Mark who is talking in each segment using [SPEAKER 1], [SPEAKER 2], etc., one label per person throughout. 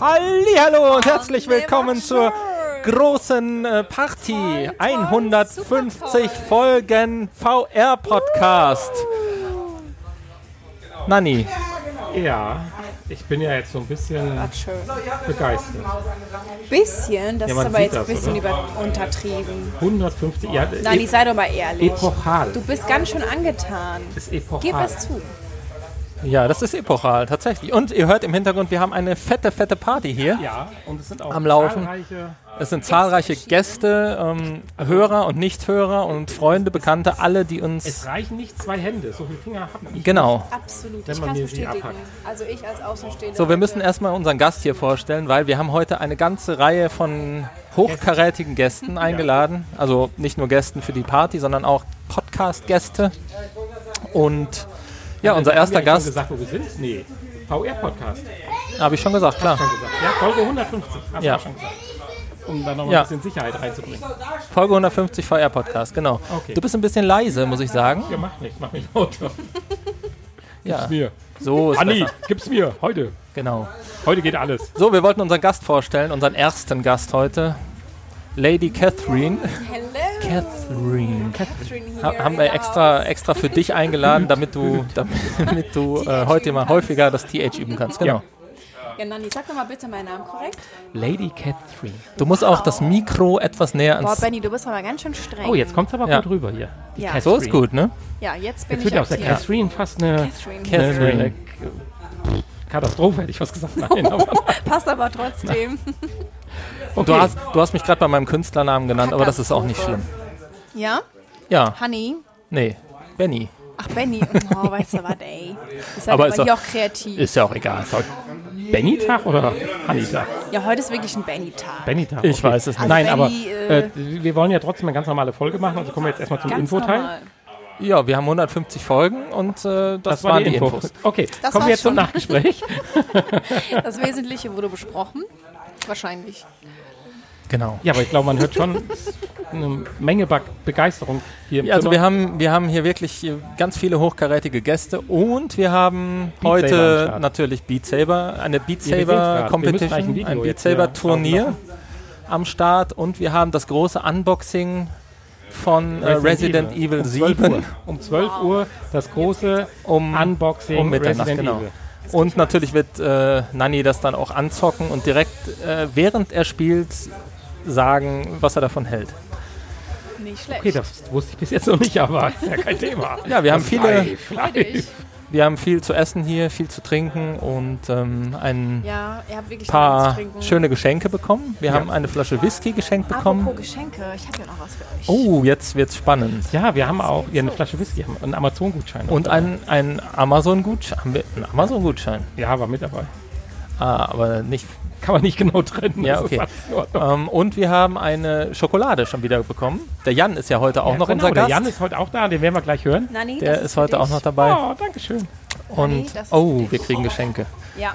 [SPEAKER 1] Hallo und herzlich willkommen zur großen äh, Party. 150 Folgen VR Podcast. Nanni,
[SPEAKER 2] Ja, ich bin ja jetzt so ein bisschen begeistert.
[SPEAKER 3] Bisschen, das
[SPEAKER 2] Ja, man
[SPEAKER 3] ist aber
[SPEAKER 2] sieht
[SPEAKER 3] jetzt ein
[SPEAKER 2] das,
[SPEAKER 3] bisschen
[SPEAKER 2] oder?
[SPEAKER 3] über untertrieben.
[SPEAKER 2] 150, ja,
[SPEAKER 3] Nein,
[SPEAKER 2] e
[SPEAKER 3] ich sei doch mal ehrlich.
[SPEAKER 2] epochal.
[SPEAKER 3] Du bist ganz schön angetan.
[SPEAKER 2] ist epochal.
[SPEAKER 3] Gib es zu.
[SPEAKER 1] ja, das ist epochal tatsächlich. Und ihr hört im Hintergrund, wir haben eine fette, fette Party hier.
[SPEAKER 2] Ja, und es sind auch
[SPEAKER 1] Am Laufen.
[SPEAKER 2] zahlreiche
[SPEAKER 1] Es sind zahlreiche Gäste, ähm, Hörer und Nichthörer und Freunde, Bekannte, alle, die
[SPEAKER 2] Es
[SPEAKER 1] uns
[SPEAKER 2] reichen nicht zwei Hände, so viele Finger haben ich.
[SPEAKER 1] genau.
[SPEAKER 3] Absolut,
[SPEAKER 2] Wenn
[SPEAKER 3] ich
[SPEAKER 2] man
[SPEAKER 3] kann es
[SPEAKER 2] mir sie
[SPEAKER 3] bestätigen.
[SPEAKER 2] abhackt.
[SPEAKER 3] Also ich als Außenstehender.
[SPEAKER 1] So, wir müssen erstmal unseren Gast hier vorstellen, weil wir haben heute eine ganze Reihe von hochkarätigen Gästen eingeladen. Also nicht nur Gästen für die Party, sondern auch Podcast-Gäste. Und ja, unser
[SPEAKER 2] Haben wir
[SPEAKER 1] erster
[SPEAKER 2] eigentlich schon
[SPEAKER 1] Gast,
[SPEAKER 2] gesagt, wo wir sind? Nee, VR-Podcast.
[SPEAKER 1] habe ich schon gesagt, klar.
[SPEAKER 2] Ja, Folge 150, hast du
[SPEAKER 1] Ja.
[SPEAKER 2] auch schon gesagt. Um da nochmal
[SPEAKER 1] Ja.
[SPEAKER 2] ein bisschen Sicherheit reinzubringen.
[SPEAKER 1] Folge 150 VR-Podcast, genau.
[SPEAKER 2] Okay.
[SPEAKER 1] Du bist ein bisschen leise, muss ich sagen.
[SPEAKER 2] Ja, macht nichts, mach mich lauter.
[SPEAKER 1] Ja,
[SPEAKER 2] Mir.
[SPEAKER 1] so ist
[SPEAKER 2] Anni,
[SPEAKER 1] besser.
[SPEAKER 2] gib's mir, heute.
[SPEAKER 1] Genau.
[SPEAKER 2] Heute geht alles.
[SPEAKER 1] So, wir wollten unseren Gast vorstellen, unseren ersten Gast heute. Lady Catherine.
[SPEAKER 3] Hello,
[SPEAKER 1] Catherine.
[SPEAKER 3] Catherine genau." hier.
[SPEAKER 1] Ha haben
[SPEAKER 3] in
[SPEAKER 1] wir
[SPEAKER 3] the
[SPEAKER 1] extra,
[SPEAKER 3] house.
[SPEAKER 1] extra für dich eingeladen, damit du, damit du äh, heute mal häufiger das TH üben kannst. Genau.
[SPEAKER 3] Ja, Nanni, sag doch mal bitte meinen Namen korrekt.
[SPEAKER 2] Lady Catherine.
[SPEAKER 1] Du musst auch das Mikro etwas näher
[SPEAKER 3] Boah,
[SPEAKER 1] ans.
[SPEAKER 3] Benni, du bist aber ganz schön streng.
[SPEAKER 2] Oh, jetzt kommt's aber
[SPEAKER 1] Ja.
[SPEAKER 2] gut rüber hier. Die
[SPEAKER 3] Ja.
[SPEAKER 1] So ist gut, ne?
[SPEAKER 3] Ja, jetzt bin
[SPEAKER 2] Jetzt wird ja aus
[SPEAKER 3] ich
[SPEAKER 2] der
[SPEAKER 3] aktiv.
[SPEAKER 2] Catherine fast eine
[SPEAKER 3] Catherine.
[SPEAKER 1] Catherine.
[SPEAKER 2] Katastrophe, hätte ich was gesagt. Nein, aber
[SPEAKER 3] Passt aber trotzdem.
[SPEAKER 2] okay.
[SPEAKER 1] Du hast, du hast mich gerade bei meinem Künstlernamen genannt, aber das ist auch nicht schlimm.
[SPEAKER 3] Ja?
[SPEAKER 1] Ja,
[SPEAKER 3] Honey?
[SPEAKER 1] nee. Benny.
[SPEAKER 3] Ach, Benni. Oh, weißt du was, ey. Ist halt
[SPEAKER 1] Aber
[SPEAKER 3] aber
[SPEAKER 1] ist
[SPEAKER 3] hier
[SPEAKER 1] doch-
[SPEAKER 3] auch kreativ.
[SPEAKER 1] Ist ja auch egal.
[SPEAKER 2] Benny-Tag oder Hanni-Tag?
[SPEAKER 3] Ja, heute ist wirklich ein Benni-Tag.
[SPEAKER 2] Benny-Tag.
[SPEAKER 1] Ich weiß es nicht.
[SPEAKER 2] Nein, aber
[SPEAKER 3] Benny,
[SPEAKER 2] äh, wir wollen ja trotzdem eine ganz normale Folge machen, also kommen wir jetzt erstmal zum
[SPEAKER 3] Ganz
[SPEAKER 2] Infoteil.
[SPEAKER 3] normal.
[SPEAKER 1] Ja, wir haben 150 Folgen und äh, das,
[SPEAKER 2] Das war
[SPEAKER 1] waren
[SPEAKER 2] die
[SPEAKER 1] die
[SPEAKER 2] Info.
[SPEAKER 1] Infos.
[SPEAKER 2] Okay,
[SPEAKER 3] Das
[SPEAKER 2] kommen
[SPEAKER 3] war's
[SPEAKER 2] wir jetzt zum
[SPEAKER 3] schon.
[SPEAKER 2] Nachgespräch.
[SPEAKER 3] Das Wesentliche wurde besprochen. Wahrscheinlich.
[SPEAKER 1] Genau.
[SPEAKER 2] ja, aber ich glaube, man hört schon eine Menge Be Begeisterung hier im
[SPEAKER 1] Ja, also
[SPEAKER 2] Zimmer.
[SPEAKER 1] wir haben, wir haben hier wirklich äh, ganz viele hochkarätige Gäste und wir haben
[SPEAKER 2] Saber am
[SPEAKER 1] heute
[SPEAKER 2] Start.
[SPEAKER 1] natürlich Beat Saber, eine Beat
[SPEAKER 2] wir sehen's
[SPEAKER 1] Saber
[SPEAKER 2] grad. Wir müssen gleich ein
[SPEAKER 1] Competition,
[SPEAKER 2] Video
[SPEAKER 1] ein Beat
[SPEAKER 2] jetzt hier
[SPEAKER 1] Saber Turnier am Start und wir haben das große Unboxing von äh, Resident,
[SPEAKER 2] Resident
[SPEAKER 1] Evil,
[SPEAKER 2] um 12 Uhr.
[SPEAKER 1] 7
[SPEAKER 2] Um 12 Uhr das große
[SPEAKER 1] um,
[SPEAKER 2] Unboxing
[SPEAKER 1] um Mitternacht,
[SPEAKER 2] Resident
[SPEAKER 1] genau.
[SPEAKER 2] Evil.
[SPEAKER 1] Und natürlich wird äh, Nanni das dann auch anzocken und direkt äh, während er spielt sagen, was er davon hält.
[SPEAKER 3] Nicht schlecht.
[SPEAKER 2] Okay, das wusste ich bis jetzt noch nicht, aber ist ja kein Thema.
[SPEAKER 1] Ja, wir haben viele,
[SPEAKER 2] Live,
[SPEAKER 3] Richtig.
[SPEAKER 2] live.
[SPEAKER 1] wir haben viel zu essen hier, viel zu trinken und ähm, einen
[SPEAKER 3] Ja, ihr habt wirklich noch was
[SPEAKER 1] paar
[SPEAKER 3] zu trinken.
[SPEAKER 1] schöne Geschenke bekommen. Wir haben eine Flasche Whisky geschenkt
[SPEAKER 3] Apropos
[SPEAKER 1] bekommen.
[SPEAKER 3] Geschenke, ich habe ja noch was für euch.
[SPEAKER 1] Oh, jetzt wird's spannend.
[SPEAKER 2] Ja, wir haben auch ja, eine Flasche Whisky, haben einen Amazon-Gutschein.
[SPEAKER 1] Und ein, ein Amazon-Gutschein. Haben wir einen Amazon-Gutschein?
[SPEAKER 2] Ja, war mit dabei.
[SPEAKER 1] Ah, aber nicht.
[SPEAKER 2] Kann man nicht genau trennen.
[SPEAKER 1] Ja,
[SPEAKER 2] das ist
[SPEAKER 1] okay.
[SPEAKER 2] alles in Ordnung.
[SPEAKER 1] Ähm, und wir haben eine Schokolade schon wieder bekommen. Der Jan ist ja heute auch
[SPEAKER 2] Ja,
[SPEAKER 1] noch
[SPEAKER 2] genau,
[SPEAKER 1] unser
[SPEAKER 2] der
[SPEAKER 1] Gast.
[SPEAKER 2] Jan ist heute auch da, den werden wir gleich hören.
[SPEAKER 3] Nanni,
[SPEAKER 1] der
[SPEAKER 3] das
[SPEAKER 1] ist
[SPEAKER 3] für
[SPEAKER 1] heute
[SPEAKER 3] dich.
[SPEAKER 1] auch noch dabei.
[SPEAKER 2] Oh, danke schön.
[SPEAKER 1] Und
[SPEAKER 3] das ist für
[SPEAKER 1] oh,
[SPEAKER 3] dich.
[SPEAKER 1] wir kriegen Geschenke.
[SPEAKER 3] Ja,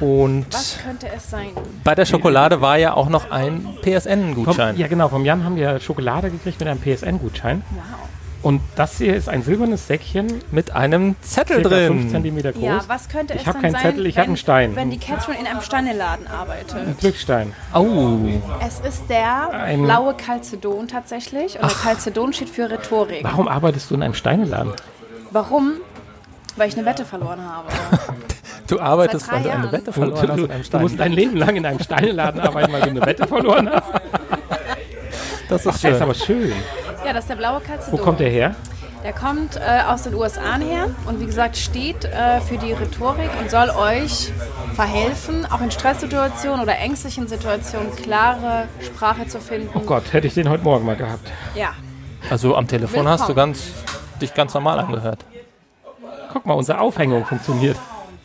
[SPEAKER 3] was
[SPEAKER 1] Und
[SPEAKER 3] könnte es sein?
[SPEAKER 1] bei der Schokolade war ja auch noch ein
[SPEAKER 2] Vom,
[SPEAKER 1] PSN-Gutschein.
[SPEAKER 2] ja, genau. Vom Jan haben wir Schokolade gekriegt mit einem PSN-Gutschein.
[SPEAKER 3] Wow.
[SPEAKER 2] Und das hier ist ein silbernes Säckchen,
[SPEAKER 1] Mit einem Zettel
[SPEAKER 2] circa 5
[SPEAKER 1] drin.
[SPEAKER 2] cm groß.
[SPEAKER 3] Ja, was könnte
[SPEAKER 2] Ich
[SPEAKER 3] es
[SPEAKER 2] hab
[SPEAKER 3] dann
[SPEAKER 2] keinen
[SPEAKER 3] sein,
[SPEAKER 2] Zettel, ich hab
[SPEAKER 3] wenn-
[SPEAKER 2] einen Stein.
[SPEAKER 3] wenn die Catherine in einem Steineladen arbeitet?
[SPEAKER 2] Glückstein.
[SPEAKER 1] Oh,
[SPEAKER 3] Es ist der
[SPEAKER 2] Ein-
[SPEAKER 3] blaue Calcedon tatsächlich. Und der Calcedon steht für Rhetorik.
[SPEAKER 2] Warum arbeitest du in einem Steineladen?
[SPEAKER 3] Warum? Weil ich eine Wette verloren habe.
[SPEAKER 1] du arbeitest,
[SPEAKER 3] Seit drei
[SPEAKER 1] weil du eine
[SPEAKER 3] Jahren.
[SPEAKER 1] Wette verloren hast
[SPEAKER 2] du,
[SPEAKER 1] mit einem
[SPEAKER 2] du
[SPEAKER 1] Stein.
[SPEAKER 2] musst dein Leben lang in einem Steineladen arbeiten, weil du eine Wette verloren hast.
[SPEAKER 1] Das ist
[SPEAKER 2] Das ist
[SPEAKER 1] schön.
[SPEAKER 2] aber schön.
[SPEAKER 3] Ja, das ist der blaue Calcedon.
[SPEAKER 2] Wo kommt der her?
[SPEAKER 3] Der kommt äh, aus den USA her und wie gesagt steht äh, für die Rhetorik und soll euch verhelfen, auch in Stresssituationen oder ängstlichen Situationen klare Sprache zu finden.
[SPEAKER 2] Oh Gott, hätte ich den heute Morgen mal gehabt.
[SPEAKER 3] Ja,
[SPEAKER 1] Also am Telefon hast du
[SPEAKER 3] Willkommen.
[SPEAKER 1] ganz, dich ganz normal angehört.
[SPEAKER 2] Guck mal, unsere Aufhängung funktioniert.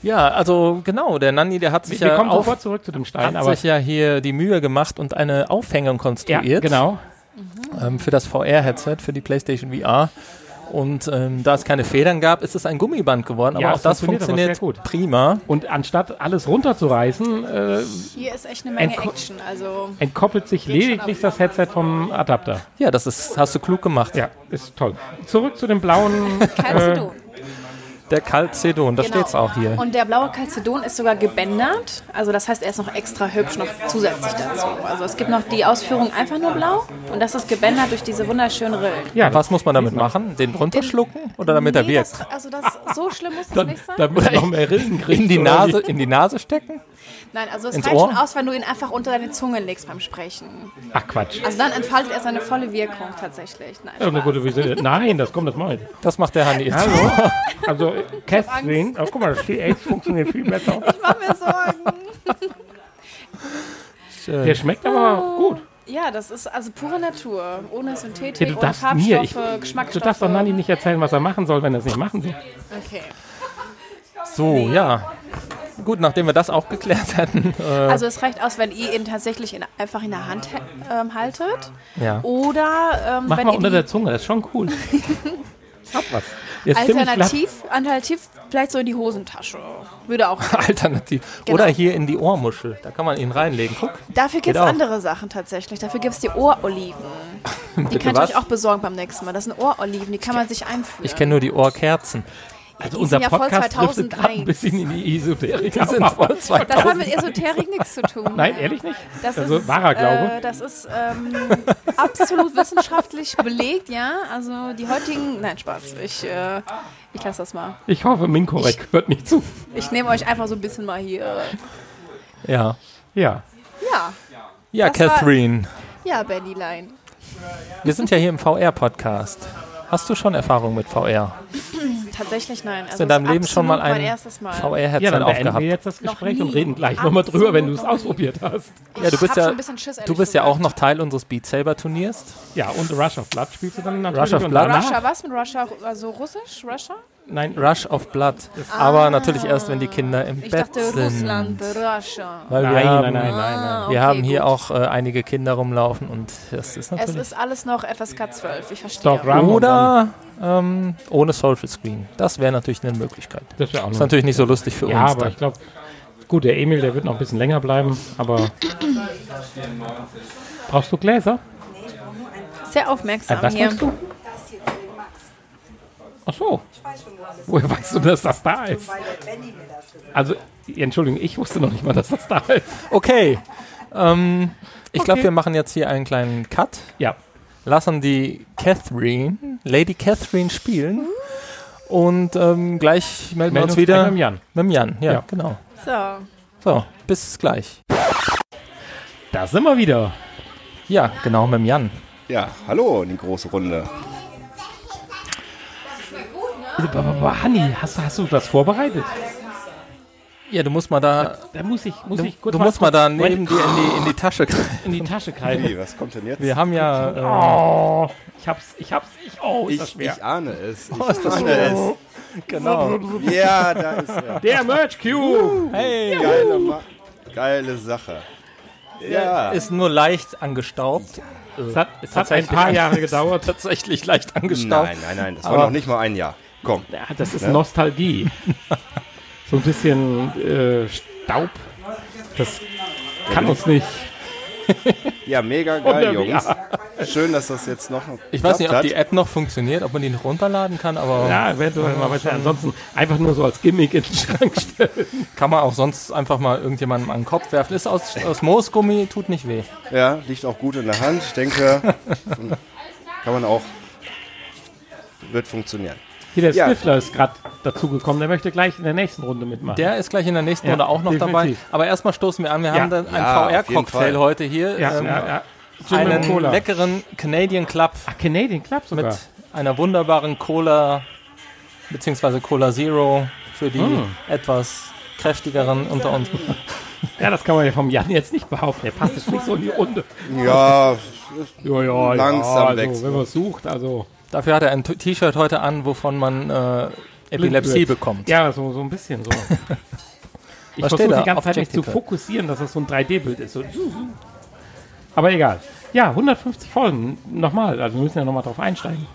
[SPEAKER 1] Ja, also genau, der Nanni, der hat sich,
[SPEAKER 2] Wir
[SPEAKER 1] ja,
[SPEAKER 2] kommen
[SPEAKER 1] auf,
[SPEAKER 2] sofort zurück zu dem Stein,
[SPEAKER 1] hat
[SPEAKER 2] aber
[SPEAKER 1] sich ja hier die Mühe gemacht und eine Aufhängung
[SPEAKER 2] ja,
[SPEAKER 1] konstruiert
[SPEAKER 2] genau.
[SPEAKER 1] ähm, für das VR-Headset, für die PlayStation VR. Und ähm, da es keine Federn gab, ist es ein Gummiband geworden. Aber
[SPEAKER 2] Ja,
[SPEAKER 1] auch
[SPEAKER 2] es
[SPEAKER 1] das funktioniert
[SPEAKER 2] funktioniert aber sehr gut.
[SPEAKER 1] prima.
[SPEAKER 2] Und anstatt alles runterzureißen, äh,
[SPEAKER 3] hier ist echt eine Menge
[SPEAKER 2] Ein Ko-
[SPEAKER 3] Action. Also
[SPEAKER 2] entkoppelt sich lediglich das Headset vom Adapter.
[SPEAKER 1] Ja, das ist, hast du klug gemacht.
[SPEAKER 2] Ja, ist toll. Zurück zu dem blauen. äh,
[SPEAKER 3] Calcedon.
[SPEAKER 1] Der Calcedon, da
[SPEAKER 3] Genau.
[SPEAKER 1] Äh, steht's auch hier.
[SPEAKER 3] Und der blaue Calcedon ist sogar gebändert. Also das heißt, er ist noch extra hübsch, noch zusätzlich dazu. Also es gibt noch die Ausführung einfach nur blau und das ist gebändert durch diese wunderschönen Rillen.
[SPEAKER 2] Ja,
[SPEAKER 1] Was muss man damit machen? Den runterschlucken oder damit er
[SPEAKER 3] Nee,
[SPEAKER 1] wirkt?
[SPEAKER 3] Das, also das, so schlimm muss das
[SPEAKER 2] dann,
[SPEAKER 3] nicht sein.
[SPEAKER 2] damit du noch mehr Rillen kriegst.
[SPEAKER 1] In die
[SPEAKER 2] oder
[SPEAKER 1] Nase,
[SPEAKER 2] wie?
[SPEAKER 1] in die Nase stecken?
[SPEAKER 3] Nein, also es
[SPEAKER 1] Ins
[SPEAKER 3] reicht
[SPEAKER 1] Ohr?
[SPEAKER 3] schon aus, wenn du ihn einfach unter deine Zunge legst beim Sprechen.
[SPEAKER 2] Ach Quatsch.
[SPEAKER 3] Also dann entfaltet er seine volle Wirkung tatsächlich. Nein,
[SPEAKER 2] Ja, eine
[SPEAKER 3] Spaß.
[SPEAKER 2] gute Vision. Nein, das kommt, das mal.
[SPEAKER 1] Das macht der Hanni jetzt.
[SPEAKER 2] Hallo? Also, Catherine, oh, guck mal, das echt funktioniert viel besser.
[SPEAKER 3] ich mache mir Sorgen.
[SPEAKER 2] Der schmeckt aber gut.
[SPEAKER 3] Ja, das ist also pure Natur. Ohne Synthetik,
[SPEAKER 2] Ja, du
[SPEAKER 3] ohne
[SPEAKER 2] darfst
[SPEAKER 3] Farbstoffe,
[SPEAKER 2] mir, ich,
[SPEAKER 3] Geschmacksstoffe.
[SPEAKER 2] du darfst doch Nani nicht erzählen, was er machen soll, wenn er es nicht machen soll.
[SPEAKER 3] Okay.
[SPEAKER 1] So, ja. Gut, nachdem wir das auch geklärt hatten. Äh,
[SPEAKER 3] Also es reicht aus, wenn ihr ihn tatsächlich in, einfach in der Hand ähm, haltet.
[SPEAKER 1] ja.
[SPEAKER 3] Oder ähm,
[SPEAKER 2] Mach
[SPEAKER 3] wenn
[SPEAKER 2] mal
[SPEAKER 3] ihr
[SPEAKER 2] unter
[SPEAKER 3] die
[SPEAKER 2] der Zunge, das ist schon cool. Hab was. Ist ziemlich glatt.
[SPEAKER 3] alternativ, alternativ vielleicht so in die Hosentasche. Würde auch.
[SPEAKER 1] Alternativ.
[SPEAKER 3] Genau.
[SPEAKER 1] Oder hier in die Ohrmuschel. Da kann man ihn reinlegen. Guck.
[SPEAKER 3] Dafür gibt es
[SPEAKER 1] auch.
[SPEAKER 3] andere Sachen tatsächlich. Dafür gibt es die Ohroliven. Die
[SPEAKER 1] Bitte
[SPEAKER 3] könnt ihr
[SPEAKER 1] was?
[SPEAKER 3] euch auch besorgen beim nächsten Mal. Das sind Ohroliven, die kann man sich einführen.
[SPEAKER 1] Ich kenne nur die Ohrkerzen.
[SPEAKER 2] Also
[SPEAKER 3] Die
[SPEAKER 2] unser
[SPEAKER 3] sind ja voll
[SPEAKER 2] Podcast driftet gerade
[SPEAKER 3] 2001.
[SPEAKER 2] ein bisschen in die Esoterik.
[SPEAKER 1] Die sind
[SPEAKER 2] ab.
[SPEAKER 1] voll zwei.
[SPEAKER 3] das hat mit Esoterik nichts zu tun.
[SPEAKER 2] Nein, ehrlich nicht?
[SPEAKER 3] Das
[SPEAKER 2] also
[SPEAKER 3] ist,
[SPEAKER 2] wahrer Glaube.
[SPEAKER 3] Äh, das ist ähm, absolut wissenschaftlich belegt, ja. Also die heutigen. Nein, Spaß. Ich, äh, ich lasse das mal.
[SPEAKER 2] ich hoffe, Minkorek hört nicht zu.
[SPEAKER 3] Ich nehme euch einfach so ein bisschen mal hier.
[SPEAKER 1] Ja.
[SPEAKER 2] Ja.
[SPEAKER 3] Ja,
[SPEAKER 1] Ja,
[SPEAKER 3] Das war-
[SPEAKER 1] Catherine.
[SPEAKER 3] ja, Bennylein.
[SPEAKER 1] Wir sind ja hier im VR-Podcast. Hast du schon Erfahrung mit VR?
[SPEAKER 3] Tatsächlich nein. Also
[SPEAKER 1] in deinem
[SPEAKER 3] ist
[SPEAKER 1] Leben schon mal
[SPEAKER 3] absolut
[SPEAKER 1] ein
[SPEAKER 3] mein erstes Mal.
[SPEAKER 2] Ja,
[SPEAKER 1] VR-Headset
[SPEAKER 2] dann beenden wir
[SPEAKER 1] aufgehabt?
[SPEAKER 2] jetzt das
[SPEAKER 3] Noch
[SPEAKER 2] Gespräch
[SPEAKER 3] nie.
[SPEAKER 2] und reden gleich nochmal drüber, wenn du es
[SPEAKER 3] Absolut.
[SPEAKER 2] ausprobiert hast.
[SPEAKER 1] Ja, du
[SPEAKER 3] Ich
[SPEAKER 1] bist
[SPEAKER 3] hab
[SPEAKER 1] ja-
[SPEAKER 3] schon ein bisschen Schiss,
[SPEAKER 1] Du
[SPEAKER 3] ehrlich
[SPEAKER 1] bist ja auch
[SPEAKER 3] gesagt.
[SPEAKER 1] noch Teil unseres Beat Saber-Turniers.
[SPEAKER 2] Ja, und Rush of Blood spielst du dann natürlich.
[SPEAKER 1] Rush of
[SPEAKER 2] und
[SPEAKER 1] Blood?
[SPEAKER 2] danach-
[SPEAKER 3] Russia, was mit Russia? Also Russisch? Russia?
[SPEAKER 2] Nein,
[SPEAKER 1] Rush of Blood. Aber natürlich erst, wenn die Kinder im
[SPEAKER 3] Ah. Ich
[SPEAKER 1] Bett
[SPEAKER 3] dachte
[SPEAKER 1] sind.
[SPEAKER 3] Russland, Russia.
[SPEAKER 1] Weil wir
[SPEAKER 2] nein,
[SPEAKER 1] haben,
[SPEAKER 2] nein, nein, nein, nein.
[SPEAKER 3] Ah,
[SPEAKER 1] Wir
[SPEAKER 3] okay,
[SPEAKER 1] haben hier
[SPEAKER 3] gut.
[SPEAKER 1] auch äh, einige Kinder rumlaufen und das ist
[SPEAKER 3] Es
[SPEAKER 1] natürlich.
[SPEAKER 3] ist alles noch FSK 12, ich verstehe.
[SPEAKER 2] Doch, Ram Und
[SPEAKER 1] oder ähm, ohne Social Screen. Das wäre natürlich eine Möglichkeit.
[SPEAKER 2] dann, das wäre auch
[SPEAKER 1] Ist
[SPEAKER 2] noch.
[SPEAKER 1] natürlich nicht so lustig für
[SPEAKER 2] Ja,
[SPEAKER 1] uns.
[SPEAKER 2] aber
[SPEAKER 1] dann.
[SPEAKER 2] ich glaube, gut, der Emil, der wird noch ein bisschen länger bleiben, aber. Brauchst du Gläser?
[SPEAKER 3] Sehr
[SPEAKER 2] Äh,
[SPEAKER 3] aufmerksam
[SPEAKER 2] was
[SPEAKER 3] hier.
[SPEAKER 2] machst du? Ach so. Woher weißt du, dass das da ist? Also, Entschuldigung, ich wusste noch nicht mal, dass das da ist.
[SPEAKER 1] Okay. Ähm, ich glaube,
[SPEAKER 2] Okay.
[SPEAKER 1] wir machen jetzt hier einen kleinen Cut.
[SPEAKER 2] Ja,
[SPEAKER 1] Lassen die Catherine, Lady Catherine spielen. Und ähm, gleich melden wir
[SPEAKER 2] melden
[SPEAKER 1] uns wieder
[SPEAKER 2] gleich mit dem Jan.
[SPEAKER 1] mit dem Jan. Ja,
[SPEAKER 2] Ja.
[SPEAKER 1] genau.
[SPEAKER 3] So.
[SPEAKER 1] So, bis gleich.
[SPEAKER 2] Da sind wir wieder.
[SPEAKER 1] Ja, genau, mit dem Jan.
[SPEAKER 4] Ja, hallo in die große Runde.
[SPEAKER 2] Aber, aber Hanni, hast, du- hast du das vorbereitet?
[SPEAKER 1] Ja, du musst mal da,
[SPEAKER 2] Da muss ich, muss ich kurz
[SPEAKER 1] du musst mal da
[SPEAKER 2] Moment,
[SPEAKER 1] neben dir in die, in die Tasche greifen.
[SPEAKER 2] in die Tasche greifen.
[SPEAKER 4] Wie, was kommt denn jetzt?
[SPEAKER 1] Wir haben ja, äh,
[SPEAKER 2] Oh, ich hab's, ich hab's, ich, oh, ist das
[SPEAKER 4] ich,
[SPEAKER 2] schwer.
[SPEAKER 4] ich ahne es. Ich
[SPEAKER 1] ist das
[SPEAKER 4] ahne
[SPEAKER 1] genau.
[SPEAKER 4] es. Ja, da ist er.
[SPEAKER 2] Der Merch Cube.
[SPEAKER 1] Hey,
[SPEAKER 4] Geile, Ma geile Sache. Ja,
[SPEAKER 1] ist nur leicht angestaubt.
[SPEAKER 2] Es hat, es hat ein paar Jahre gedauert.
[SPEAKER 1] Tatsächlich leicht angestaubt.
[SPEAKER 4] nein, nein, nein, das war
[SPEAKER 1] Aber-
[SPEAKER 4] noch nicht mal ein Jahr. Komm,
[SPEAKER 2] Ja, das ist Nostalgie. So ein bisschen äh, Staub. Das kann uns nicht.
[SPEAKER 4] ja, mega geil,
[SPEAKER 2] Oder wie?
[SPEAKER 4] Jungs. Schön, dass das jetzt noch.
[SPEAKER 1] Ich weiß nicht, ob die
[SPEAKER 4] geklappt
[SPEAKER 1] App noch funktioniert, ob man die noch runterladen kann, aber
[SPEAKER 2] Ja, eventuell mal weiter. Ansonsten einfach nur so als Gimmick in den Schrank stellen.
[SPEAKER 1] kann man auch sonst einfach mal irgendjemandem an den Kopf werfen. Ist aus, aus Moosgummi, tut nicht weh.
[SPEAKER 4] hat. Ja, liegt auch gut in der Hand. Ich denke, kann man auch. Wird funktionieren.
[SPEAKER 2] Hier der
[SPEAKER 4] Ja.
[SPEAKER 2] Stifler ist gerade dazugekommen. Der möchte gleich in der nächsten Runde mitmachen.
[SPEAKER 1] Der ist gleich in der nächsten Runde auch noch
[SPEAKER 2] definitiv.
[SPEAKER 1] dabei. Aber erstmal stoßen wir an, wir
[SPEAKER 2] Ja.
[SPEAKER 1] haben dann einen
[SPEAKER 4] Ja, auf jeden
[SPEAKER 1] VR-Cocktail
[SPEAKER 4] Fall.
[SPEAKER 1] heute hier.
[SPEAKER 2] ja,
[SPEAKER 1] ähm,
[SPEAKER 2] ja, ja. Gin mit
[SPEAKER 1] einen
[SPEAKER 2] Cola.
[SPEAKER 1] leckeren Canadian Club
[SPEAKER 2] Ach, Canadian Club sogar.
[SPEAKER 1] mit einer wunderbaren Cola beziehungsweise Cola Zero für die
[SPEAKER 4] Hm.
[SPEAKER 1] etwas kräftigeren unter uns.
[SPEAKER 2] Ja, das kann man ja vom Jan jetzt nicht behaupten. Der passt jetzt nicht so in die Runde.
[SPEAKER 4] Ja,
[SPEAKER 2] Ja, ja,
[SPEAKER 4] Langsam
[SPEAKER 2] ja, also,
[SPEAKER 4] wechseln.
[SPEAKER 2] wenn man es sucht, also.
[SPEAKER 1] Dafür hat er ein T- T-Shirt heute an, wovon man äh, Epilepsie
[SPEAKER 2] Blindwürz.
[SPEAKER 1] bekommt.
[SPEAKER 2] Ja, so, so ein bisschen so. Ich
[SPEAKER 1] Was
[SPEAKER 2] versuche
[SPEAKER 1] steht da?
[SPEAKER 2] die ganze Zeit mich zu
[SPEAKER 1] Objectical.
[SPEAKER 2] fokussieren, dass das so ein 3D-Bild ist. So. Aber egal. Ja, 150 Folgen. Nochmal, also wir müssen ja nochmal drauf einsteigen.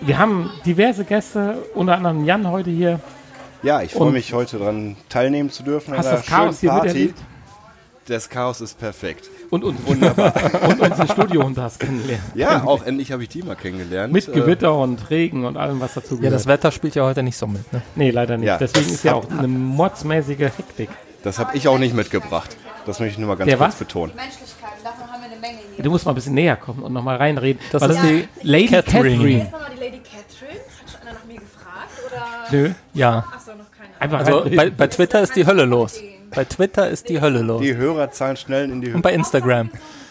[SPEAKER 2] Wir haben diverse Gäste, unter anderem Jan heute hier.
[SPEAKER 4] ja ich freue
[SPEAKER 2] Und-
[SPEAKER 4] mich heute dran teilnehmen zu dürfen. an
[SPEAKER 2] Hast
[SPEAKER 4] einer
[SPEAKER 2] das Chaos
[SPEAKER 4] schönen
[SPEAKER 2] hier
[SPEAKER 4] Party.
[SPEAKER 2] miterlebt?
[SPEAKER 4] Das Chaos ist perfekt.
[SPEAKER 2] Und uns wunderbar. und unsere Studiohunde hast kennengelernt.
[SPEAKER 4] Ja, auch endlich habe ich die mal kennengelernt.
[SPEAKER 2] Mit
[SPEAKER 4] Äh,
[SPEAKER 2] Gewitter und Regen und allem, was dazu
[SPEAKER 1] Ja,
[SPEAKER 2] gehört.
[SPEAKER 1] das Wetter spielt ja heute nicht so mit. Ne?
[SPEAKER 2] nee, leider nicht.
[SPEAKER 4] Ja,
[SPEAKER 2] Deswegen
[SPEAKER 4] das
[SPEAKER 2] ist ja
[SPEAKER 4] hab-
[SPEAKER 2] auch eine mordsmäßige Hektik.
[SPEAKER 4] Äh, Das habe ich auch nicht mitgebracht. Das möchte ich nur mal ganz
[SPEAKER 2] Der
[SPEAKER 4] kurz
[SPEAKER 2] was?
[SPEAKER 4] betonen.
[SPEAKER 3] Menschlichkeiten, davon haben wir eine Menge hier.
[SPEAKER 2] Du musst mal ein bisschen näher kommen und nochmal reinreden.
[SPEAKER 1] Das
[SPEAKER 2] Weil
[SPEAKER 1] ist die
[SPEAKER 2] Lady
[SPEAKER 1] Catherine.
[SPEAKER 2] Catherine.
[SPEAKER 3] Ist nochmal die Lady Catherine? Hat schon einer nach mir gefragt? Oder?
[SPEAKER 2] Nö,
[SPEAKER 1] Ja.
[SPEAKER 3] Achso, noch keiner.
[SPEAKER 2] einfach
[SPEAKER 1] Also
[SPEAKER 2] reinreden.
[SPEAKER 1] bei, bei Twitter ist die Hölle los. Bei Twitter ist die Hölle los.
[SPEAKER 4] Die Hörer zahlen schnell in die
[SPEAKER 1] Und
[SPEAKER 4] Höhe.
[SPEAKER 1] bei Instagram.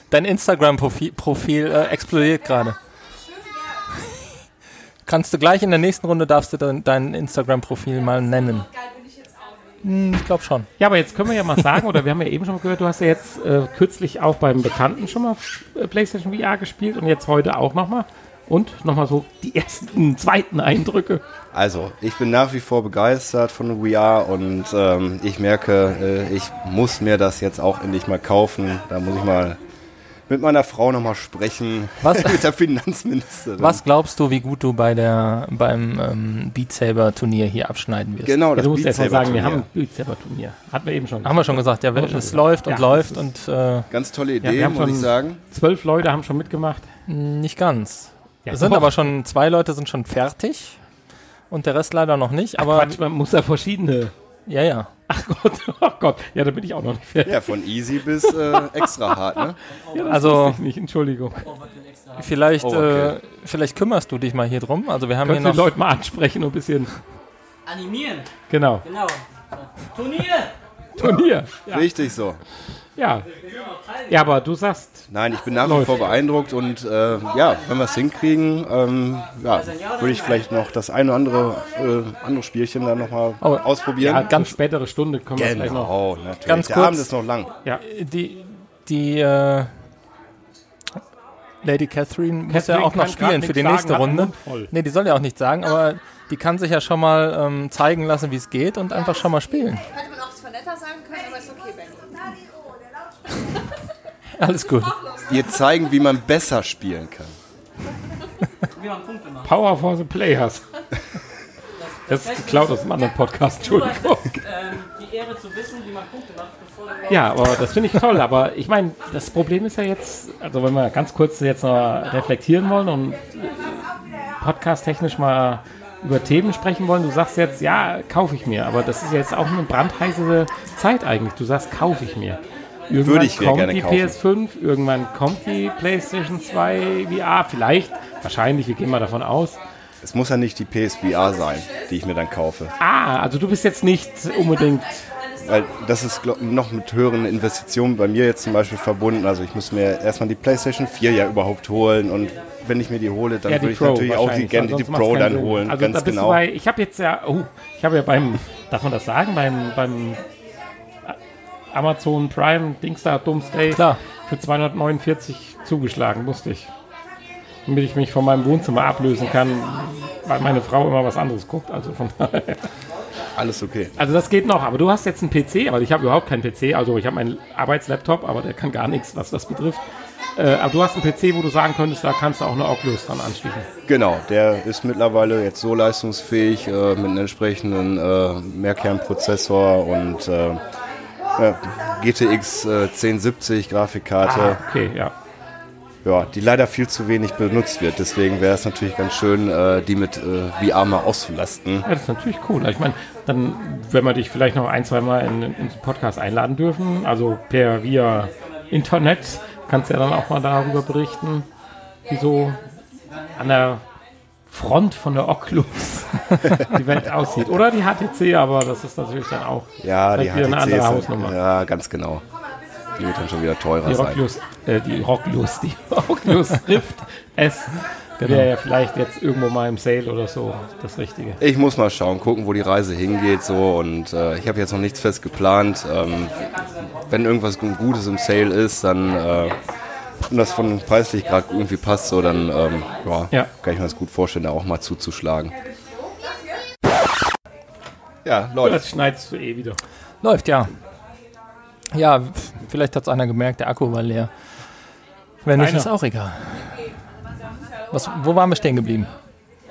[SPEAKER 1] Dein Instagram-Profil Profil, äh, explodiert gerade. Kannst du gleich in der nächsten Runde darfst du dann dein Instagram-Profil mal nennen? Hm, ich glaube schon.
[SPEAKER 2] Ja, aber jetzt können wir ja mal sagen, oder wir haben ja eben schon mal gehört, du hast ja jetzt äh, kürzlich auch beim Bekannten schon mal äh, PlayStation VR gespielt und jetzt heute auch nochmal. Und nochmal so die ersten, zweiten Eindrücke.
[SPEAKER 4] Also, ich bin nach wie vor begeistert von VR und ähm, ich merke, äh, ich muss mir das jetzt auch endlich mal kaufen. Da muss ich mal mit meiner Frau nochmal sprechen.
[SPEAKER 1] Was-
[SPEAKER 4] mit der Finanzministerin.
[SPEAKER 1] Was glaubst du, wie gut du bei der, beim ähm, Beat Saber-Turnier hier abschneiden wirst?
[SPEAKER 4] Genau,
[SPEAKER 2] Ja,
[SPEAKER 4] das
[SPEAKER 2] Also du musst
[SPEAKER 4] Beat
[SPEAKER 2] erst mal
[SPEAKER 4] Saber
[SPEAKER 2] sagen, wir haben ein
[SPEAKER 4] Turnier.
[SPEAKER 2] Beat Saber Turnier. Hatten wir eben schon.
[SPEAKER 1] Haben wir schon gesagt, ja, es läuft und
[SPEAKER 2] Ja,
[SPEAKER 1] läuft und äh,
[SPEAKER 4] Ganz tolle
[SPEAKER 2] wir
[SPEAKER 4] Idee,
[SPEAKER 2] haben
[SPEAKER 4] muss
[SPEAKER 2] schon-
[SPEAKER 4] ich sagen.
[SPEAKER 2] Zwölf Leute haben schon mitgemacht.
[SPEAKER 1] nicht ganz.
[SPEAKER 2] Ja,
[SPEAKER 1] es sind
[SPEAKER 2] doch.
[SPEAKER 1] aber schon zwei Leute sind schon fertig und der Rest leider noch nicht. Aber
[SPEAKER 2] Quatsch, man muss da verschiedene.
[SPEAKER 1] ja, ja.
[SPEAKER 2] Ach Gott, oh Gott. Ja, da bin ich auch noch nicht fertig.
[SPEAKER 4] Ja, von easy bis äh, extra hart, ne?
[SPEAKER 2] Ja, das
[SPEAKER 1] Also-
[SPEAKER 2] wusste ich nicht. Entschuldigung.
[SPEAKER 1] Vielleicht,
[SPEAKER 4] Oh, okay.
[SPEAKER 1] äh, vielleicht kümmerst du dich mal hier drum. Also wir haben
[SPEAKER 2] Können
[SPEAKER 1] hier
[SPEAKER 2] wir
[SPEAKER 1] noch
[SPEAKER 2] die Leute mal ansprechen und ein bisschen.
[SPEAKER 5] Animieren,
[SPEAKER 2] Genau.
[SPEAKER 5] genau. Turnier!
[SPEAKER 2] Turnier. Ja.
[SPEAKER 4] Richtig so.
[SPEAKER 2] Ja. ja, aber du sagst,
[SPEAKER 4] Nein, ich bin nach wie
[SPEAKER 2] Läuft.
[SPEAKER 4] vor beeindruckt und äh, ja, wenn wir es hinkriegen, ähm, ja, würde ich vielleicht noch das ein oder andere, äh, andere Spielchen dann nochmal
[SPEAKER 1] Oh,
[SPEAKER 4] ausprobieren.
[SPEAKER 2] ja, ganz spätere Stunde kommen wir gleich noch.
[SPEAKER 4] genau, natürlich.
[SPEAKER 1] Ganz
[SPEAKER 4] Der
[SPEAKER 1] kurz.
[SPEAKER 4] Abend ist noch lang.
[SPEAKER 1] die, die äh, Lady Catherine, muss ja auch
[SPEAKER 2] Catherine
[SPEAKER 1] noch
[SPEAKER 2] kann grad
[SPEAKER 1] spielen für die
[SPEAKER 2] nichts sagen,
[SPEAKER 1] nächste
[SPEAKER 2] hat den
[SPEAKER 1] Runde.
[SPEAKER 2] Mund voll.
[SPEAKER 1] Nee, die soll ja auch nichts sagen, aber die kann sich ja schon mal ähm, zeigen lassen, wie es geht und einfach schon mal spielen.
[SPEAKER 3] Hätte man auch das netter sagen können, aber ist okay, Benny.
[SPEAKER 1] Alles gut.
[SPEAKER 4] Ihr zeigen, wie man besser spielen kann.
[SPEAKER 5] Wir haben Punkte gemacht.
[SPEAKER 2] Power for the Players. Das ist geklaut aus einem anderen Podcast, Entschuldigung.
[SPEAKER 5] Ähm, die Ehre zu wissen, wie man Punkte macht, bevor du
[SPEAKER 2] Ja, aber das finde ich toll. Aber ich meine, das Problem ist ja jetzt, also wenn wir ganz kurz jetzt noch reflektieren wollen und podcast-technisch mal über Themen sprechen wollen, du sagst jetzt, ja, kaufe ich mir. Aber das ist jetzt auch eine brandheiße Zeit eigentlich. Du sagst, kaufe ich mir. Irgendwann
[SPEAKER 4] Würde ich mir
[SPEAKER 2] kommt
[SPEAKER 4] gerne
[SPEAKER 2] die
[SPEAKER 4] kaufen.
[SPEAKER 2] PS5, irgendwann kommt die PlayStation 2 VR, vielleicht, wahrscheinlich, wir gehen mal davon aus.
[SPEAKER 4] Es muss ja nicht die PSVR sein, die ich mir dann kaufe.
[SPEAKER 2] Ah, also du bist jetzt nicht unbedingt
[SPEAKER 4] Weil das ist glaub, noch mit höheren Investitionen bei mir jetzt zum Beispiel verbunden. Also ich muss mir erstmal die PlayStation 4 ja überhaupt holen und wenn ich mir die hole, dann
[SPEAKER 2] Ja, die
[SPEAKER 4] würde ich
[SPEAKER 2] Pro
[SPEAKER 4] natürlich auch die,
[SPEAKER 2] wahrscheinlich,
[SPEAKER 4] gerne die
[SPEAKER 2] ansonsten macht's
[SPEAKER 4] Pro
[SPEAKER 2] keinen
[SPEAKER 4] dann
[SPEAKER 2] Sinn.
[SPEAKER 4] holen.
[SPEAKER 2] Also da
[SPEAKER 4] ganz
[SPEAKER 2] bist
[SPEAKER 4] genau.
[SPEAKER 2] du bei, ich habe jetzt ja, oh, ich habe ja beim, darf man das sagen, beim, beim A- Amazon Prime Dings da, Doomsday,
[SPEAKER 1] Klar.
[SPEAKER 2] für 249 zugeschlagen, musste ich. Damit ich mich von meinem Wohnzimmer ablösen kann, weil meine Frau immer was anderes guckt. Also, von, daher-
[SPEAKER 4] Alles okay.
[SPEAKER 2] also das geht noch, aber du hast jetzt einen PC, aber ich habe überhaupt keinen PC. Also ich habe meinen Arbeitslaptop, aber der kann gar nichts, was das betrifft. Äh, aber du hast einen PC, wo du sagen könntest, da kannst du auch eine Oculus dran anschließen.
[SPEAKER 4] Genau, der ist mittlerweile jetzt so leistungsfähig äh, mit einem entsprechenden äh, Mehrkernprozessor und äh, äh, GTX äh, 1070 Grafikkarte,
[SPEAKER 2] Ah, Okay, ja.
[SPEAKER 4] ja, die leider viel zu wenig benutzt wird. Deswegen wäre es natürlich ganz schön, äh, die mit äh, VR mal auszulasten.
[SPEAKER 2] Ja, das ist natürlich cool. Ich meine, dann, wenn wir dich vielleicht noch ein, zwei Mal in, in unseren Podcast einladen dürfen, also per via Internet, kannst du ja dann auch mal darüber berichten, wie so an der Front von der Oculus die Welt aussieht. Oder die HTC, aber das ist natürlich dann auch
[SPEAKER 4] Ja, die
[SPEAKER 2] vielleicht wieder eine andere
[SPEAKER 4] ist-
[SPEAKER 2] Hausnummer.
[SPEAKER 4] Ja, ganz genau. Die wird dann schon wieder teurer
[SPEAKER 2] Die
[SPEAKER 4] sein.
[SPEAKER 2] Oculus, äh, die Oculus, die Oculus Rift S wäre ja vielleicht jetzt irgendwo mal im Sale oder so das Richtige.
[SPEAKER 4] Ich muss mal schauen, gucken, wo die Reise hingeht so und äh, ich habe jetzt noch nichts fest geplant. Ähm, wenn irgendwas Gu- Gutes im Sale ist, dann äh, und das von preislich gerade irgendwie passt, so dann ähm, ja,
[SPEAKER 2] Ja.
[SPEAKER 4] kann ich mir das gut vorstellen, da auch mal zuzuschlagen. Ja, Leute,
[SPEAKER 2] Das schneidest du eh wieder.
[SPEAKER 1] Läuft, ja. Ja, pf, vielleicht hat es einer gemerkt, der Akku war leer. Wenn nicht,
[SPEAKER 2] Einer.
[SPEAKER 1] ist auch egal. Was, wo waren wir stehen geblieben?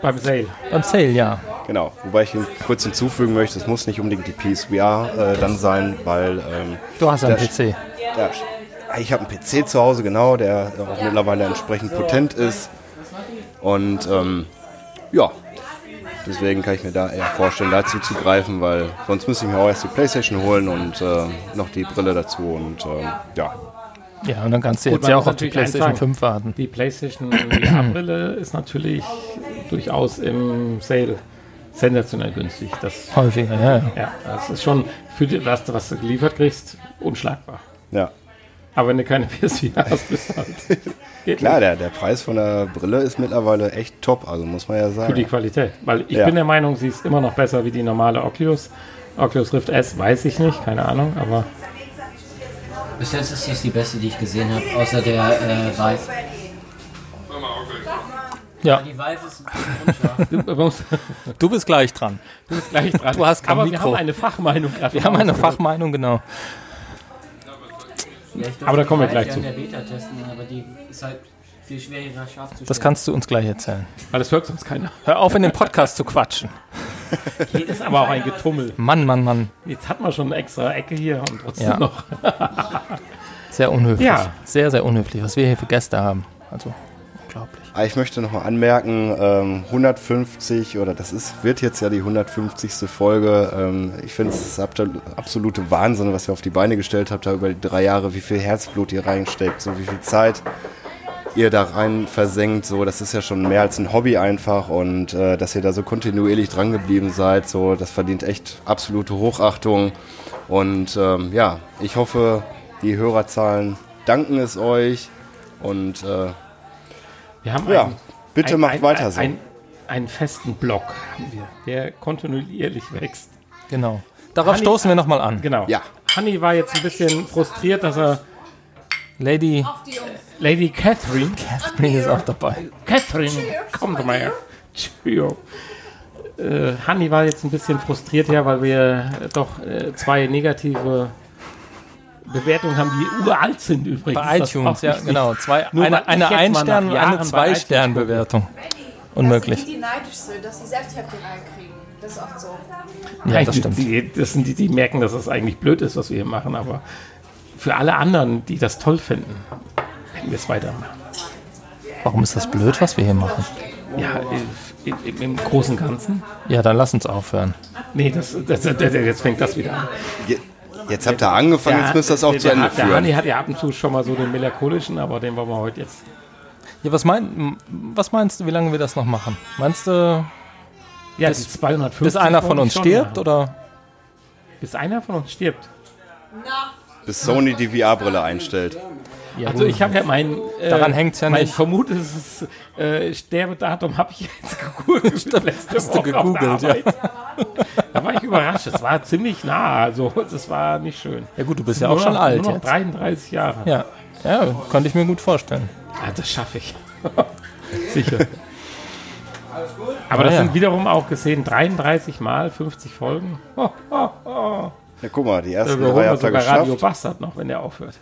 [SPEAKER 2] Beim Sale.
[SPEAKER 1] Beim Sale, ja.
[SPEAKER 4] genau. Wobei ich Ihnen kurz hinzufügen möchte, es muss nicht unbedingt die PSVR äh, dann sein, weil ähm,
[SPEAKER 1] Du hast ja einen
[SPEAKER 4] Das-
[SPEAKER 1] PC.
[SPEAKER 4] da, ich habe einen PC zu Hause, genau, der auch mittlerweile entsprechend potent ist. Und ähm, ja, deswegen kann ich mir da eher vorstellen, dazu zu greifen, weil sonst müsste ich mir auch erst die Playstation holen und äh, noch die Brille dazu und ähm, ja.
[SPEAKER 1] Ja, und dann kannst du
[SPEAKER 2] Gut,
[SPEAKER 1] jetzt
[SPEAKER 2] man
[SPEAKER 1] ja
[SPEAKER 2] muss
[SPEAKER 1] auch auf die
[SPEAKER 2] natürlich eins
[SPEAKER 1] PlayStation
[SPEAKER 2] sagen.
[SPEAKER 1] 5 warten.
[SPEAKER 2] Die PlayStation VR-Brille ist natürlich durchaus im Sale sensationell günstig. Das,
[SPEAKER 1] Häufiger, ja. ja.
[SPEAKER 2] ja, das ist schon für die, was, du- was du geliefert kriegst, unschlagbar.
[SPEAKER 4] Ja,
[SPEAKER 2] Aber wenn du keine PSVR hast, bist du halt. Geht
[SPEAKER 4] klar,
[SPEAKER 2] nicht.
[SPEAKER 4] der, der Preis von der Brille ist mittlerweile echt top, also muss man ja
[SPEAKER 2] Für die
[SPEAKER 4] sagen.
[SPEAKER 2] Qualität. Weil ich
[SPEAKER 4] Ja.
[SPEAKER 2] bin der Meinung, sie ist immer noch besser wie die normale Oculus. Oculus Rift S weiß ich nicht, keine Ahnung, aber
[SPEAKER 6] Bis jetzt ist dies die beste, die ich gesehen habe, außer der äh, Vive.
[SPEAKER 1] Ja,
[SPEAKER 6] Die Vive ist
[SPEAKER 2] du, man muss-
[SPEAKER 1] du bist gleich dran.
[SPEAKER 2] du bist gleich dran.
[SPEAKER 1] Du hast kein
[SPEAKER 2] aber wir
[SPEAKER 1] Mikro.
[SPEAKER 2] haben eine Fachmeinung gerade.
[SPEAKER 1] Wir haben eine Fachmeinung, genau.
[SPEAKER 6] ja, ich durfte
[SPEAKER 2] Aber da kommen wir
[SPEAKER 6] die
[SPEAKER 2] gleich
[SPEAKER 6] Vive
[SPEAKER 2] zu.
[SPEAKER 6] ja in der Beta testen, aber die ist halt viel schwieriger scharf zu stellen.
[SPEAKER 1] Das kannst du uns gleich erzählen.
[SPEAKER 2] Weil das hört sonst keiner.
[SPEAKER 1] Hör auf, in den Podcast zu quatschen.
[SPEAKER 2] Das ist aber auch ein Getummel.
[SPEAKER 1] Mann, Mann, Mann.
[SPEAKER 2] Jetzt hat man schon eine extra Ecke hier und trotzdem
[SPEAKER 1] Ja.
[SPEAKER 2] noch.
[SPEAKER 1] Sehr unhöflich.
[SPEAKER 2] Ja.
[SPEAKER 1] Sehr, sehr unhöflich, was wir hier für Gäste haben. Also, unglaublich.
[SPEAKER 4] Ah, Ich möchte nochmal anmerken, ähm, 150 oder das ist, wird jetzt ja die 150. Folge. Ähm, ich finde es absolute Wahnsinn, was ihr auf die Beine gestellt habt, da über die drei Jahre, wie viel Herzblut ihr reinsteckt, so wie viel Zeit ihr da rein versenkt, so das ist ja schon mehr als ein Hobby einfach und äh, dass ihr da so kontinuierlich dran geblieben seid, so das verdient echt absolute Hochachtung und ähm, ja, ich hoffe, die Hörerzahlen danken es euch und äh,
[SPEAKER 2] Wir haben
[SPEAKER 4] ja,
[SPEAKER 2] einen,
[SPEAKER 4] bitte
[SPEAKER 2] ein-
[SPEAKER 4] macht
[SPEAKER 2] ein-
[SPEAKER 4] weiter
[SPEAKER 2] ein-
[SPEAKER 4] so.
[SPEAKER 2] Ein, einen festen Block haben wir, der kontinuierlich wächst.
[SPEAKER 1] Genau. Darauf
[SPEAKER 2] Hanni-
[SPEAKER 1] stoßen wir nochmal an.
[SPEAKER 2] Genau.
[SPEAKER 4] Ja.
[SPEAKER 2] Hanni war jetzt ein bisschen frustriert, dass er
[SPEAKER 1] Lady
[SPEAKER 2] Lady Catherine,
[SPEAKER 1] Catherine ist auch dabei.
[SPEAKER 2] Catherine, komm doch mal her. Tschüss. Äh, Hanni war jetzt ein bisschen frustriert, ja, weil wir äh, doch äh, zwei negative Bewertungen haben, die uralt sind übrigens.
[SPEAKER 1] Bei
[SPEAKER 2] Das ist
[SPEAKER 1] iTunes,
[SPEAKER 2] auch
[SPEAKER 1] ja,
[SPEAKER 2] wichtig.
[SPEAKER 1] genau. Zwei,
[SPEAKER 2] Nur
[SPEAKER 1] eine
[SPEAKER 2] weil ich
[SPEAKER 1] eine
[SPEAKER 2] jetzt mal nach
[SPEAKER 1] Ein-Stern- und
[SPEAKER 2] Jahren
[SPEAKER 1] eine
[SPEAKER 2] bei
[SPEAKER 1] Zwei-Stern-Bewertung. Unmöglich.
[SPEAKER 3] Das sind die, die neidisch sind, dass sie selbst die Hälfte reinkriegen. Das ist oft so.
[SPEAKER 1] Ja, das stimmt.
[SPEAKER 2] Die, das sind die, die merken, dass es das eigentlich blöd ist, was wir hier machen, aber für alle anderen, die das toll finden, werden wir es weitermachen.
[SPEAKER 1] Warum ist das blöd, was wir hier machen?
[SPEAKER 2] Ja,
[SPEAKER 4] Oh,
[SPEAKER 2] äh, im, im, im Großen und Ganzen.
[SPEAKER 1] Ja, dann lass uns aufhören.
[SPEAKER 2] Nee, das, das, das, das, jetzt fängt das wieder an.
[SPEAKER 4] Je- Jetzt habt ihr angefangen, jetzt müsst ihr das auch
[SPEAKER 2] der,
[SPEAKER 4] zu Ende
[SPEAKER 2] der, der Hanni
[SPEAKER 4] führen.
[SPEAKER 2] hat ja ab und zu schon mal so den melancholischen, aber den wollen wir heute jetzt.
[SPEAKER 1] Ja, was, mein, was meinst du, wie lange wir das noch machen? Meinst du,
[SPEAKER 2] Ja, bis, 250
[SPEAKER 1] bis einer von
[SPEAKER 2] wollte ich
[SPEAKER 1] uns
[SPEAKER 2] schon
[SPEAKER 1] stirbt
[SPEAKER 2] machen.
[SPEAKER 1] oder?
[SPEAKER 2] Bis einer von uns stirbt.
[SPEAKER 4] Bis Sony die VR-Brille einstellt.
[SPEAKER 2] Also ich habe ja mein... Äh,
[SPEAKER 1] Daran hängt's ja
[SPEAKER 2] mein
[SPEAKER 1] nicht.
[SPEAKER 2] vermutetes äh, Sterbedatum habe ich jetzt gegoogelt. letzte
[SPEAKER 1] hast du
[SPEAKER 2] Woche auf der
[SPEAKER 1] gegoogelt, ja.
[SPEAKER 2] Arbeit. Da war ich überrascht. Es war ziemlich nah. Also das war nicht schön.
[SPEAKER 1] Ja gut, du bist ja auch schon
[SPEAKER 2] noch,
[SPEAKER 1] alt
[SPEAKER 2] Nur noch
[SPEAKER 1] jetzt.
[SPEAKER 2] 33 Jahre.
[SPEAKER 1] Ja. ja, könnte ich mir gut vorstellen.
[SPEAKER 2] Ah, das schaffe ich. Sicher. Aber das
[SPEAKER 1] Ah, ja.
[SPEAKER 2] sind wiederum auch gesehen 33 mal 50 Folgen. Ho, ho, ho.
[SPEAKER 4] Ja, guck mal, die
[SPEAKER 2] Da
[SPEAKER 4] ersten drei
[SPEAKER 2] überholen wir
[SPEAKER 4] habt ihr
[SPEAKER 2] sogar Radio
[SPEAKER 4] geschafft.
[SPEAKER 2] Bastard noch, wenn der aufhört.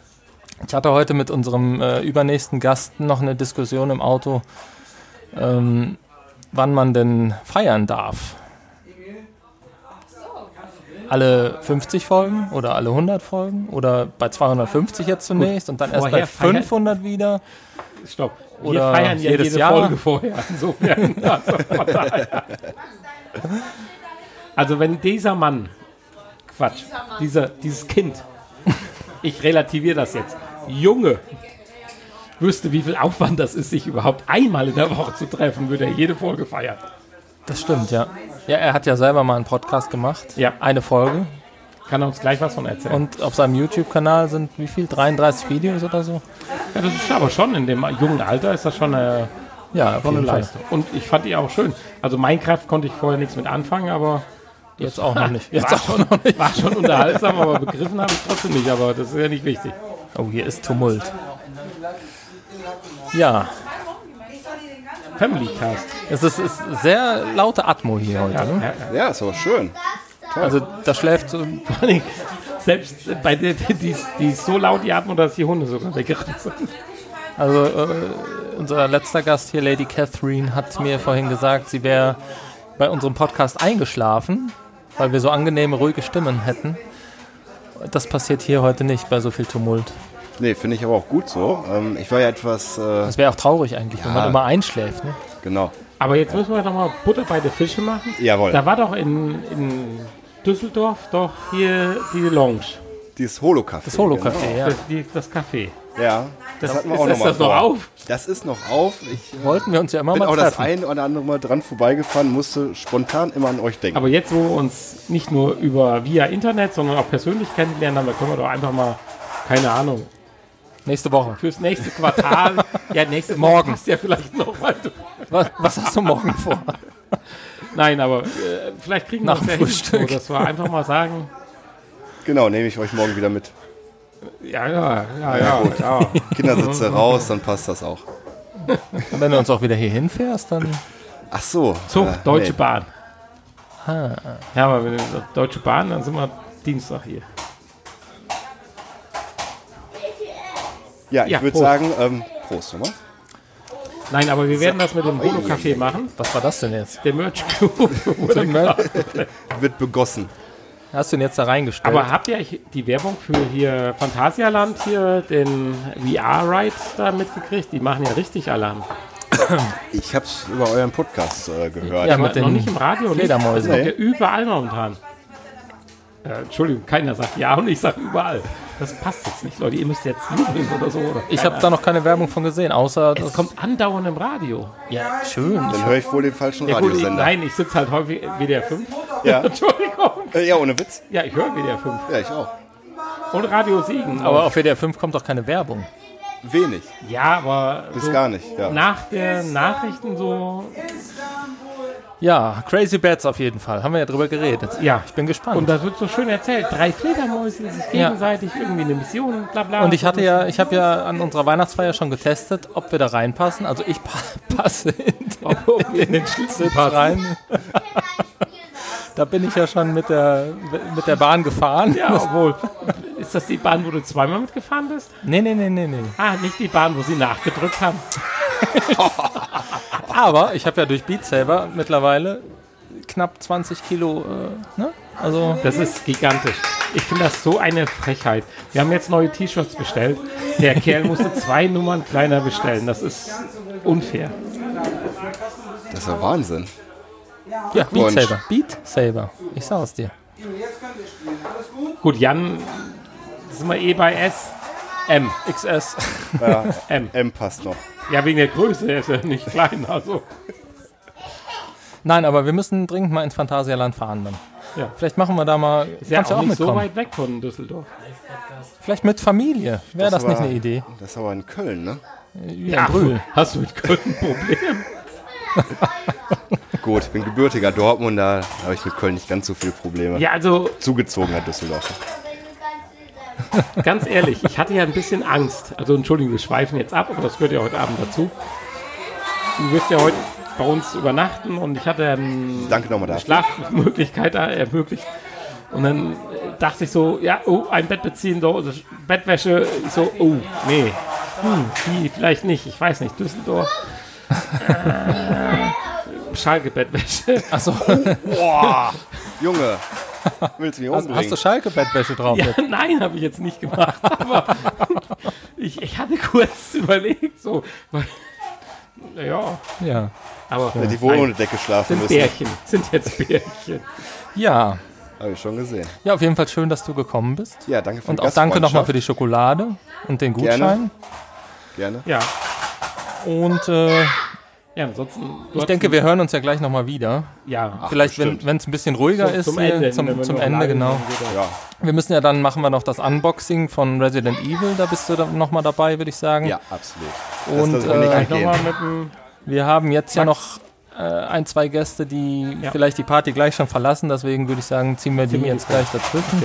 [SPEAKER 1] Ich hatte heute mit unserem äh, übernächsten Gast noch eine Diskussion im Auto, ähm, wann man denn feiern darf. Alle 50 Folgen oder alle 100 Folgen oder bei 250 jetzt zunächst und dann erst bei
[SPEAKER 2] vorher feiern-
[SPEAKER 1] 500 wieder.
[SPEAKER 2] Stopp. Wir
[SPEAKER 1] Oder
[SPEAKER 2] feiern ja
[SPEAKER 1] jedes
[SPEAKER 2] jede
[SPEAKER 1] Jahr.
[SPEAKER 2] Folge vorher. Insofern. Also, von daher. also wenn dieser Mann, Quatsch, Dieser, dieses Kind, ich relativiere das jetzt, Junge, wüsste, wie viel Aufwand das ist, sich überhaupt einmal in der Woche zu treffen, würde er jede Folge feiern.
[SPEAKER 1] Das stimmt, ja. Ja, er hat ja selber mal einen Podcast gemacht.
[SPEAKER 2] Ja.
[SPEAKER 1] Eine Folge.
[SPEAKER 2] Kann er uns gleich was von erzählen.
[SPEAKER 1] Und auf seinem YouTube-Kanal sind wie viel? 33 Videos oder so?
[SPEAKER 2] ja, das ist aber schon in dem jungen Alter, ist das schon eine,
[SPEAKER 1] Ja, auf
[SPEAKER 2] schon eine
[SPEAKER 1] jeden Fall.
[SPEAKER 2] Leistung. Und ich fand die auch schön. Also Minecraft konnte ich vorher nichts mit anfangen, aber
[SPEAKER 1] Jetzt auch noch nicht. Jetzt
[SPEAKER 2] war,
[SPEAKER 1] auch
[SPEAKER 2] schon,
[SPEAKER 1] noch nicht.
[SPEAKER 2] war schon unterhaltsam, aber begriffen habe ich trotzdem nicht. Aber das ist ja nicht wichtig.
[SPEAKER 1] Oh, hier ist Tumult. Ja,
[SPEAKER 2] Family Cast.
[SPEAKER 1] es ist, ist sehr laute Atmo hier heute. Ne?
[SPEAKER 2] Ja,
[SPEAKER 4] Ja, ist aber schön.
[SPEAKER 1] Also da schläft so,
[SPEAKER 2] Vor allem, Selbst äh, bei der, die, die, die ist so laut, die atmen, dass die Hunde sogar weggerannt sind.
[SPEAKER 1] also äh, unser letzter Gast hier, Lady Catherine, hat mir vorhin gesagt, sie wäre bei unserem Podcast eingeschlafen, weil wir so angenehme, ruhige Stimmen hätten. Das passiert hier heute nicht bei so viel Tumult.
[SPEAKER 4] Nee, finde ich aber auch gut so. Ähm, ich war ja etwas, äh,
[SPEAKER 1] Das wäre auch traurig eigentlich, wenn man immer einschläft. Ne?
[SPEAKER 4] genau.
[SPEAKER 2] Aber jetzt müssen wir doch mal Butter bei den Fische machen.
[SPEAKER 4] Jawohl.
[SPEAKER 2] Da war doch in, in Düsseldorf doch hier die Lounge,
[SPEAKER 4] Dieses Holo-Café.
[SPEAKER 1] Das Holo-Café, ja.
[SPEAKER 2] das, die, das Café.
[SPEAKER 4] Genau. Ja, das, hatten wir auch
[SPEAKER 2] ist
[SPEAKER 4] nochmal
[SPEAKER 2] das noch auf?
[SPEAKER 4] Das ist noch auf. Ich äh,
[SPEAKER 1] Wollten wir uns ja immer
[SPEAKER 4] bin
[SPEAKER 1] mal
[SPEAKER 4] auch das
[SPEAKER 1] treffen.
[SPEAKER 4] ein oder andere Mal dran vorbeigefahren, musste spontan immer an euch denken.
[SPEAKER 2] Aber jetzt, wo wir uns nicht nur über via Internet, sondern auch persönlich kennenlernen, dann können wir doch einfach mal, keine Ahnung,
[SPEAKER 1] Nächste Woche.
[SPEAKER 2] fürs nächste Quartal, ja, nächstes
[SPEAKER 1] Morgen.
[SPEAKER 2] ist ja vielleicht noch mal.
[SPEAKER 1] Was, was hast du morgen vor?
[SPEAKER 2] Nein, aber äh, vielleicht kriegen wir
[SPEAKER 1] Nach
[SPEAKER 2] uns ja
[SPEAKER 1] dem
[SPEAKER 2] hin,
[SPEAKER 1] Frühstück.
[SPEAKER 2] so, dass wir einfach mal sagen,
[SPEAKER 4] Genau, nehme ich euch morgen wieder mit.
[SPEAKER 2] ja, ja, ja, ja, ja.
[SPEAKER 4] Kindersitze raus, dann passt das auch.
[SPEAKER 1] Und wenn du uns auch wieder hier hinfährst, dann
[SPEAKER 4] Ach so.
[SPEAKER 2] Zug,
[SPEAKER 4] äh,
[SPEAKER 2] Deutsche
[SPEAKER 4] nee.
[SPEAKER 2] Bahn. Ja, aber wenn wir Deutsche Bahn, dann sind wir Dienstag hier.
[SPEAKER 4] Ja, ich
[SPEAKER 2] Ja,
[SPEAKER 4] würde
[SPEAKER 2] Prost.
[SPEAKER 4] sagen, ähm, Prost nochmal.
[SPEAKER 2] Nein, aber wir werden das mit dem Holo-Café machen.
[SPEAKER 1] was war das denn jetzt?
[SPEAKER 2] Der Merch Club.
[SPEAKER 4] Wird begossen.
[SPEAKER 1] Hast du ihn jetzt da reingestellt?
[SPEAKER 2] aber habt ihr euch die Werbung für hier Phantasialand hier, den VR-Ride da mitgekriegt? Die machen ja richtig Alarm.
[SPEAKER 4] Ich habe es über euren Podcast äh, gehört.
[SPEAKER 1] ja,
[SPEAKER 2] Aber
[SPEAKER 1] mit
[SPEAKER 2] noch
[SPEAKER 1] den
[SPEAKER 2] nicht im Radio. nicht?
[SPEAKER 1] Fledermäusen.
[SPEAKER 2] Ja, überall momentan. Äh, Entschuldigung, keiner sagt ja und ich sage überall. Das passt jetzt nicht, Leute. Ihr müsst jetzt jubeln oder so. Oder?
[SPEAKER 1] Ich habe da noch keine Werbung von gesehen, außer
[SPEAKER 2] es
[SPEAKER 1] das
[SPEAKER 2] kommt andauernd im Radio.
[SPEAKER 1] Ja, schön.
[SPEAKER 4] Dann höre ich wohl den falschen
[SPEAKER 2] Ja, gut, ich,
[SPEAKER 4] Radiosender.
[SPEAKER 2] nein, ich sitze halt häufig in WDR 5.
[SPEAKER 4] Ja.
[SPEAKER 2] Entschuldigung.
[SPEAKER 4] Äh, ja, ohne Witz.
[SPEAKER 2] Ja, ich höre WDR 5.
[SPEAKER 4] Ja, ich auch.
[SPEAKER 2] Und Radio Siegen.
[SPEAKER 1] Aber auf WDR 5 kommt doch keine Werbung.
[SPEAKER 4] Wenig.
[SPEAKER 2] ja, aber
[SPEAKER 4] Bis
[SPEAKER 2] so
[SPEAKER 4] gar nicht. Ja.
[SPEAKER 2] nach der Nachrichten so.
[SPEAKER 1] Ja, Crazy Bats auf jeden Fall. Haben wir ja drüber geredet.
[SPEAKER 2] Ja.
[SPEAKER 1] Ich bin gespannt.
[SPEAKER 2] Und da wird so schön erzählt. Drei Fledermäuse, die sich gegenseitig irgendwie eine Mission, bla bla.
[SPEAKER 1] Und ich hatte ja, ich habe ja an unserer Weihnachtsfeier schon getestet, ob wir da reinpassen. Also ich pa passe in den, in den Schlitz rein. da bin ich ja schon mit der mit der Bahn gefahren.
[SPEAKER 2] Ja, obwohl. Ist das die Bahn, wo du zweimal mitgefahren bist?
[SPEAKER 1] Nee, nee, nee, nee, nee.
[SPEAKER 2] Ah, nicht die Bahn, wo sie nachgedrückt haben.
[SPEAKER 1] Aber ich habe ja durch Beat Saber mittlerweile knapp 20 Kilo, äh, ne? Also
[SPEAKER 2] Das ist gigantisch. Ich finde das so eine Frechheit. Wir haben jetzt neue T-Shirts bestellt. Der Kerl musste zwei Nummern kleiner bestellen. Das ist unfair.
[SPEAKER 4] Das ist ja Wahnsinn.
[SPEAKER 1] ja, Beat
[SPEAKER 4] Glückwunsch.
[SPEAKER 1] Saber. Beat Saber. Ich sag's dir.
[SPEAKER 2] Gut, Jan, sind wir eh bei S. M,
[SPEAKER 1] XS.
[SPEAKER 4] Ja,
[SPEAKER 2] M.
[SPEAKER 4] M passt noch.
[SPEAKER 2] Ja, wegen der Größe, er ist ja nicht klein. Also.
[SPEAKER 1] Nein, aber wir müssen dringend mal ins Phantasialand fahren dann.
[SPEAKER 2] Ja.
[SPEAKER 1] Vielleicht machen wir da mal.
[SPEAKER 2] Ist ja
[SPEAKER 1] kannst
[SPEAKER 2] auch,
[SPEAKER 1] du
[SPEAKER 2] nicht so
[SPEAKER 1] mitkommen.
[SPEAKER 2] weit weg von Düsseldorf.
[SPEAKER 1] Vielleicht mit Familie. Wäre das,
[SPEAKER 4] war-
[SPEAKER 1] nicht eine Idee?
[SPEAKER 4] Das ist aber in Köln, ne?
[SPEAKER 1] Ja, Brühl.
[SPEAKER 2] hast du mit Köln ein Problem?
[SPEAKER 4] Gut, ich bin gebürtiger Dortmunder, da habe ich mit Köln nicht ganz so viele Probleme.
[SPEAKER 2] Ja, also
[SPEAKER 4] Zugezogener Düsseldorfer.
[SPEAKER 2] ganz ehrlich, ich hatte ja ein bisschen Angst. Also Entschuldigung, wir schweifen jetzt ab, aber das gehört ja heute Abend dazu. Du wirst ja heute bei uns übernachten und ich hatte ähm,
[SPEAKER 4] Danke nochmal
[SPEAKER 2] eine
[SPEAKER 4] dafür.
[SPEAKER 2] Schlafmöglichkeit da ermöglicht. Und dann äh, dachte ich so, ja, oh, ein Bett beziehen, so, das Bettwäsche, ich so, oh, nee, hm, die vielleicht nicht, ich weiß nicht, Düsseldorf. äh, Schalke Bettwäsche.
[SPEAKER 1] Achso,
[SPEAKER 4] Boah, Junge, willst du mich
[SPEAKER 1] hast,
[SPEAKER 4] umbringen?
[SPEAKER 1] hast du Schalke-Bettwäsche drauf?
[SPEAKER 2] Ja,
[SPEAKER 1] jetzt?
[SPEAKER 2] nein, habe ich jetzt nicht gemacht. Aber ich, ich hatte kurz überlegt, so, weil, naja,
[SPEAKER 1] Ja.
[SPEAKER 2] aber
[SPEAKER 4] Hätte ich wohl
[SPEAKER 2] nein,
[SPEAKER 4] ohne Decke schlafen
[SPEAKER 2] sind
[SPEAKER 4] müssen.
[SPEAKER 2] Bärchen, sind jetzt Bärchen.
[SPEAKER 1] ja.
[SPEAKER 4] Habe ich schon gesehen.
[SPEAKER 1] Ja, auf jeden Fall schön, dass du gekommen bist.
[SPEAKER 4] Ja, danke für
[SPEAKER 1] Und
[SPEAKER 4] die
[SPEAKER 1] auch danke nochmal für
[SPEAKER 4] Gastfreundschaft.
[SPEAKER 1] die Schokolade und den Gutschein.
[SPEAKER 4] Gerne. Gerne.
[SPEAKER 2] Ja,
[SPEAKER 1] Und äh,
[SPEAKER 2] ja, ansonsten.
[SPEAKER 1] ich denke, wir hören uns ja gleich nochmal wieder.
[SPEAKER 2] Ja,
[SPEAKER 1] Vielleicht, wenn
[SPEAKER 4] bestimmt.
[SPEAKER 1] wenn es ein bisschen ruhiger
[SPEAKER 2] So,
[SPEAKER 1] ist.
[SPEAKER 2] zum
[SPEAKER 1] hier,
[SPEAKER 2] Ende, wenn
[SPEAKER 1] Zum,
[SPEAKER 2] wir
[SPEAKER 1] zum
[SPEAKER 2] noch
[SPEAKER 1] Ende,
[SPEAKER 2] live
[SPEAKER 1] genau.
[SPEAKER 2] sind, geht das.
[SPEAKER 4] Ja,
[SPEAKER 1] Wir müssen ja dann, machen wir noch das Unboxing von Resident Evil. Da bist du dann nochmal dabei, würde ich sagen.
[SPEAKER 4] ja, absolut.
[SPEAKER 1] Und,
[SPEAKER 4] das lassen wir nicht
[SPEAKER 1] äh,
[SPEAKER 2] Vielleicht
[SPEAKER 4] angehen.
[SPEAKER 2] nochmal mit dem.
[SPEAKER 1] Wir haben jetzt ja noch äh, ein, zwei Gäste, die
[SPEAKER 2] Ja.
[SPEAKER 1] vielleicht die Party gleich schon verlassen. Deswegen würde ich sagen, ziehen wir die
[SPEAKER 2] Ziehen wir die
[SPEAKER 1] jetzt gleich dazwischen.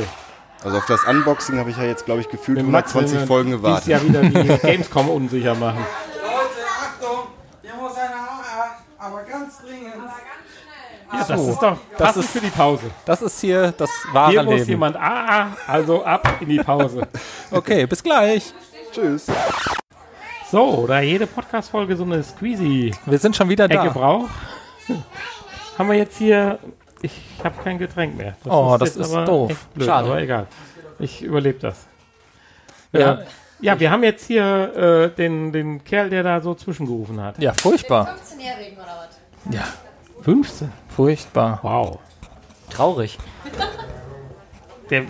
[SPEAKER 4] Also auf das Unboxing habe ich ja jetzt, glaube ich, gefühlt
[SPEAKER 2] mit Max, wenn
[SPEAKER 4] 120
[SPEAKER 2] wir
[SPEAKER 4] Folgen
[SPEAKER 2] Dieses Jahr
[SPEAKER 4] gewartet.
[SPEAKER 2] wieder die Gamescom unsicher machen.
[SPEAKER 7] Leute, Achtung! Hier muss einer Haararzt, aber ganz dringend.
[SPEAKER 2] Ja, das ist doch das ist für die Pause.
[SPEAKER 1] Das ist hier das wahre
[SPEAKER 2] Hier muss
[SPEAKER 1] Leben.
[SPEAKER 2] jemand AA, also ab in die Pause.
[SPEAKER 1] Okay, bis gleich.
[SPEAKER 4] Tschüss.
[SPEAKER 2] So, da jede Podcast-Folge so eine Squeezy-Ecke
[SPEAKER 1] Wir sind schon wieder da.
[SPEAKER 2] braucht, haben wir jetzt hier. Ich habe kein Getränk mehr. Das
[SPEAKER 1] Oh, das
[SPEAKER 2] jetzt
[SPEAKER 1] ist
[SPEAKER 2] aber
[SPEAKER 1] doof.
[SPEAKER 2] echt Blöd,
[SPEAKER 1] Schade.
[SPEAKER 2] Aber egal. Ich überlebe das.
[SPEAKER 1] Ja.
[SPEAKER 2] Äh, ja, wir haben jetzt hier äh, den, den Kerl, der da so zwischengerufen hat.
[SPEAKER 1] Ja, furchtbar.
[SPEAKER 8] 15-Jährigen oder was?
[SPEAKER 1] Ja,
[SPEAKER 2] 15.
[SPEAKER 1] furchtbar.
[SPEAKER 2] Wow.
[SPEAKER 9] Traurig.
[SPEAKER 2] Der,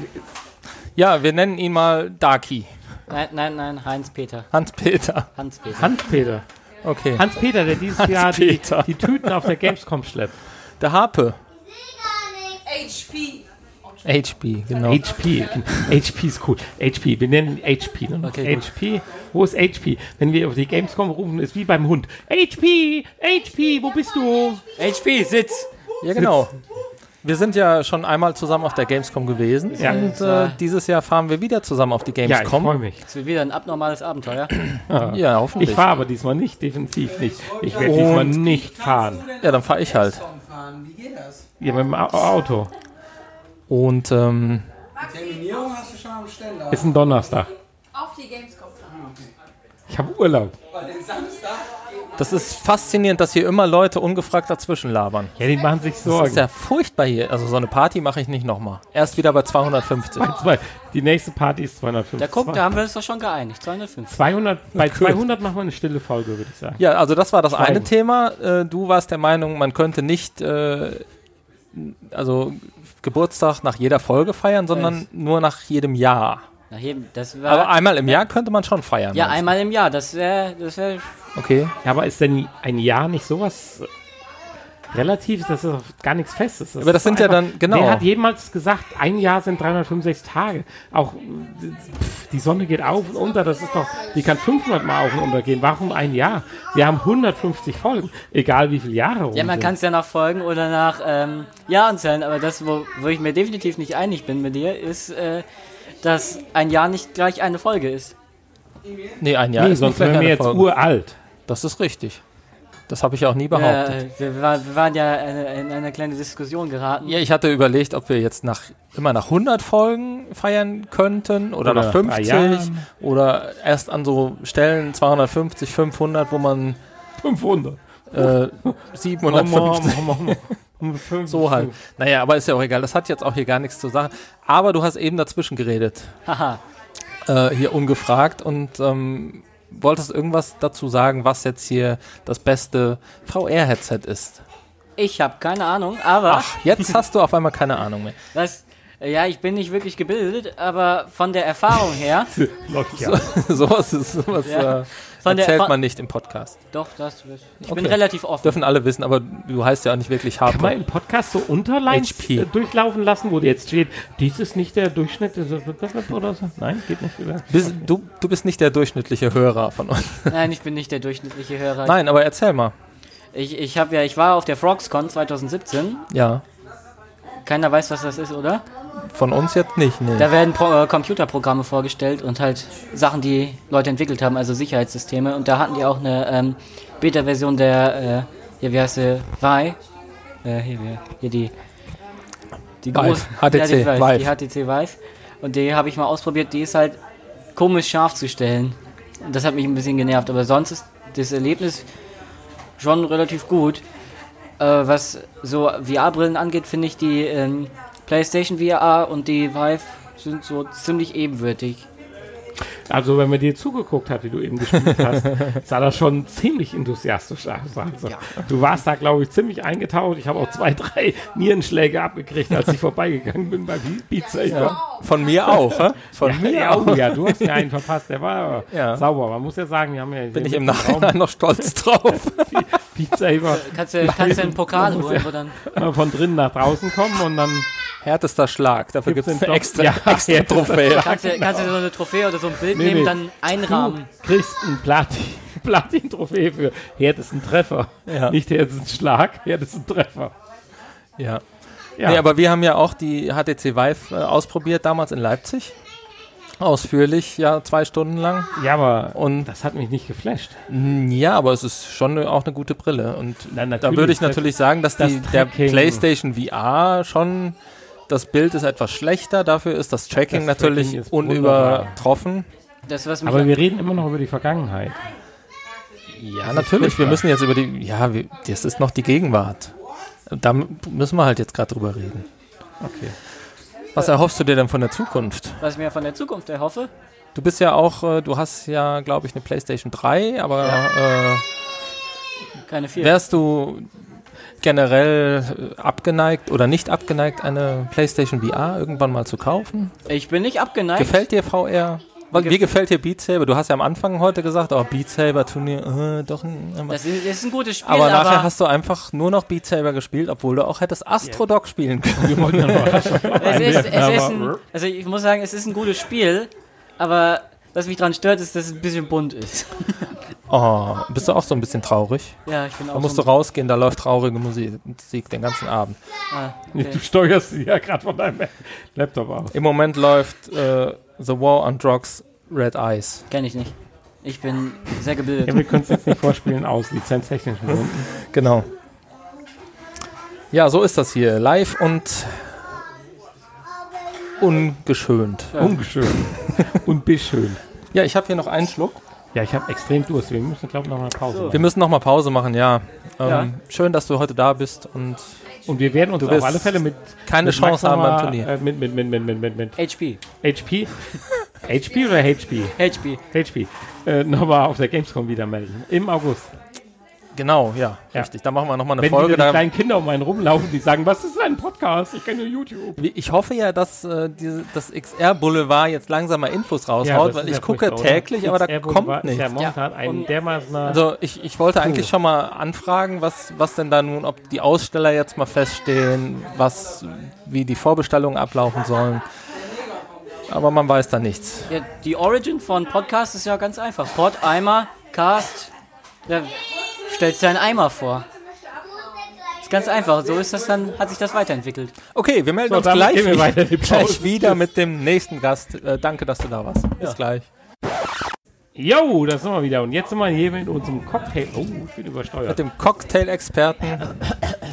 [SPEAKER 1] Ja, wir nennen ihn mal Darky.
[SPEAKER 9] Nein, nein, nein, Heinz-Peter.
[SPEAKER 1] Hans-Peter.
[SPEAKER 9] Hans-Peter.
[SPEAKER 2] Hans-Peter.
[SPEAKER 1] Okay.
[SPEAKER 2] Hans-Peter, der dieses Jahr die,
[SPEAKER 1] Hans-Peter.
[SPEAKER 2] die Tüten auf der Gamescom schleppt.
[SPEAKER 1] Der Harpe.
[SPEAKER 8] HP.
[SPEAKER 1] HB, genau.
[SPEAKER 2] HP. HP ist cool. HP. Wir nennen ihn HP. Ne?
[SPEAKER 9] Okay, gut.
[SPEAKER 2] HP. Wo ist HP? Wenn wir auf die Gamescom rufen, ist wie beim Hund. HP. HP. Wo bist du?
[SPEAKER 9] HP, sitz!
[SPEAKER 1] Ja, genau. Wir sind ja schon einmal zusammen auf der Gamescom gewesen
[SPEAKER 2] Ja.
[SPEAKER 1] und äh, dieses Jahr fahren wir wieder zusammen auf die
[SPEAKER 2] Ja, ich
[SPEAKER 1] Gamescom.
[SPEAKER 2] freue mich.
[SPEAKER 9] Das wird wieder ein abnormales Abenteuer.
[SPEAKER 1] Ja,
[SPEAKER 2] Ich
[SPEAKER 1] hoffentlich.
[SPEAKER 2] fahre aber diesmal nicht, definitiv nicht. Ich werde diesmal nicht fahren.
[SPEAKER 1] Ja, dann fahre ich halt.
[SPEAKER 7] Tom fahren, wie geht das?
[SPEAKER 2] Ja, mit dem Au- Auto.
[SPEAKER 1] Und ähm,
[SPEAKER 7] Terminierung hast du schon am Ständer.
[SPEAKER 2] Ist ein Donnerstag.
[SPEAKER 8] Auf die Gamescom.
[SPEAKER 2] Ich habe Urlaub.
[SPEAKER 7] Bei den Samstag
[SPEAKER 1] das ist faszinierend, dass hier immer Leute ungefragt dazwischen labern.
[SPEAKER 2] Ja, die machen sich
[SPEAKER 1] Das ist
[SPEAKER 2] Sorgen.
[SPEAKER 1] ja furchtbar hier. Also so eine Party mache ich nicht nochmal. Erst wieder bei 250.
[SPEAKER 2] Zwei- Die nächste Party ist 250.
[SPEAKER 9] Da guck, da haben wir uns doch schon geeinigt. 205.
[SPEAKER 2] 200, bei 200 machen wir eine stille Folge, würde ich sagen.
[SPEAKER 1] Ja, also das war das eine
[SPEAKER 2] Schweigen.
[SPEAKER 1] Thema. Äh, du warst der Meinung, man könnte nicht äh, also Geburtstag nach jeder Folge feiern, sondern nur nach jedem Jahr.
[SPEAKER 9] Nach jedem, das war,
[SPEAKER 1] Aber einmal im Jahr könnte man schon feiern.
[SPEAKER 9] ja,
[SPEAKER 1] meinst
[SPEAKER 9] einmal im Jahr. Das wäre das wär
[SPEAKER 1] du? Okay.
[SPEAKER 2] Ja, aber ist denn ein Jahr nicht sowas äh, Relatives, dass das auf gar nichts Festes ist?
[SPEAKER 1] Aber das
[SPEAKER 2] ist
[SPEAKER 1] sind ja dann- genau.
[SPEAKER 2] Wer hat jemals gesagt, ein Jahr sind 365 Tage? Auch äh, pff, die Sonne geht auf und unter, das ist doch, die kann 500 Mal auf und unter gehen. Warum ein Jahr? Wir haben 150 Folgen, egal wie viele Jahre rum
[SPEAKER 9] Ja, man
[SPEAKER 2] sind.
[SPEAKER 9] kann es ja nach Folgen oder nach ähm, Jahren zählen, aber das, wo, wo ich mir definitiv nicht einig bin mit dir, ist, äh, dass ein Jahr nicht gleich eine Folge ist.
[SPEAKER 1] Nee, ein Jahr
[SPEAKER 2] Nee,
[SPEAKER 1] ist nicht
[SPEAKER 2] sonst
[SPEAKER 1] gleich
[SPEAKER 2] wären wir
[SPEAKER 1] eine
[SPEAKER 2] jetzt
[SPEAKER 1] Folge.
[SPEAKER 2] uralt.
[SPEAKER 1] Das ist richtig. Das habe ich auch nie behauptet.
[SPEAKER 9] Äh, wir, war, wir waren ja äh, in eine kleine Diskussion geraten.
[SPEAKER 1] Ja, ich hatte überlegt, ob wir jetzt nach, immer nach 100 Folgen feiern könnten oder,
[SPEAKER 2] Oder
[SPEAKER 1] nach
[SPEAKER 2] nach drei
[SPEAKER 1] 50
[SPEAKER 2] Jahren.
[SPEAKER 1] oder erst an so Stellen 250, 500, wo man
[SPEAKER 2] 500.
[SPEAKER 1] äh, 750
[SPEAKER 2] 500.
[SPEAKER 1] So halt. Naja, aber ist ja auch egal. Das hat jetzt auch hier gar nichts zu sagen. Aber du hast eben dazwischen geredet.
[SPEAKER 9] Haha.
[SPEAKER 1] Äh, hier ungefragt und ähm, wolltest irgendwas dazu sagen, was jetzt hier das beste VR-Headset ist.
[SPEAKER 9] Ich habe keine Ahnung, aber
[SPEAKER 1] Ach, jetzt hast du auf einmal keine Ahnung mehr.
[SPEAKER 9] das, ja, ich bin nicht wirklich gebildet, aber von der Erfahrung her,
[SPEAKER 2] Läuft ja.
[SPEAKER 1] sowas ist, sowas
[SPEAKER 9] Ja.
[SPEAKER 1] äh,
[SPEAKER 9] Von der-
[SPEAKER 1] erzählt
[SPEAKER 9] von-
[SPEAKER 1] man nicht im Podcast.
[SPEAKER 9] doch, das, ich bin
[SPEAKER 1] Okay.
[SPEAKER 9] relativ offen.
[SPEAKER 1] Dürfen alle wissen, aber du heißt ja auch nicht wirklich
[SPEAKER 2] Kann man
[SPEAKER 1] Harper.
[SPEAKER 2] im Podcast so Unterlines
[SPEAKER 1] HP.
[SPEAKER 2] äh, durchlaufen lassen, wo jetzt steht, dies ist nicht der Durchschnitt äh, oder so? Nein, geht nicht. Oder?
[SPEAKER 1] Bist, du, du bist nicht der durchschnittliche Hörer von uns.
[SPEAKER 9] Nein, ich bin nicht der durchschnittliche Hörer.
[SPEAKER 1] Nein, aber erzähl mal.
[SPEAKER 9] Ich, ich, hab ja, ich war auf der Frogscon 2017.
[SPEAKER 1] Ja,
[SPEAKER 9] Keiner weiß, was das ist, oder?
[SPEAKER 1] von uns jetzt nicht. Nee.
[SPEAKER 9] Da werden Pro äh, Computerprogramme vorgestellt und halt Sachen, die Leute entwickelt haben, also Sicherheitssysteme. Und da hatten die auch eine ähm, Beta-Version der, äh, hier, wie heißt sie, Vi. Äh, hier, wie- hier die. Die
[SPEAKER 1] Vive,
[SPEAKER 9] große-
[SPEAKER 1] HTC
[SPEAKER 9] ja, die, Vive, die
[SPEAKER 1] Vive.
[SPEAKER 9] HTC Vive. Und die habe ich mal ausprobiert. Die ist halt komisch scharf zu stellen. Und das hat mich ein bisschen genervt. Aber sonst ist das Erlebnis schon relativ gut. Äh, was so VR-Brillen angeht, finde ich die ähm, PlayStation VR und die Vive sind so ziemlich ebenbürtig.
[SPEAKER 2] Also, wenn man dir zugeguckt hat, wie du eben gespielt hast, sah das schon ziemlich enthusiastisch aus. Also, Du warst da, glaube ich, ziemlich eingetaucht. Ich habe auch zwei, drei Nierenschläge abgekriegt, als ich vorbeigegangen bin bei Be- Beat Saber.
[SPEAKER 1] Von mir auch, hä? Von mir
[SPEAKER 2] Ja,
[SPEAKER 1] auch.
[SPEAKER 2] oh, ja, du hast mir einen verpasst, der war
[SPEAKER 1] Ja.
[SPEAKER 2] sauber. Man muss ja sagen, wir haben ja
[SPEAKER 1] Bin ich im Nachhinein noch stolz drauf.
[SPEAKER 2] Beat Saber
[SPEAKER 9] Kannst du, kannst du einen Pokal holen, wo dann.
[SPEAKER 2] äh, von drinnen nach draußen kommen und dann
[SPEAKER 1] Härtester Schlag. Dafür gibt
[SPEAKER 2] Gibt's
[SPEAKER 1] es eine
[SPEAKER 2] den Doc-
[SPEAKER 1] extra,
[SPEAKER 2] Ja,
[SPEAKER 1] extra
[SPEAKER 2] härtester
[SPEAKER 1] Trophäe.
[SPEAKER 9] Kannst du, kannst du so eine Trophäe oder so ein Bild
[SPEAKER 2] Nee,
[SPEAKER 9] nehmen,
[SPEAKER 2] nee.
[SPEAKER 9] dann
[SPEAKER 2] du
[SPEAKER 9] einrahmen.
[SPEAKER 2] kriegst ein Platin, Platin-Trophäe für härtesten Treffer.
[SPEAKER 1] Ja.
[SPEAKER 2] Nicht härtesten Schlag, härtesten Treffer.
[SPEAKER 1] Ja.
[SPEAKER 2] Ja,
[SPEAKER 1] Nee, aber wir haben ja auch die HTC Vive äh, ausprobiert, damals in Leipzig. Ausführlich, ja, zwei Stunden lang.
[SPEAKER 2] ja, aber
[SPEAKER 1] Und
[SPEAKER 2] das hat mich nicht geflasht.
[SPEAKER 1] mm, ja, aber es ist schon eine- auch eine gute Brille. Und
[SPEAKER 2] Nein,
[SPEAKER 1] da würde ich
[SPEAKER 2] das-
[SPEAKER 1] natürlich sagen, dass
[SPEAKER 2] das
[SPEAKER 1] die, der
[SPEAKER 2] Tracking-
[SPEAKER 1] PlayStation VR schon, das Bild ist etwas schlechter, dafür ist das Tracking
[SPEAKER 2] Das Tracking
[SPEAKER 1] natürlich
[SPEAKER 2] ist wunderbar.
[SPEAKER 1] unübertroffen.
[SPEAKER 9] Das, was mich
[SPEAKER 2] Aber wir reden immer noch über die Vergangenheit.
[SPEAKER 1] Ja, natürlich, wir müssen jetzt über die, ja, wir, das ist noch die Gegenwart. Da m- müssen wir halt jetzt gerade drüber reden.
[SPEAKER 2] Okay.
[SPEAKER 1] Was erhoffst du dir denn von der Zukunft?
[SPEAKER 9] was ich mir von der Zukunft erhoffe.
[SPEAKER 1] Du bist ja auch, äh, du hast ja, glaube ich, eine PlayStation 3, aber äh,
[SPEAKER 9] Keine vier.
[SPEAKER 1] wärst du generell äh, abgeneigt oder nicht abgeneigt, eine PlayStation VR irgendwann mal zu kaufen?
[SPEAKER 9] Ich bin nicht abgeneigt.
[SPEAKER 1] Gefällt dir VR? Weil,
[SPEAKER 9] Gef-
[SPEAKER 1] wie gefällt dir Beat Saber? Du hast ja am Anfang heute gesagt, oh, Beat Saber Turnier, äh, doch. n- Aber,
[SPEAKER 9] das ist, das ist ein gutes Spiel,
[SPEAKER 1] aber
[SPEAKER 9] aber,
[SPEAKER 1] nachher hast du einfach nur noch Beat Saber gespielt, obwohl du auch hättest Astro Dog spielen können.
[SPEAKER 2] Wir wollten ja noch was
[SPEAKER 9] es ist, es ist
[SPEAKER 2] einwerfen,
[SPEAKER 9] ein,
[SPEAKER 2] aber-
[SPEAKER 9] also ich muss sagen, es ist ein gutes Spiel, aber was mich daran stört, ist, dass es ein bisschen bunt ist.
[SPEAKER 1] Oh, bist du auch so ein bisschen traurig?
[SPEAKER 9] Ja, ich bin auch
[SPEAKER 1] Da musst
[SPEAKER 9] so
[SPEAKER 1] du rausgehen, da läuft traurige Musik Musik den ganzen Abend.
[SPEAKER 9] Ah,
[SPEAKER 2] Du
[SPEAKER 9] okay.
[SPEAKER 2] steuerst sie ja gerade von deinem Laptop aus.
[SPEAKER 1] Im Moment läuft äh, The War on Drugs Red Eyes.
[SPEAKER 9] Kenn ich nicht. Ich bin sehr
[SPEAKER 2] Ja,
[SPEAKER 9] gebildet.
[SPEAKER 2] wir können es jetzt nicht vorspielen aus lizenztechnischen Gründen.
[SPEAKER 1] Genau. Ja, so ist das hier. Live und ungeschönt.
[SPEAKER 2] Ungeschön. Und beschön.
[SPEAKER 1] Ja, ich habe hier noch einen Schluck.
[SPEAKER 2] Ja, ich habe extrem Durst. Wir müssen, glaube ich, nochmal eine Pause
[SPEAKER 1] Wir
[SPEAKER 2] machen.
[SPEAKER 1] müssen nochmal Pause machen, ja. Ähm,
[SPEAKER 9] Ja.
[SPEAKER 1] Schön, dass du heute da bist und
[SPEAKER 2] Und wir werden uns auf
[SPEAKER 1] wirst
[SPEAKER 2] alle Fälle mit.
[SPEAKER 1] keine
[SPEAKER 2] mit Max
[SPEAKER 1] Chance haben beim
[SPEAKER 2] nochmal,
[SPEAKER 1] Turnier.
[SPEAKER 2] Äh, mit, mit, mit, mit, mit, mit, mit
[SPEAKER 9] HP.
[SPEAKER 2] HP. HP oder HP?
[SPEAKER 9] HP.
[SPEAKER 2] HP. Äh, nochmal auf der Gamescom wieder melden. Im August.
[SPEAKER 1] Genau, ja,
[SPEAKER 2] Ja.
[SPEAKER 1] richtig. Dann machen wir nochmal eine
[SPEAKER 2] Wenn
[SPEAKER 1] Folge.
[SPEAKER 2] wieder die
[SPEAKER 1] Da,
[SPEAKER 2] kleinen Kinder um einen rumlaufen, die sagen, was ist ein Podcast? Ich kenne YouTube.
[SPEAKER 1] Wie- ich hoffe ja, dass äh, diese, das XR-Boulevard jetzt langsam mal Infos raushaut, weil ich gucke täglich, aber da
[SPEAKER 2] äh,
[SPEAKER 1] kommt nichts.
[SPEAKER 2] Der momentan ein dermaßen.
[SPEAKER 1] Also ich, ich wollte eigentlich schon mal anfragen, was, was denn da nun, ob die Aussteller jetzt mal feststehen, was, wie die Vorbestellungen ablaufen sollen. Aber man weiß da nichts.
[SPEAKER 9] Ja, die Origin von Podcast ist ja ganz einfach. Pod, Eimer, Cast. Ja, stellst dir einen Eimer vor. Ist ganz einfach. So ist das dann, hat sich das weiterentwickelt.
[SPEAKER 1] Okay, wir melden uns
[SPEAKER 2] damit
[SPEAKER 1] gleich,
[SPEAKER 2] gehen wir
[SPEAKER 1] wieder-
[SPEAKER 2] weiter in die Pause.
[SPEAKER 1] gleich wieder mit dem nächsten Gast. Äh, danke, dass du da warst. Bis gleich.
[SPEAKER 2] Jo, das sind wir wieder. Und jetzt sind wir hier mit unserem Cocktail. Oh, ich bin übersteuert.
[SPEAKER 1] Mit dem Cocktail-Experten,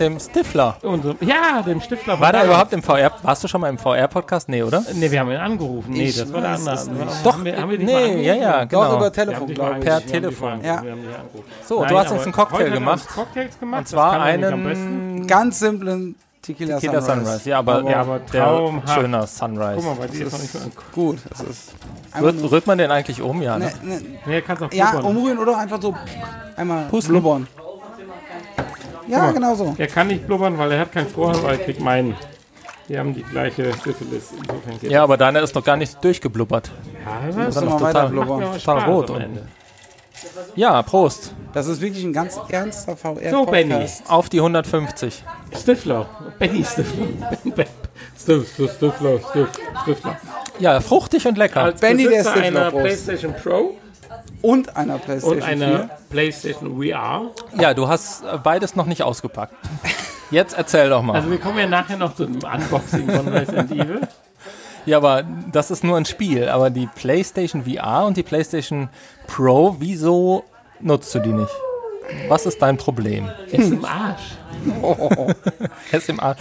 [SPEAKER 1] dem Stifler.
[SPEAKER 2] Unserem, ja, dem Stifter.
[SPEAKER 1] War der überhaupt im VR? Warst du schon mal im VR-Podcast? Nee, oder?
[SPEAKER 2] Ne, wir haben ihn angerufen. Nee,
[SPEAKER 9] Ich
[SPEAKER 2] das war der
[SPEAKER 9] weiß
[SPEAKER 2] andere.
[SPEAKER 9] es
[SPEAKER 2] Haben
[SPEAKER 1] Doch,
[SPEAKER 2] wir- haben wir dich mal
[SPEAKER 1] nee,
[SPEAKER 2] angerufen?
[SPEAKER 1] ja, ja,
[SPEAKER 10] Doch,
[SPEAKER 1] genau.
[SPEAKER 10] über
[SPEAKER 2] Wir haben
[SPEAKER 10] Telefon,
[SPEAKER 2] dich
[SPEAKER 10] glaube
[SPEAKER 2] mal
[SPEAKER 10] ich.
[SPEAKER 1] Per
[SPEAKER 2] angerufen, wir haben dich
[SPEAKER 1] Telefon.
[SPEAKER 2] mal angerufen, wir haben dich angerufen.
[SPEAKER 1] So,
[SPEAKER 2] Nein,
[SPEAKER 1] du hast uns
[SPEAKER 2] aber
[SPEAKER 1] einen Cocktail
[SPEAKER 2] heute hat er uns
[SPEAKER 1] gemacht.
[SPEAKER 2] Cocktails gemacht.
[SPEAKER 1] Und zwar
[SPEAKER 2] das kann man nicht am besten.
[SPEAKER 1] einen
[SPEAKER 10] Ganz simplen Tequila,
[SPEAKER 1] Tequila
[SPEAKER 10] Sunrise.
[SPEAKER 1] Sunrise. Ja, aber,
[SPEAKER 2] Ja, aber
[SPEAKER 1] der
[SPEAKER 2] traumhaft.
[SPEAKER 1] schöner Sunrise.
[SPEAKER 2] Guck mal, bei dir ist noch nicht mal ein
[SPEAKER 10] Gut, das ist. Einfach
[SPEAKER 1] Rührt,
[SPEAKER 10] nur,
[SPEAKER 1] rührt man den eigentlich um, ja? Ne?
[SPEAKER 10] ne, ne,
[SPEAKER 2] Nee, kannst auch
[SPEAKER 10] ja, um-
[SPEAKER 2] blubbern.
[SPEAKER 10] umrühren oder einfach so einmal blubbern. Ja, genau so.
[SPEAKER 2] Er kann nicht blubbern, weil er hat keinen Vorhang, weil er kriegt meinen. Wir haben die gleiche Syphilis. Insofern geht
[SPEAKER 1] Ja, aber deiner ist noch gar nicht durchgeblubbert.
[SPEAKER 2] das. Ja, das
[SPEAKER 10] Müssen wir
[SPEAKER 1] doch
[SPEAKER 10] mal weiter
[SPEAKER 1] total-
[SPEAKER 2] macht mir
[SPEAKER 10] blubbern.
[SPEAKER 2] aber
[SPEAKER 1] Total
[SPEAKER 2] Spaß
[SPEAKER 1] rot
[SPEAKER 2] am
[SPEAKER 1] und-
[SPEAKER 2] Ende.
[SPEAKER 1] Ja, Prost.
[SPEAKER 10] Das ist wirklich ein ganz ernster VR.
[SPEAKER 2] So, Benny.
[SPEAKER 1] Auf die 150.
[SPEAKER 2] Stifler. Benny Stifler. Ben- Ben- Stif- Stif- Stifler. Stif- Stifler.
[SPEAKER 1] Ja, fruchtig und lecker.
[SPEAKER 2] Als
[SPEAKER 10] Benny, der
[SPEAKER 2] Besitzer
[SPEAKER 10] Stifler,
[SPEAKER 2] einer
[SPEAKER 10] Prost.
[SPEAKER 2] PlayStation Pro
[SPEAKER 10] Und einer
[SPEAKER 2] und
[SPEAKER 10] PlayStation
[SPEAKER 2] einer PlayStation VR
[SPEAKER 1] Ja, du hast äh, beides noch nicht ausgepackt. Jetzt erzähl doch mal.
[SPEAKER 2] Also wir kommen ja nachher noch zu einem Unboxing von Resident Evil.
[SPEAKER 1] Ja, aber das ist nur ein Spiel. Aber die PlayStation VR und die PlayStation Pro, wieso nutzt du die nicht? Was ist dein Problem?
[SPEAKER 2] Ist im Arsch.
[SPEAKER 10] Oh,
[SPEAKER 1] Er ist im Arsch.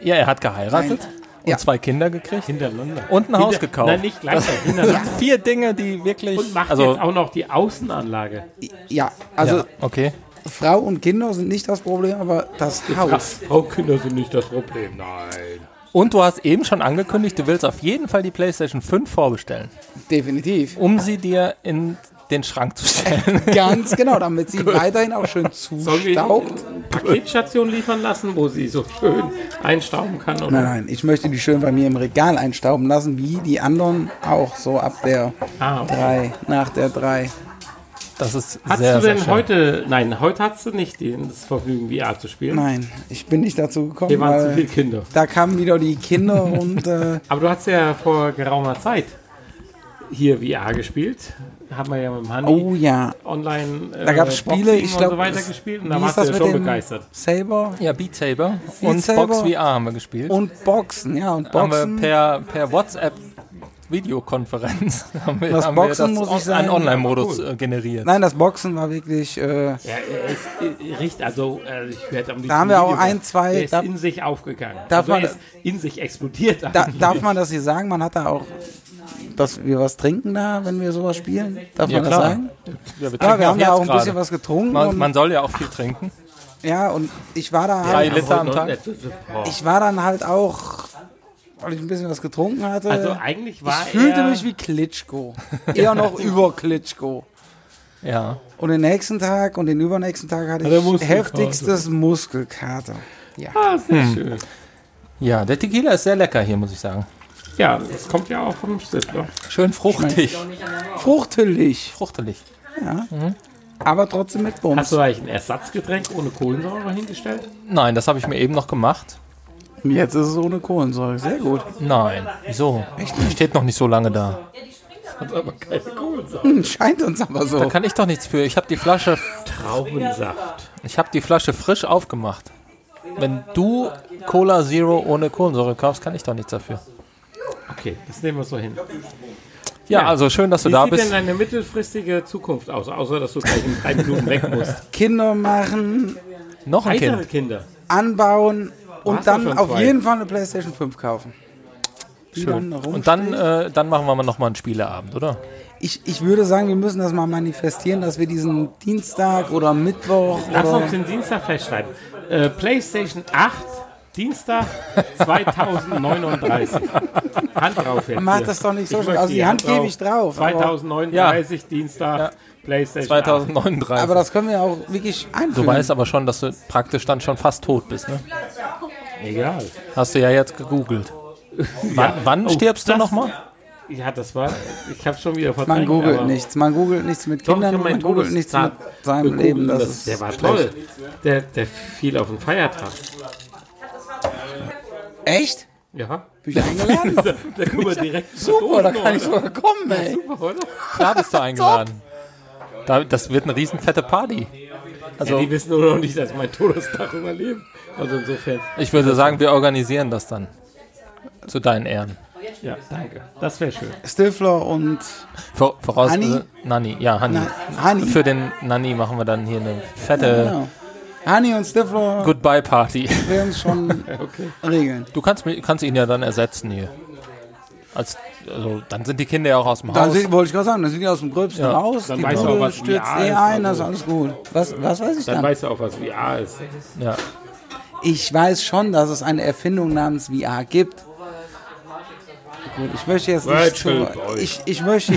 [SPEAKER 1] Ja, er hat geheiratet und
[SPEAKER 10] Ja.
[SPEAKER 1] zwei Kinder gekriegt
[SPEAKER 2] Hintereinander.
[SPEAKER 1] und ein Haus gekauft.
[SPEAKER 2] Nein, nicht gleichzeitig. Hintereinander.
[SPEAKER 1] Vier Dinge, die wirklich.
[SPEAKER 2] Und macht
[SPEAKER 1] also,
[SPEAKER 2] jetzt auch noch die Außenanlage.
[SPEAKER 10] VR. Ja, also
[SPEAKER 1] ja, okay.
[SPEAKER 10] Frau und Kinder sind nicht das Problem, aber das Haus.
[SPEAKER 2] Frau Kinder sind nicht das Problem. Nein.
[SPEAKER 1] Und du hast eben schon angekündigt, du willst auf jeden Fall die PlayStation 5 vorbestellen,
[SPEAKER 10] Definitiv.
[SPEAKER 1] um sie dir in den Schrank zu stellen.
[SPEAKER 10] Ganz genau, damit sie weiterhin auch schön
[SPEAKER 2] Sollen wir
[SPEAKER 10] zustaucht.
[SPEAKER 2] eine Paketstation liefern lassen, wo sie so schön einstauben kann? Und
[SPEAKER 10] Nein, nein, ich möchte die schön bei mir im Regal einstauben lassen, wie die anderen auch, so ab der
[SPEAKER 2] Ah, okay.
[SPEAKER 10] 3, nach der 3.
[SPEAKER 1] Das ist
[SPEAKER 2] Hast
[SPEAKER 1] sehr,
[SPEAKER 2] du denn
[SPEAKER 1] sehr schön.
[SPEAKER 2] heute, nein, heute hast du nicht den, das Vergnügen, VR zu spielen.
[SPEAKER 10] Nein, ich bin nicht dazu gekommen,
[SPEAKER 2] Hier waren zu viele
[SPEAKER 10] weil
[SPEAKER 2] Kinder.
[SPEAKER 10] da kamen wieder die Kinder und äh,
[SPEAKER 2] Aber du hast ja vor geraumer Zeit hier VR gespielt. Haben wir ja mit dem Handy.
[SPEAKER 10] oh ja,
[SPEAKER 2] online äh,
[SPEAKER 10] Da gab's Spiele,
[SPEAKER 2] Boxing
[SPEAKER 10] ich
[SPEAKER 2] und
[SPEAKER 10] glaub,
[SPEAKER 2] so weiter
[SPEAKER 10] es-
[SPEAKER 2] gespielt und
[SPEAKER 10] wie
[SPEAKER 2] da
[SPEAKER 10] ist
[SPEAKER 2] warst du
[SPEAKER 10] das
[SPEAKER 2] ja
[SPEAKER 10] mit
[SPEAKER 2] schon
[SPEAKER 10] dem-
[SPEAKER 2] begeistert.
[SPEAKER 10] Saber
[SPEAKER 1] Ja, Beat Saber
[SPEAKER 10] Beat
[SPEAKER 1] und
[SPEAKER 10] Saber.
[SPEAKER 1] Box VR haben wir gespielt.
[SPEAKER 10] und Boxen, ja, und
[SPEAKER 1] Haben
[SPEAKER 10] Boxen.
[SPEAKER 1] wir per, per WhatsApp Videokonferenz haben wir,
[SPEAKER 10] Das
[SPEAKER 1] haben
[SPEAKER 10] Boxen,
[SPEAKER 1] wir
[SPEAKER 10] muss ich
[SPEAKER 1] on-
[SPEAKER 10] sagen,
[SPEAKER 1] einen Online-Modus äh, generiert.
[SPEAKER 10] Nein, das Boxen war wirklich, äh,
[SPEAKER 2] Ja, es riecht also äh, ich werde am liebsten
[SPEAKER 10] haben wir auch
[SPEAKER 2] Video-
[SPEAKER 10] ein, zwei-
[SPEAKER 2] der ist
[SPEAKER 10] da-
[SPEAKER 2] in sich aufgegangen.
[SPEAKER 10] Darf
[SPEAKER 2] also
[SPEAKER 10] man-
[SPEAKER 2] er ist in sich explodiert. Also
[SPEAKER 10] da, darf man das hier sagen? Man hat da auch, dass wir was trinken da, wenn wir sowas spielen? Darf
[SPEAKER 1] Ja,
[SPEAKER 10] man
[SPEAKER 1] klar.
[SPEAKER 10] das sagen?
[SPEAKER 1] Ja, wir,
[SPEAKER 10] Ja,
[SPEAKER 1] trinken
[SPEAKER 10] wir haben ja
[SPEAKER 1] jetzt
[SPEAKER 10] auch ein bisschen
[SPEAKER 1] gerade.
[SPEAKER 10] was getrunken.
[SPEAKER 1] Man,
[SPEAKER 10] und,
[SPEAKER 1] man soll ja auch viel trinken.
[SPEAKER 10] ja, und ich war da
[SPEAKER 1] Drei
[SPEAKER 10] halt,
[SPEAKER 1] Liter am Tag.
[SPEAKER 10] ich war dann halt auch weil ich ein bisschen was getrunken hatte.
[SPEAKER 2] Also eigentlich war
[SPEAKER 10] äh, Ich fühlte
[SPEAKER 2] er-
[SPEAKER 10] mich wie Klitschko. Eher noch über Klitschko.
[SPEAKER 1] Ja.
[SPEAKER 10] Und den nächsten Tag und den übernächsten Tag hatte
[SPEAKER 2] Hat er
[SPEAKER 10] ich
[SPEAKER 2] Also Muskelkater.
[SPEAKER 10] heftigstes Muskelkater. Ja.
[SPEAKER 2] Ah, sehr
[SPEAKER 1] Hm.
[SPEAKER 2] schön.
[SPEAKER 1] Ja, der Tequila ist sehr lecker hier, muss ich sagen.
[SPEAKER 2] Ja, das kommt ja auch vom ne? Sittler.
[SPEAKER 1] Schön fruchtig.
[SPEAKER 10] Fruchtelig.
[SPEAKER 1] Fruchtelig.
[SPEAKER 10] Ja. Aber trotzdem mit Bums.
[SPEAKER 2] Hast du eigentlich ein Ersatzgetränk ohne Kohlensäure hingestellt?
[SPEAKER 1] Nein, das habe ich mir eben noch gemacht.
[SPEAKER 10] Jetzt ist es ohne Kohlensäure. Sehr gut.
[SPEAKER 1] Nein. Wieso? Steht noch nicht so lange da.
[SPEAKER 2] Hat aber keine Kohlensäure.
[SPEAKER 10] Hm, scheint uns aber
[SPEAKER 1] Da
[SPEAKER 10] so.
[SPEAKER 1] kann ich doch nichts für. Ich habe die Flasche,
[SPEAKER 2] Traubensaft.
[SPEAKER 1] ich habe die Flasche frisch aufgemacht. Wenn du Cola Zero ohne Kohlensäure kaufst, kann ich doch nichts dafür.
[SPEAKER 2] Okay, das nehmen wir so hin.
[SPEAKER 1] Ja, also schön, dass du
[SPEAKER 2] Wie
[SPEAKER 1] da
[SPEAKER 2] sieht denn
[SPEAKER 1] bist.
[SPEAKER 2] deine mittelfristige Zukunft aus? Außer, dass du gleich in drei Minuten weg musst.
[SPEAKER 10] Kinder machen,
[SPEAKER 1] Noch ein
[SPEAKER 2] Weitere
[SPEAKER 1] Kind.
[SPEAKER 2] Kinder.
[SPEAKER 10] anbauen und
[SPEAKER 2] hast doch
[SPEAKER 10] dann
[SPEAKER 2] schon
[SPEAKER 10] auf
[SPEAKER 2] zwei.
[SPEAKER 10] jeden Fall eine PlayStation 5 kaufen. Die
[SPEAKER 1] Schön.
[SPEAKER 10] dann
[SPEAKER 1] Und dann, äh, dann machen wir mal nochmal einen Spieleabend, oder?
[SPEAKER 10] Ich, ich würde sagen, wir müssen das mal manifestieren, dass wir diesen Dienstag oder Mittwoch
[SPEAKER 2] Lass uns
[SPEAKER 10] oder
[SPEAKER 2] den Dienstag festschreiben. Äh, PlayStation 8, Dienstag 2039. Hand drauf jetzt.
[SPEAKER 10] Mach
[SPEAKER 2] hier.
[SPEAKER 10] das doch nicht so
[SPEAKER 2] Ich
[SPEAKER 10] schnell.
[SPEAKER 2] möchte
[SPEAKER 10] Also die Hand gebe ich drauf. Aber,
[SPEAKER 2] 2039, Dienstag, PlayStation 8.
[SPEAKER 1] 2039.
[SPEAKER 10] aber das können wir auch wirklich einführen.
[SPEAKER 1] du weißt aber schon, dass du praktisch dann schon fast tot bist, ne?
[SPEAKER 2] Egal.
[SPEAKER 1] Hast du ja jetzt gegoogelt. Wann, wann
[SPEAKER 2] Oh,
[SPEAKER 1] stirbst du
[SPEAKER 2] das-
[SPEAKER 1] nochmal?
[SPEAKER 2] Ja, das war. Ich habe schon wieder
[SPEAKER 10] man
[SPEAKER 2] verdrängt.
[SPEAKER 10] googelt
[SPEAKER 2] aber-
[SPEAKER 10] nichts. Man googelt nichts mit
[SPEAKER 2] Doch, ich
[SPEAKER 10] Kindern
[SPEAKER 2] hab
[SPEAKER 10] und man
[SPEAKER 2] meinen
[SPEAKER 10] googelt nichts mit
[SPEAKER 2] Todestag
[SPEAKER 10] seinem
[SPEAKER 2] gegoogelt
[SPEAKER 10] Leben.
[SPEAKER 2] und
[SPEAKER 10] Das
[SPEAKER 2] das-
[SPEAKER 10] ist
[SPEAKER 2] der war
[SPEAKER 10] schlecht.
[SPEAKER 2] toll. Der, der fiel auf den Feiertag.
[SPEAKER 10] Echt?
[SPEAKER 2] Ja.
[SPEAKER 10] Bin ich eingeladen?
[SPEAKER 2] Da da können wir direkt
[SPEAKER 10] Super, da kann ich sogar kommen, ey.
[SPEAKER 2] Super, oder?
[SPEAKER 1] Klar bist du eingeladen. Da, das wird eine riesen fette Party.
[SPEAKER 2] Ja,
[SPEAKER 1] Also
[SPEAKER 2] die wissen nur noch nicht, dass ich meinen Todestag überlebe. Also insofern.
[SPEAKER 1] ich würde sagen, wir organisieren das dann. Zu deinen Ehren.
[SPEAKER 2] Ja, danke. Das wäre schön.
[SPEAKER 10] Stifler und
[SPEAKER 1] Vor, voraus
[SPEAKER 10] Hanni?
[SPEAKER 1] äh, Nanni, ja, Hanni.
[SPEAKER 10] Hani.
[SPEAKER 1] Für den Nanni machen wir dann hier eine fette
[SPEAKER 10] Genau. Hani und Stifler
[SPEAKER 1] Goodbye-Party.
[SPEAKER 10] werden es schon regeln.
[SPEAKER 1] Du kannst, mi- kannst ihn ja dann ersetzen hier. Als, also, dann sind die Kinder ja auch aus dem
[SPEAKER 10] Dann
[SPEAKER 1] Haus.
[SPEAKER 10] sind, wollte ich gerade sagen, dann sind die aus dem Gröbsten
[SPEAKER 1] Ja.
[SPEAKER 10] raus,
[SPEAKER 2] Dann
[SPEAKER 10] die
[SPEAKER 2] weißt du auch,
[SPEAKER 10] Bude
[SPEAKER 2] was
[SPEAKER 10] stürzt
[SPEAKER 2] VR
[SPEAKER 10] eh
[SPEAKER 2] ist,
[SPEAKER 10] ein, das ist
[SPEAKER 2] also-
[SPEAKER 10] alles gut. Was, was weiß ich
[SPEAKER 2] Dann
[SPEAKER 10] dann?
[SPEAKER 2] weißt du auch, was VR ist.
[SPEAKER 1] Ja.
[SPEAKER 10] Ich weiß schon, dass es eine Erfindung namens VR gibt. Gut, ich möchte jetzt nicht
[SPEAKER 2] Virtual
[SPEAKER 10] zu,
[SPEAKER 2] Boy.
[SPEAKER 10] ich, ich möchte.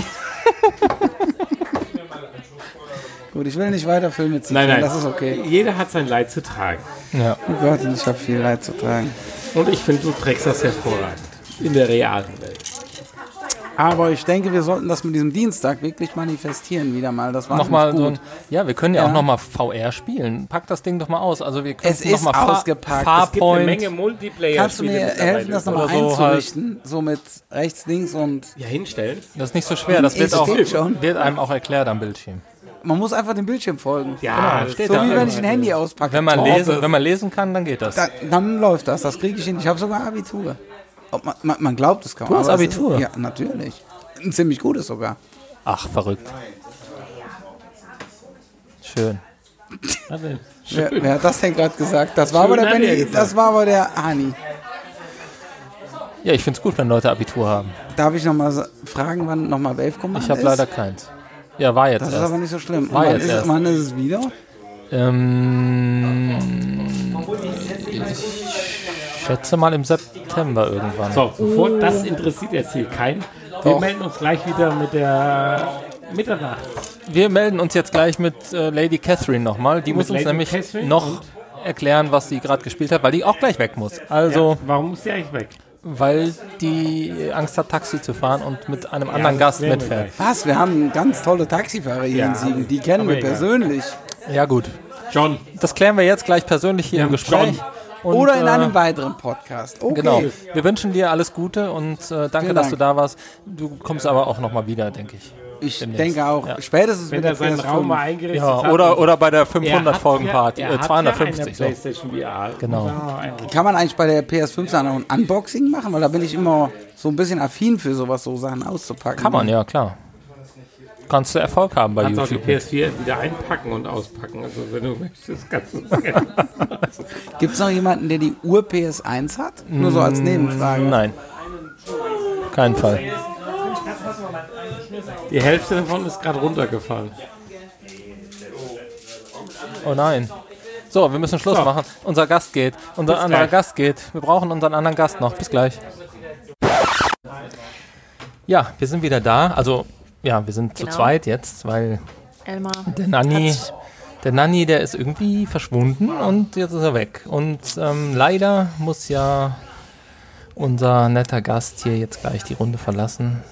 [SPEAKER 10] gut, ich will nicht weiter Filme ziehen.
[SPEAKER 2] Nein, nein.
[SPEAKER 10] Das ist okay.
[SPEAKER 2] Jeder hat sein Leid zu tragen.
[SPEAKER 1] ja.
[SPEAKER 10] Oh Gott, ich habe viel Leid zu tragen.
[SPEAKER 2] Und ich finde, du trägst das hervorragend. In der realen Welt.
[SPEAKER 10] Aber ich denke, wir sollten das mit diesem Dienstag wirklich manifestieren wieder mal. Das war
[SPEAKER 1] Nochmal
[SPEAKER 10] nämlich
[SPEAKER 1] so
[SPEAKER 10] gut.
[SPEAKER 1] ein, ja, wir können ja, auch
[SPEAKER 10] Ja.
[SPEAKER 1] nochmal VR spielen. Pack das Ding doch mal aus. Also wir
[SPEAKER 10] Es
[SPEAKER 1] können noch
[SPEAKER 10] ist
[SPEAKER 1] mal Fa-
[SPEAKER 10] ausgepackt. Es
[SPEAKER 2] Es gibt eine
[SPEAKER 1] Farpoint.
[SPEAKER 2] Menge multiplayer
[SPEAKER 10] Kannst du mir helfen, das nochmal
[SPEAKER 1] Oder so halt.
[SPEAKER 10] einzurichten? So mit rechts, links und
[SPEAKER 2] Ja, hinstellen.
[SPEAKER 1] Das ist nicht so schwer. Das wird,
[SPEAKER 10] Ähm, Es
[SPEAKER 1] auch,
[SPEAKER 10] geht schon.
[SPEAKER 1] wird einem auch erklärt am Bildschirm.
[SPEAKER 10] Man muss einfach dem Bildschirm folgen.
[SPEAKER 2] Ja,
[SPEAKER 1] steht
[SPEAKER 10] So
[SPEAKER 1] da.
[SPEAKER 10] wie wenn ich ein Handy auspacke.
[SPEAKER 1] Wenn man,
[SPEAKER 10] Torben,
[SPEAKER 1] lesen, wenn man lesen kann, dann geht das.
[SPEAKER 10] Da, dann läuft das. Das kriege ich hin. Ich habe sogar Abitur. Ob man, man, man glaubt es kaum.
[SPEAKER 1] Du hast
[SPEAKER 10] aber es
[SPEAKER 1] Abitur?
[SPEAKER 10] Ist, ja, natürlich. Ein ziemlich gutes sogar.
[SPEAKER 1] Ach, verrückt. Schön.
[SPEAKER 2] Also,
[SPEAKER 10] Wer, wer hat das denn gerade gesagt? Das war aber der
[SPEAKER 2] hat er
[SPEAKER 10] Benny,
[SPEAKER 2] gesagt.
[SPEAKER 10] das war aber der Hani.
[SPEAKER 1] Ja, ich finde es gut, wenn Leute Abitur haben.
[SPEAKER 10] Darf ich nochmal fragen, wann nochmal Wave kommt?
[SPEAKER 1] Ich habe leider keins. Ja, war jetzt
[SPEAKER 10] Das ist aber
[SPEAKER 1] erst.
[SPEAKER 10] nicht so schlimm. Und
[SPEAKER 1] War
[SPEAKER 10] wann
[SPEAKER 1] jetzt
[SPEAKER 10] ist,
[SPEAKER 1] erst.
[SPEAKER 10] wann ist es wieder?
[SPEAKER 1] Ähm, ich schätze mal im September irgendwann.
[SPEAKER 2] so,
[SPEAKER 10] Oh.
[SPEAKER 2] bevor das interessiert jetzt hier keinen. Wir melden uns gleich wieder mit der Mitternacht.
[SPEAKER 1] Wir melden uns jetzt gleich mit äh, Lady Catherine nochmal. Die muss uns
[SPEAKER 2] Lady
[SPEAKER 1] nämlich
[SPEAKER 2] Catherine
[SPEAKER 1] noch
[SPEAKER 2] und-
[SPEAKER 1] erklären, was sie gerade gespielt hat, weil die auch gleich weg muss. Also,
[SPEAKER 2] Warum muss die eigentlich weg?
[SPEAKER 1] weil die äh, Angst hat, Taxi zu fahren und mit einem anderen
[SPEAKER 2] das
[SPEAKER 1] Gast
[SPEAKER 2] sehen wir
[SPEAKER 1] mitfährt.
[SPEAKER 10] Was? Wir haben ganz tolle Taxifahrer hier in
[SPEAKER 2] Ja,
[SPEAKER 10] Siegen. Die kennen
[SPEAKER 2] aber
[SPEAKER 10] wir
[SPEAKER 2] egal.
[SPEAKER 10] persönlich.
[SPEAKER 1] Ja, gut.
[SPEAKER 2] John,
[SPEAKER 1] Das klären wir jetzt gleich persönlich hier im Gespräch. Und,
[SPEAKER 10] Oder in
[SPEAKER 1] äh,
[SPEAKER 10] einem weiteren Podcast. Okay.
[SPEAKER 1] Genau. Wir wünschen dir alles Gute und äh, danke, dass
[SPEAKER 10] Vielen Dank.
[SPEAKER 1] du da warst. Du kommst aber auch nochmal wieder, denke ich.
[SPEAKER 10] Ich
[SPEAKER 1] Demnächst.
[SPEAKER 10] denke auch,
[SPEAKER 1] Ja.
[SPEAKER 10] spätestens
[SPEAKER 2] wenn
[SPEAKER 10] mit
[SPEAKER 2] er
[SPEAKER 10] der
[SPEAKER 2] seinen Raum mal
[SPEAKER 10] PS5.
[SPEAKER 2] eingerichtet
[SPEAKER 1] Ja,
[SPEAKER 2] hat.
[SPEAKER 1] oder, oder bei der
[SPEAKER 2] Er hat
[SPEAKER 1] 500 Folgen
[SPEAKER 2] ja-
[SPEAKER 1] Party,
[SPEAKER 2] er
[SPEAKER 1] äh,
[SPEAKER 2] hat
[SPEAKER 1] 250.
[SPEAKER 2] Ja eine
[SPEAKER 1] so.
[SPEAKER 2] PlayStation VR.
[SPEAKER 1] Genau.
[SPEAKER 2] Ja, eigentlich.
[SPEAKER 10] Kann man eigentlich bei der PS5 dann auch ein Unboxing machen? Weil da bin ich immer so ein bisschen affin für sowas, so Sachen auszupacken.
[SPEAKER 1] Kann man, ja, klar. Kannst du Erfolg haben bei
[SPEAKER 2] Kannst auch die
[SPEAKER 1] YouTube.
[SPEAKER 2] PS4 wieder einpacken und auspacken. Also wenn du möchtest, kannst du es gerne.
[SPEAKER 10] Gibt es noch jemanden, der die Uhr PS1 hat? Nur so als Nebenfrage.
[SPEAKER 1] Mm, Nein. Keinen Fall.
[SPEAKER 2] Die Hälfte davon ist gerade runtergefallen.
[SPEAKER 1] Oh nein. So, wir müssen Schluss
[SPEAKER 2] So.
[SPEAKER 1] machen. Unser Gast geht. Unser
[SPEAKER 2] Bis
[SPEAKER 1] anderer
[SPEAKER 2] gleich.
[SPEAKER 1] Gast geht. Wir brauchen unseren anderen Gast noch. Bis gleich. Ja, wir sind wieder da. Also, ja, wir sind
[SPEAKER 3] Genau.
[SPEAKER 1] zu zweit jetzt, weil
[SPEAKER 3] Elmar.
[SPEAKER 1] der Nanny,
[SPEAKER 3] Hat's-
[SPEAKER 1] der Nanny, der ist irgendwie verschwunden und jetzt ist er weg. Und ähm, leider muss ja unser netter Gast hier jetzt gleich die Runde verlassen,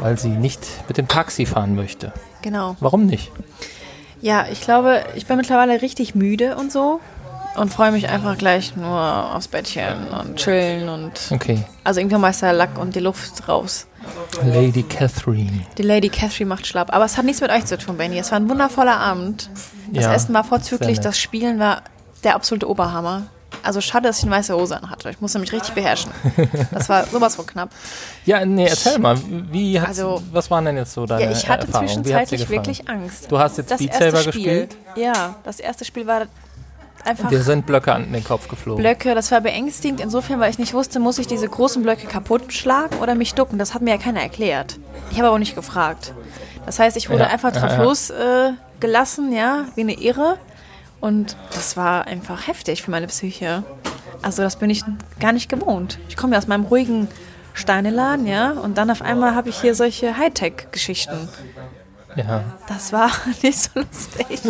[SPEAKER 1] weil sie nicht mit dem Taxi fahren möchte.
[SPEAKER 3] Genau.
[SPEAKER 1] Warum nicht?
[SPEAKER 3] Ja, ich glaube, ich bin mittlerweile richtig müde und so. Und freue mich einfach gleich nur aufs Bettchen und chillen und.
[SPEAKER 1] Okay.
[SPEAKER 3] Also irgendwann mal ist der Lack und die Luft raus.
[SPEAKER 1] Lady Catherine.
[SPEAKER 3] Die Lady Catherine macht schlapp. Aber es hat nichts mit euch zu tun, Benny. Es war ein wundervoller Abend. Das
[SPEAKER 1] Ja,
[SPEAKER 3] Essen war
[SPEAKER 1] sehr
[SPEAKER 3] vorzüglich,
[SPEAKER 1] nett.
[SPEAKER 3] das Spielen war der absolute Oberhammer. Also schade, dass ich eine weiße Hose anhatte. Ich musste mich richtig beherrschen. Das war sowas von knapp.
[SPEAKER 1] Ja, nee, erzähl mal, wie hat's,
[SPEAKER 3] Also-
[SPEAKER 1] was waren denn jetzt so deine
[SPEAKER 3] Ja, ich hatte
[SPEAKER 1] Erfahrungen? Wie hat's dir
[SPEAKER 3] zwischenzeitlich
[SPEAKER 1] gefallen?
[SPEAKER 3] wirklich Angst.
[SPEAKER 1] Du hast jetzt Beat
[SPEAKER 3] erste
[SPEAKER 1] Saber
[SPEAKER 3] Spiel,
[SPEAKER 1] gespielt?
[SPEAKER 3] Ja, das erste Spiel war einfach
[SPEAKER 1] Dir sind Blöcke an den Kopf geflogen.
[SPEAKER 3] Blöcke. Das war beängstigend insofern, weil ich nicht wusste, muss ich diese großen Blöcke kaputt schlagen oder mich ducken. Das hat mir ja keiner erklärt. Ich habe aber auch nicht gefragt. Das heißt, ich wurde
[SPEAKER 1] Ja,
[SPEAKER 3] einfach
[SPEAKER 1] ja,
[SPEAKER 3] drauf
[SPEAKER 1] ja.
[SPEAKER 3] los äh, gelassen, ja, wie eine Irre. Und das war einfach heftig für meine Psyche. Also das bin ich gar nicht gewohnt. Ich komme ja aus meinem ruhigen Steineladen, ja, und dann auf einmal habe ich hier solche Hightech-Geschichten.
[SPEAKER 1] Ja.
[SPEAKER 3] Das war nicht so lustig.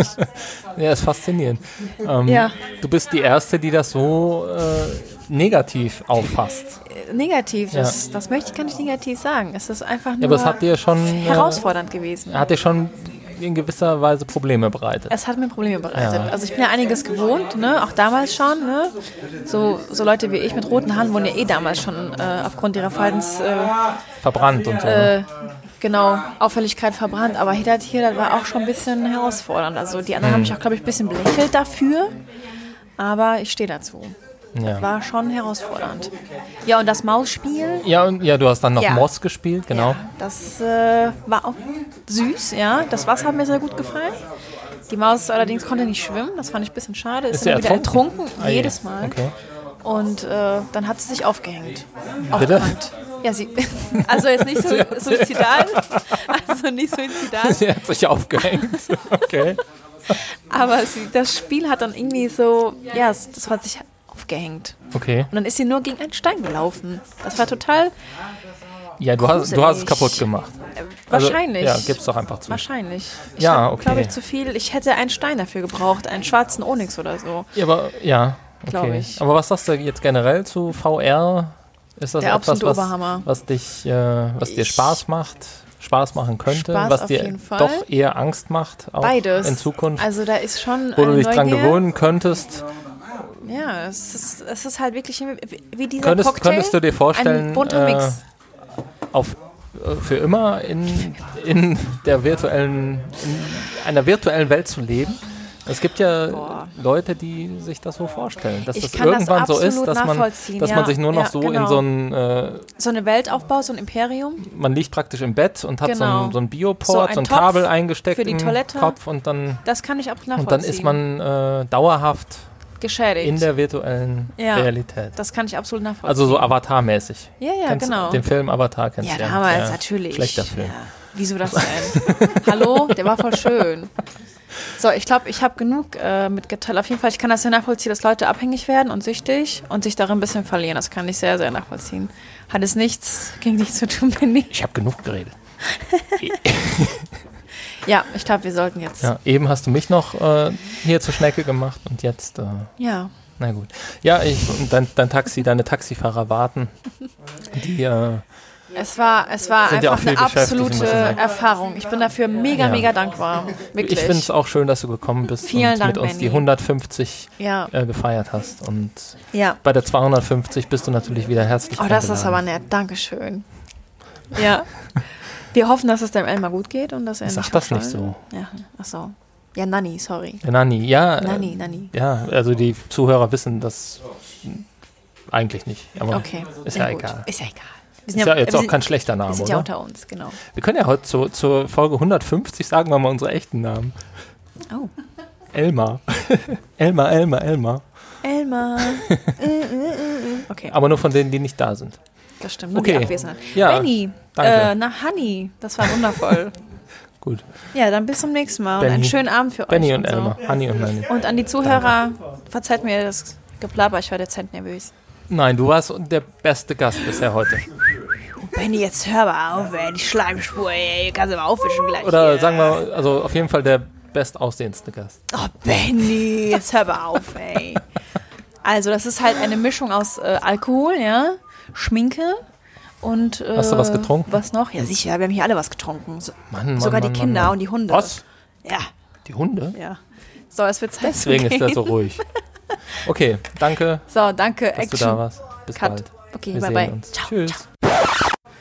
[SPEAKER 1] Ja, ist faszinierend. Ähm,
[SPEAKER 3] Ja.
[SPEAKER 1] Du bist die Erste, die das so äh, negativ auffasst.
[SPEAKER 3] negativ,
[SPEAKER 1] Ja.
[SPEAKER 3] das, das möchte ich gar nicht negativ sagen. Es ist einfach nur
[SPEAKER 1] Ja, aber es hat dir schon, äh,
[SPEAKER 3] herausfordernd gewesen.
[SPEAKER 1] Hat dir schon in gewisser Weise Probleme bereitet.
[SPEAKER 3] Es hat mir Probleme bereitet.
[SPEAKER 1] Ja.
[SPEAKER 3] Also ich bin ja einiges gewohnt, ne? auch damals schon. Ne? So, so Leute wie ich mit roten Haaren wurden ja eh damals schon äh, aufgrund ihrer Verhaltens... Äh,
[SPEAKER 1] Verbrannt und so. ne?
[SPEAKER 3] äh, genau, Auffälligkeit verbrannt. Aber hier, das- hier, das war auch schon ein bisschen herausfordernd. Also die
[SPEAKER 1] Hm.
[SPEAKER 3] anderen haben mich auch, glaube ich, ein bisschen belächelt dafür. Aber ich stehe dazu.
[SPEAKER 1] ja.
[SPEAKER 3] War schon herausfordernd. Ja, und das Mausspiel,
[SPEAKER 1] Ja, und, ja, du hast dann noch
[SPEAKER 3] Ja.
[SPEAKER 1] Moss gespielt, genau.
[SPEAKER 3] das äh, war auch süß, ja. Das Wasser hat mir sehr gut gefallen. Die Maus allerdings konnte nicht schwimmen, das fand ich ein bisschen schade. Ist,
[SPEAKER 1] sie
[SPEAKER 3] immer wieder
[SPEAKER 1] ertrunken?
[SPEAKER 3] ertrunken,
[SPEAKER 1] Ah, je.
[SPEAKER 3] jedes Mal.
[SPEAKER 1] Okay.
[SPEAKER 3] Und äh, dann hat sie sich aufgehängt.
[SPEAKER 1] Bitte?
[SPEAKER 3] Aufgerannt. Ja, sie. Also jetzt nicht so suizidal. Also nicht suizidal.
[SPEAKER 1] Sie hat sich aufgehängt. Okay.
[SPEAKER 3] Aber sie, das Spiel hat dann irgendwie so. Ja, es- das hat sich aufgehängt.
[SPEAKER 1] Okay.
[SPEAKER 3] Und dann ist sie nur gegen einen Stein gelaufen. Das war
[SPEAKER 1] Also,
[SPEAKER 3] total.
[SPEAKER 1] Ja, du hast, du hast es
[SPEAKER 3] Gruselig.
[SPEAKER 1] kaputt gemacht. Also,
[SPEAKER 3] Wahrscheinlich.
[SPEAKER 1] Ja, gib's doch einfach zu.
[SPEAKER 3] Wahrscheinlich. Ich
[SPEAKER 1] Ja,
[SPEAKER 3] hab,
[SPEAKER 1] okay.
[SPEAKER 3] Glaube ich zu viel. Ich hätte einen Stein dafür gebraucht, einen schwarzen Onyx oder so.
[SPEAKER 1] Ja, aber ja,
[SPEAKER 3] Glaub
[SPEAKER 1] okay.
[SPEAKER 3] ich.
[SPEAKER 1] Aber was sagst du jetzt generell zu VR? Ist das
[SPEAKER 3] Der
[SPEAKER 1] etwas,
[SPEAKER 3] absolute
[SPEAKER 1] was,
[SPEAKER 3] Oberhammer.
[SPEAKER 1] was dich, äh, was dir Spaß macht, Spaß machen könnte,
[SPEAKER 3] Spaß
[SPEAKER 1] was
[SPEAKER 3] auf
[SPEAKER 1] dir
[SPEAKER 3] jeden Fall.
[SPEAKER 1] doch eher Angst macht, auch
[SPEAKER 3] Beides.
[SPEAKER 1] in Zukunft,
[SPEAKER 3] Also da ist schon
[SPEAKER 1] wo
[SPEAKER 3] eine
[SPEAKER 1] du dich dran
[SPEAKER 3] Neugier.
[SPEAKER 1] gewöhnen könntest?
[SPEAKER 3] Ja, es ist, es ist halt wirklich wie wie dieser
[SPEAKER 1] Könntest,
[SPEAKER 3] Cocktail.
[SPEAKER 1] könntest du dir vorstellen,
[SPEAKER 3] ein bunter
[SPEAKER 1] äh,
[SPEAKER 3] Mix.
[SPEAKER 1] auf äh, für immer in, in der virtuellen, in einer virtuellen Welt zu leben? Es gibt ja
[SPEAKER 3] Boah.
[SPEAKER 1] Leute, die sich das so vorstellen, dass
[SPEAKER 3] Ich
[SPEAKER 1] das
[SPEAKER 3] kann das
[SPEAKER 1] irgendwann so ist,
[SPEAKER 3] absolut
[SPEAKER 1] dass man,
[SPEAKER 3] nachvollziehen,
[SPEAKER 1] dass man
[SPEAKER 3] ja.
[SPEAKER 1] sich nur noch
[SPEAKER 3] Ja,
[SPEAKER 1] so in
[SPEAKER 3] genau.
[SPEAKER 1] so einen äh,
[SPEAKER 3] So eine Weltaufbau, so ein Imperium.
[SPEAKER 1] man liegt praktisch im Bett und hat so
[SPEAKER 3] Genau.
[SPEAKER 1] einen, so einen
[SPEAKER 3] So
[SPEAKER 1] Bioport,
[SPEAKER 3] ein
[SPEAKER 1] so ein
[SPEAKER 3] Topf
[SPEAKER 1] Kabel eingesteckt
[SPEAKER 3] für die
[SPEAKER 1] im
[SPEAKER 3] Toilette.
[SPEAKER 1] Kopf und dann,
[SPEAKER 3] Das kann ich auch nachvollziehen.
[SPEAKER 1] und dann ist man äh, dauerhaft
[SPEAKER 3] geschädigt.
[SPEAKER 1] in der virtuellen
[SPEAKER 3] Ja.
[SPEAKER 1] Realität.
[SPEAKER 3] das kann ich absolut nachvollziehen.
[SPEAKER 1] Also so Avatar-mäßig.
[SPEAKER 3] ja, ja,
[SPEAKER 1] Kennst du
[SPEAKER 3] genau.
[SPEAKER 1] Den Film Avatar kennst
[SPEAKER 3] ja,
[SPEAKER 1] du ja.
[SPEAKER 3] damals
[SPEAKER 1] Ja,
[SPEAKER 3] natürlich.
[SPEAKER 1] Schlechter Film.
[SPEAKER 3] Ja. Wieso das denn? Hallo, der war voll schön. So, ich glaube, ich habe genug äh, mitgeteilt. Auf jeden Fall, ich kann das sehr nachvollziehen, dass Leute abhängig werden und süchtig und sich darin ein bisschen verlieren. Das kann ich sehr, sehr nachvollziehen. Hat es nichts gegen dich zu tun, Benny?
[SPEAKER 1] Ich habe genug geredet.
[SPEAKER 3] Ja, ich glaube, wir sollten jetzt.
[SPEAKER 1] Ja, eben hast du mich noch äh, hier zur Schnecke gemacht und jetzt, äh,
[SPEAKER 3] ja.
[SPEAKER 1] na gut. Ja, ich, und dein, dein Taxi, deine Taxifahrer warten. Die, äh,
[SPEAKER 3] Es war, es war
[SPEAKER 1] Sind ja
[SPEAKER 3] einfach
[SPEAKER 1] auch viel
[SPEAKER 3] eine
[SPEAKER 1] beschäftigt, muss
[SPEAKER 3] absolute
[SPEAKER 1] man sagen.
[SPEAKER 3] Erfahrung. Ich bin dafür mega,
[SPEAKER 1] Ja.
[SPEAKER 3] mega dankbar. Wirklich.
[SPEAKER 1] ich finde es auch schön, dass du gekommen bist
[SPEAKER 3] Vielen
[SPEAKER 1] und
[SPEAKER 3] Dank,
[SPEAKER 1] mit uns die
[SPEAKER 3] Benny.
[SPEAKER 1] 150
[SPEAKER 3] Ja.
[SPEAKER 1] äh, gefeiert hast. Und
[SPEAKER 3] ja.
[SPEAKER 1] Bei der 250 bist du natürlich wieder herzlich
[SPEAKER 3] Oh, das ist
[SPEAKER 1] eingeladen.
[SPEAKER 3] aber nett. Dankeschön. Ja. Wir hoffen, dass es dem Elmar gut geht und dass er
[SPEAKER 1] Sag
[SPEAKER 3] nicht
[SPEAKER 1] das nicht
[SPEAKER 3] verfallen-
[SPEAKER 1] so.
[SPEAKER 3] Ja, ach so. Ja, Nanni, sorry.
[SPEAKER 1] Der Äh, Nani, ja.
[SPEAKER 3] Nanni, Nanni.
[SPEAKER 1] Äh, ja, also die Zuhörer wissen das eigentlich nicht. Aber
[SPEAKER 3] Okay.
[SPEAKER 1] ist
[SPEAKER 3] na
[SPEAKER 1] ja
[SPEAKER 3] gut.
[SPEAKER 1] egal.
[SPEAKER 3] Ist ja egal. Wir
[SPEAKER 1] Ist ja jetzt
[SPEAKER 3] wir
[SPEAKER 1] auch
[SPEAKER 3] sind-
[SPEAKER 1] kein schlechter Name,
[SPEAKER 3] Wir sind
[SPEAKER 1] oder?
[SPEAKER 3] ja unter uns, genau.
[SPEAKER 1] wir können ja heute zu, zur Folge 150 sagen wir mal unsere echten Namen.
[SPEAKER 3] Oh.
[SPEAKER 1] Elmar. Elmar, Elmar, Elmar.
[SPEAKER 3] Elmar. Mm, mm, mm, mm. okay,
[SPEAKER 1] Aber nur von denen, die nicht da sind.
[SPEAKER 3] das stimmt. Nur
[SPEAKER 1] okay.
[SPEAKER 3] die Abwesenheit.
[SPEAKER 1] Ja,
[SPEAKER 3] Benni,
[SPEAKER 1] danke.
[SPEAKER 3] Äh, na Hanni, das war wundervoll.
[SPEAKER 1] Gut.
[SPEAKER 3] ja, dann bis zum nächsten Mal und
[SPEAKER 1] Benni.
[SPEAKER 3] einen schönen Abend für euch.
[SPEAKER 1] Benny und
[SPEAKER 3] so.
[SPEAKER 1] Elmar. Hanni und Nanni.
[SPEAKER 3] Und an die Zuhörer, verzeiht mir das Geplapper, ich war dezent halt nervös.
[SPEAKER 1] Nein, du warst der beste Gast bisher heute.
[SPEAKER 11] Benny, jetzt hör mal auf, ey, die Schleimspur, ey, kannst du mal aufwischen gleich.
[SPEAKER 1] Oder
[SPEAKER 11] hier.
[SPEAKER 1] sagen wir, also auf jeden Fall der bestaussehendste Gast.
[SPEAKER 11] Oh, Benny, jetzt hör mal auf, ey. Also, das ist halt eine Mischung aus äh, Alkohol, ja, Schminke und. Äh,
[SPEAKER 1] Hast du was getrunken?
[SPEAKER 11] Was noch? Ja, sicher, wir haben hier alle was getrunken. So,
[SPEAKER 1] Mann, Mann,
[SPEAKER 11] sogar
[SPEAKER 1] Mann,
[SPEAKER 11] die
[SPEAKER 1] Mann,
[SPEAKER 11] Kinder
[SPEAKER 1] Mann.
[SPEAKER 11] und die Hunde.
[SPEAKER 1] Was?
[SPEAKER 11] Ja.
[SPEAKER 1] Die Hunde?
[SPEAKER 11] Ja. So, es wird Zeit. zu
[SPEAKER 1] Deswegen ist er
[SPEAKER 11] gehen.
[SPEAKER 1] so ruhig. Okay, danke,
[SPEAKER 11] So, danke,
[SPEAKER 1] dass
[SPEAKER 11] Action.
[SPEAKER 1] du da warst. Bis
[SPEAKER 11] Cut.
[SPEAKER 1] bald.
[SPEAKER 11] Okay,
[SPEAKER 1] Wir
[SPEAKER 11] bye
[SPEAKER 1] sehen
[SPEAKER 11] bye.
[SPEAKER 1] uns.
[SPEAKER 11] Ciao.
[SPEAKER 1] Tschüss.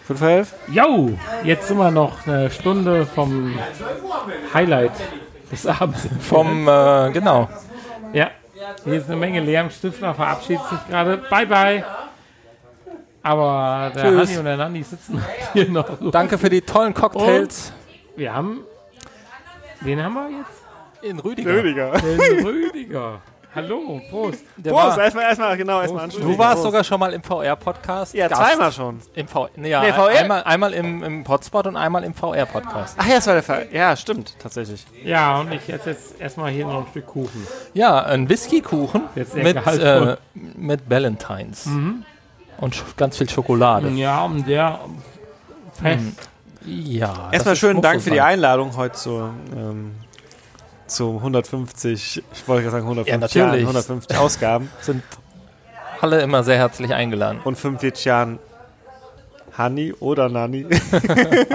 [SPEAKER 2] Fünf elf? Jo, jetzt sind wir noch eine Stunde vom Highlight des Abends.
[SPEAKER 1] Vom, äh, genau.
[SPEAKER 2] Ja, hier ist eine Menge Lärm. Stifner verabschiedet sich gerade. Bye, bye. Aber der
[SPEAKER 1] Tschüss.
[SPEAKER 2] Hanni und der Nanni sitzen hier noch.
[SPEAKER 1] Danke für die tollen Cocktails.
[SPEAKER 2] Und wir haben. Wen haben wir jetzt?
[SPEAKER 1] In
[SPEAKER 12] Rüdiger. Rüdiger.
[SPEAKER 2] Den Rüdiger. Hallo, Prost.
[SPEAKER 12] Prost, erstmal, erstmal, genau, erstmal
[SPEAKER 1] Du
[SPEAKER 12] anschließen.
[SPEAKER 1] warst
[SPEAKER 12] Prost.
[SPEAKER 1] sogar schon mal im VR-Podcast.
[SPEAKER 12] Ja,
[SPEAKER 1] Gast.
[SPEAKER 12] zweimal schon.
[SPEAKER 1] Im v nee, ja,
[SPEAKER 12] Nee, VR?
[SPEAKER 1] Einmal, einmal im, im Podspot und einmal im VR-Podcast.
[SPEAKER 12] Ach ja, das war der Fall. Ja, stimmt, tatsächlich.
[SPEAKER 2] Ja, und ich esse jetzt erstmal hier noch ein Stück Kuchen.
[SPEAKER 1] Ja, ein Whiskykuchen
[SPEAKER 2] Jetzt sehr
[SPEAKER 1] mit, äh,
[SPEAKER 2] gehaltvoll.
[SPEAKER 1] mit Valentines.
[SPEAKER 2] Mhm.
[SPEAKER 1] Und sch- ganz viel Schokolade.
[SPEAKER 12] Mhm.
[SPEAKER 2] Ja, und der. Fest.
[SPEAKER 1] Mm, Ja.
[SPEAKER 12] Erstmal
[SPEAKER 1] das
[SPEAKER 12] schönen
[SPEAKER 1] muss
[SPEAKER 12] Dank
[SPEAKER 1] so
[SPEAKER 12] für die
[SPEAKER 1] sein.
[SPEAKER 12] Einladung heute zur, ähm, zu 150, ich wollte gerade sagen 150
[SPEAKER 1] Ja,
[SPEAKER 12] Jahren,
[SPEAKER 1] natürlich.
[SPEAKER 12] 150 Ausgaben.
[SPEAKER 1] Sind alle immer sehr herzlich eingeladen.
[SPEAKER 12] Und 45 Jahren Hanni oder Nani.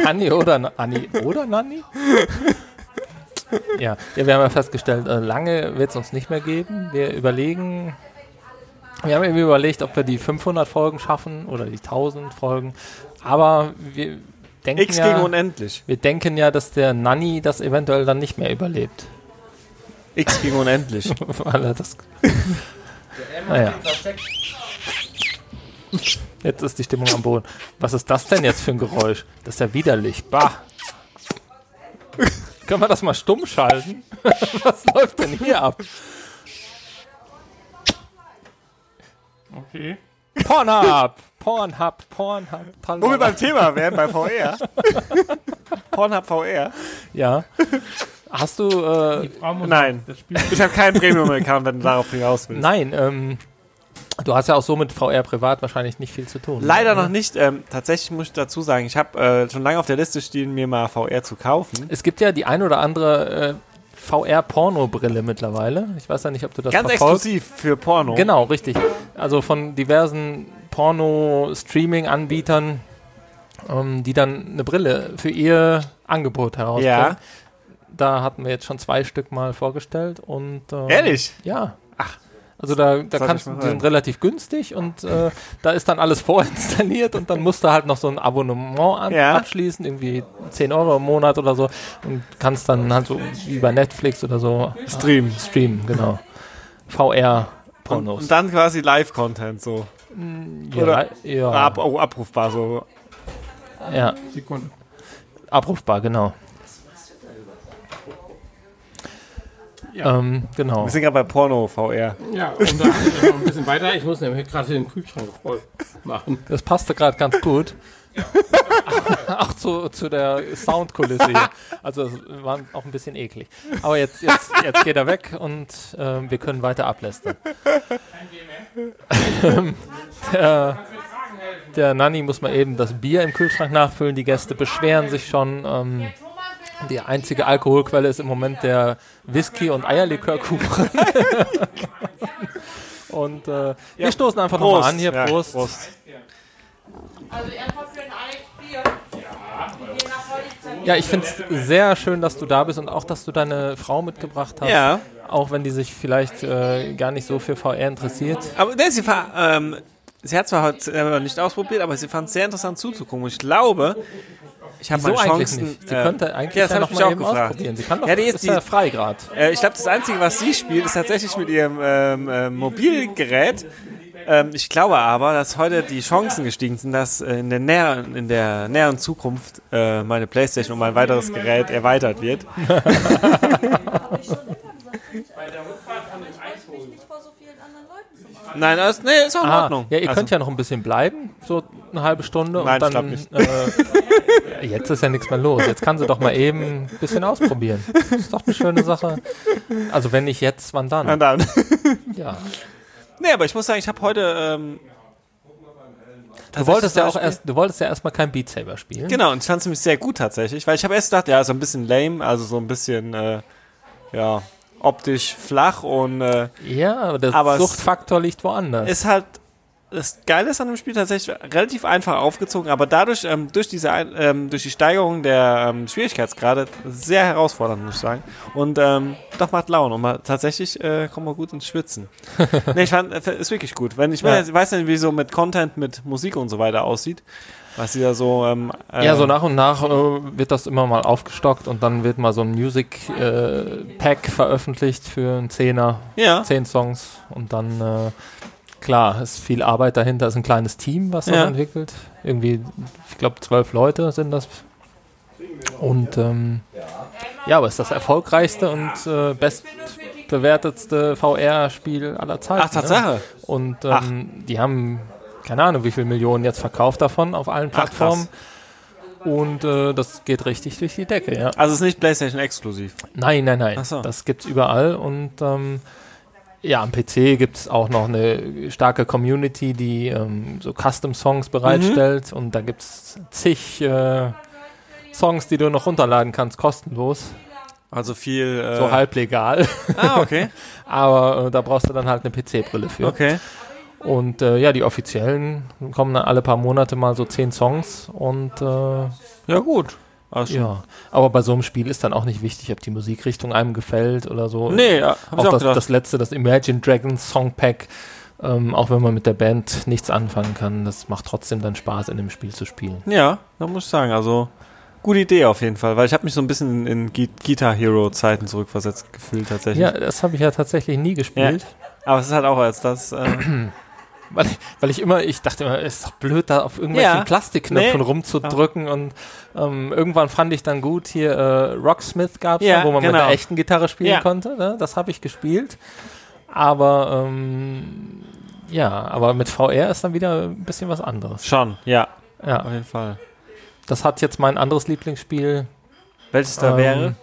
[SPEAKER 1] Anni oder Na- Anni oder Nanni? ja. ja, wir haben ja festgestellt, äh, lange wird es uns nicht mehr geben. Wir überlegen, wir haben eben überlegt, ob wir die 500 Folgen schaffen oder die 1000 Folgen. Aber wir denken
[SPEAKER 12] X
[SPEAKER 1] ja,
[SPEAKER 12] gegen unendlich.
[SPEAKER 1] Wir denken ja, dass der Nanni das eventuell dann nicht mehr überlebt.
[SPEAKER 12] X gegen unendlich.
[SPEAKER 1] Weil er das. naja. Jetzt ist die Stimmung am Boden. Was ist das denn jetzt für ein Geräusch? Das ist ja widerlich. Bah. Können wir das mal stumm schalten? Was läuft denn hier ab?
[SPEAKER 2] Okay.
[SPEAKER 1] Pornhub! Pornhub, Pornhub, Pornhub.
[SPEAKER 12] Wo wir beim Thema wären, bei VR. Pornhub VR.
[SPEAKER 1] Ja. Hast du. Äh,
[SPEAKER 12] Nein, ich habe keinen Premium-Account, wenn du darauf hinaus willst.
[SPEAKER 1] Nein, ähm, du hast ja auch so mit VR privat wahrscheinlich nicht viel zu tun.
[SPEAKER 12] Leider noch
[SPEAKER 1] nicht.
[SPEAKER 12] nicht. Ähm, tatsächlich muss ich dazu sagen, ich habe äh, schon lange auf der Liste stehen, mir mal VR zu kaufen.
[SPEAKER 1] Es gibt ja die ein oder andere äh, VR-Porno-Brille mittlerweile. Ich weiß ja nicht, ob du das
[SPEAKER 12] Ganz
[SPEAKER 1] verfolgst.
[SPEAKER 12] exklusiv für Porno.
[SPEAKER 1] Genau, richtig. Also von diversen Porno-Streaming-Anbietern, ähm, die dann eine Brille für ihr Angebot herausbringen.
[SPEAKER 12] Ja.
[SPEAKER 1] Da hatten wir jetzt schon zwei Stück mal vorgestellt und ähm,
[SPEAKER 12] Ehrlich?
[SPEAKER 1] Ja. Also da, da
[SPEAKER 12] Sollte
[SPEAKER 1] kannst
[SPEAKER 12] ich
[SPEAKER 1] du,
[SPEAKER 12] mal
[SPEAKER 1] die sind
[SPEAKER 12] rein.
[SPEAKER 1] relativ günstig und äh, da ist dann alles vorinstalliert und dann musst du halt noch so ein Abonnement an,
[SPEAKER 12] Ja.
[SPEAKER 1] abschließen, irgendwie 10 Euro im Monat oder so und kannst dann halt so wie bei Netflix oder so
[SPEAKER 12] Streamen.
[SPEAKER 1] Streamen, genau.
[SPEAKER 12] Und,
[SPEAKER 1] VR-Pornos.
[SPEAKER 12] und dann quasi Live-Content so.
[SPEAKER 1] ja,
[SPEAKER 12] Oder
[SPEAKER 1] ja.
[SPEAKER 12] Ab, oh, abrufbar so.
[SPEAKER 1] Ja.
[SPEAKER 2] Sekunde.
[SPEAKER 1] Abrufbar, genau. Ähm, genau.
[SPEAKER 12] Wir sind gerade bei Porno VR.
[SPEAKER 2] Ja, und dann noch ein bisschen weiter. Ich muss nämlich gerade den Kühlschrank voll machen.
[SPEAKER 1] Das passte gerade ganz gut. auch zu, zu der Soundkulisse hier. Also es war auch ein bisschen eklig. Aber jetzt, jetzt, jetzt geht er weg und ähm, wir können weiter ablästern. Ähm, der, der Nanni muss mal eben das Bier im Kühlschrank nachfüllen. Die Gäste beschweren sich schon. Ähm, die einzige Alkoholquelle ist im Moment der Whisky- und Eierlikörkuchen. und äh, wir
[SPEAKER 12] Ja,
[SPEAKER 1] stoßen einfach nochmal
[SPEAKER 12] Prost.
[SPEAKER 1] an hier.
[SPEAKER 12] Ja,
[SPEAKER 1] Prost.
[SPEAKER 12] Prost.
[SPEAKER 8] Also er kommt für ein Alex Bier. Wir gehen nach Hollywood.
[SPEAKER 1] Ja, ich finde es sehr schön, dass du da bist und auch, dass du deine Frau mitgebracht hast.
[SPEAKER 12] Ja.
[SPEAKER 1] Auch wenn die sich vielleicht äh, gar nicht so für VR interessiert.
[SPEAKER 12] Aber ne, sie, fa- ähm, sie hat zwar heute selber nicht ausprobiert, aber sie fand es sehr interessant zuzugucken. Und ich glaube, ich habe
[SPEAKER 1] Wieso
[SPEAKER 12] meine
[SPEAKER 1] eigentlich
[SPEAKER 12] Chancen.
[SPEAKER 1] nicht? Sie könnte eigentlich ja
[SPEAKER 12] hab
[SPEAKER 1] noch
[SPEAKER 12] ich
[SPEAKER 1] mal
[SPEAKER 12] mich
[SPEAKER 1] eben ausprobieren. Sie kann doch-
[SPEAKER 12] ja, die ist,
[SPEAKER 1] ist
[SPEAKER 12] die,
[SPEAKER 1] ja frei gerade.
[SPEAKER 12] Äh, ich glaube, das Einzige, was sie spielt, ist tatsächlich mit ihrem ähm, äh, Mobilgerät. Ähm, ich glaube aber, dass heute die Chancen gestiegen sind, dass äh, in der, näher, in der näheren Zukunft äh, meine Playstation um mein weiteres Gerät erweitert wird. Nein, das, nee, ist auch in
[SPEAKER 1] Ah,
[SPEAKER 12] Ordnung.
[SPEAKER 1] Ja, ihr
[SPEAKER 12] Also-
[SPEAKER 1] könnt ja noch ein bisschen bleiben, so eine halbe Stunde.
[SPEAKER 12] Nein,
[SPEAKER 1] und
[SPEAKER 12] ich
[SPEAKER 1] dann,
[SPEAKER 12] glaub
[SPEAKER 1] Äh, jetzt ist ja nichts mehr los. Jetzt kann sie doch mal eben ein bisschen ausprobieren. Ist doch eine schöne Sache. Also wenn nicht jetzt, wann dann?
[SPEAKER 12] Wann dann?
[SPEAKER 1] Ja.
[SPEAKER 12] Nee, aber ich muss sagen, ich habe heute ähm,
[SPEAKER 1] Du wolltest ja auch erst, du wolltest ja erstmal kein Beat Saber spielen.
[SPEAKER 12] Genau, und ich fand es nämlich sehr gut tatsächlich, weil ich habe erst gedacht, ja, so ein bisschen lame, also so ein bisschen, äh, ja, optisch flach und. Äh,
[SPEAKER 1] ja, aber der
[SPEAKER 12] aber es-
[SPEAKER 1] Suchtfaktor liegt woanders.
[SPEAKER 12] Ist halt. Das Geile ist an dem Spiel tatsächlich relativ einfach aufgezogen, aber dadurch, ähm, durch, diese, ein- ähm, durch die Steigerung der ähm, Schwierigkeitsgrade, sehr herausfordernd, muss ich sagen. Und ähm, doch macht Laune und man, tatsächlich äh, kommt man gut ins Schwitzen. nee, ich fand, äh, ist wirklich gut. Wenn ich,
[SPEAKER 1] Ja.
[SPEAKER 12] ich weiß nicht, wie so mit Content, mit Musik und so weiter aussieht, was sie da so. Ähm, äh,
[SPEAKER 1] ja, so nach und nach äh, wird das immer mal aufgestockt und dann wird mal so ein Music äh, Pack veröffentlicht für einen Zehner.
[SPEAKER 12] Ja.
[SPEAKER 1] Zehn Songs und dann, äh, klar, ist viel Arbeit dahinter. Ist ein kleines Team, was das
[SPEAKER 12] Ja.
[SPEAKER 1] entwickelt. Irgendwie, ich glaube, zwölf Leute sind das. Und ähm, ja, aber ist das erfolgreichste und äh, bestbewertetste VR-Spiel aller Zeiten.
[SPEAKER 12] Ach, Tatsache.
[SPEAKER 1] Ne? Und ähm, die haben keine Ahnung, wie viele Millionen jetzt verkauft davon auf allen
[SPEAKER 12] Ach, krass.
[SPEAKER 1] Plattformen. und äh, das geht richtig durch die Decke, ja.
[SPEAKER 12] Also es ist nicht PlayStation exklusiv.
[SPEAKER 1] Nein, nein, nein.
[SPEAKER 12] Ach so.
[SPEAKER 1] Das gibt's überall und ähm, ja, am PC gibt es auch noch eine starke Community, die ähm, so Custom-Songs
[SPEAKER 12] Mhm.
[SPEAKER 1] bereitstellt und da gibt es zig äh, Songs, die du noch runterladen kannst, kostenlos.
[SPEAKER 12] Also viel. Äh,
[SPEAKER 1] So halblegal.
[SPEAKER 12] Ah, okay.
[SPEAKER 1] Aber äh, da brauchst du dann halt eine PC-Brille für.
[SPEAKER 12] Okay.
[SPEAKER 1] Und äh, ja, die offiziellen kommen dann alle paar Monate mal so zehn Songs und äh, ja
[SPEAKER 12] gut. schon-
[SPEAKER 1] ja, aber bei so einem Spiel ist dann auch nicht wichtig, ob die Musikrichtung einem gefällt oder so.
[SPEAKER 12] Nee, ja, hab ich auch
[SPEAKER 1] auch das,
[SPEAKER 12] gedacht.
[SPEAKER 1] das letzte, das Imagine Dragons Songpack, ähm, auch wenn man mit der Band nichts anfangen kann, das macht trotzdem dann Spaß, in dem Spiel zu spielen.
[SPEAKER 12] Ja, da muss ich sagen, also gute Idee auf jeden Fall, weil ich habe mich so ein bisschen in, in Gui- Guitar Hero Zeiten zurückversetzt gefühlt tatsächlich.
[SPEAKER 1] Ja, das habe ich ja tatsächlich nie gespielt.
[SPEAKER 12] Aber es ist halt auch als das. Äh,
[SPEAKER 1] Weil ich, weil ich immer, ich dachte immer, es ist doch blöd, da auf irgendwelchen
[SPEAKER 12] Ja.
[SPEAKER 1] Plastikknöpfen
[SPEAKER 12] Nee.
[SPEAKER 1] rumzudrücken. Und ähm, irgendwann fand ich dann gut, hier äh, Rocksmith gab es,
[SPEAKER 12] Ja,
[SPEAKER 1] wo man mit
[SPEAKER 12] genau.
[SPEAKER 1] einer echten Gitarre spielen
[SPEAKER 12] Ja.
[SPEAKER 1] konnte. Ne? Das habe ich gespielt. Aber ähm, ja, aber mit VR ist dann wieder ein bisschen was anderes.
[SPEAKER 12] Schon, ja.
[SPEAKER 1] ja.
[SPEAKER 12] Auf jeden Fall.
[SPEAKER 1] Das hat jetzt mein anderes Lieblingsspiel.
[SPEAKER 12] Welches da
[SPEAKER 1] Ähm,
[SPEAKER 12] wäre?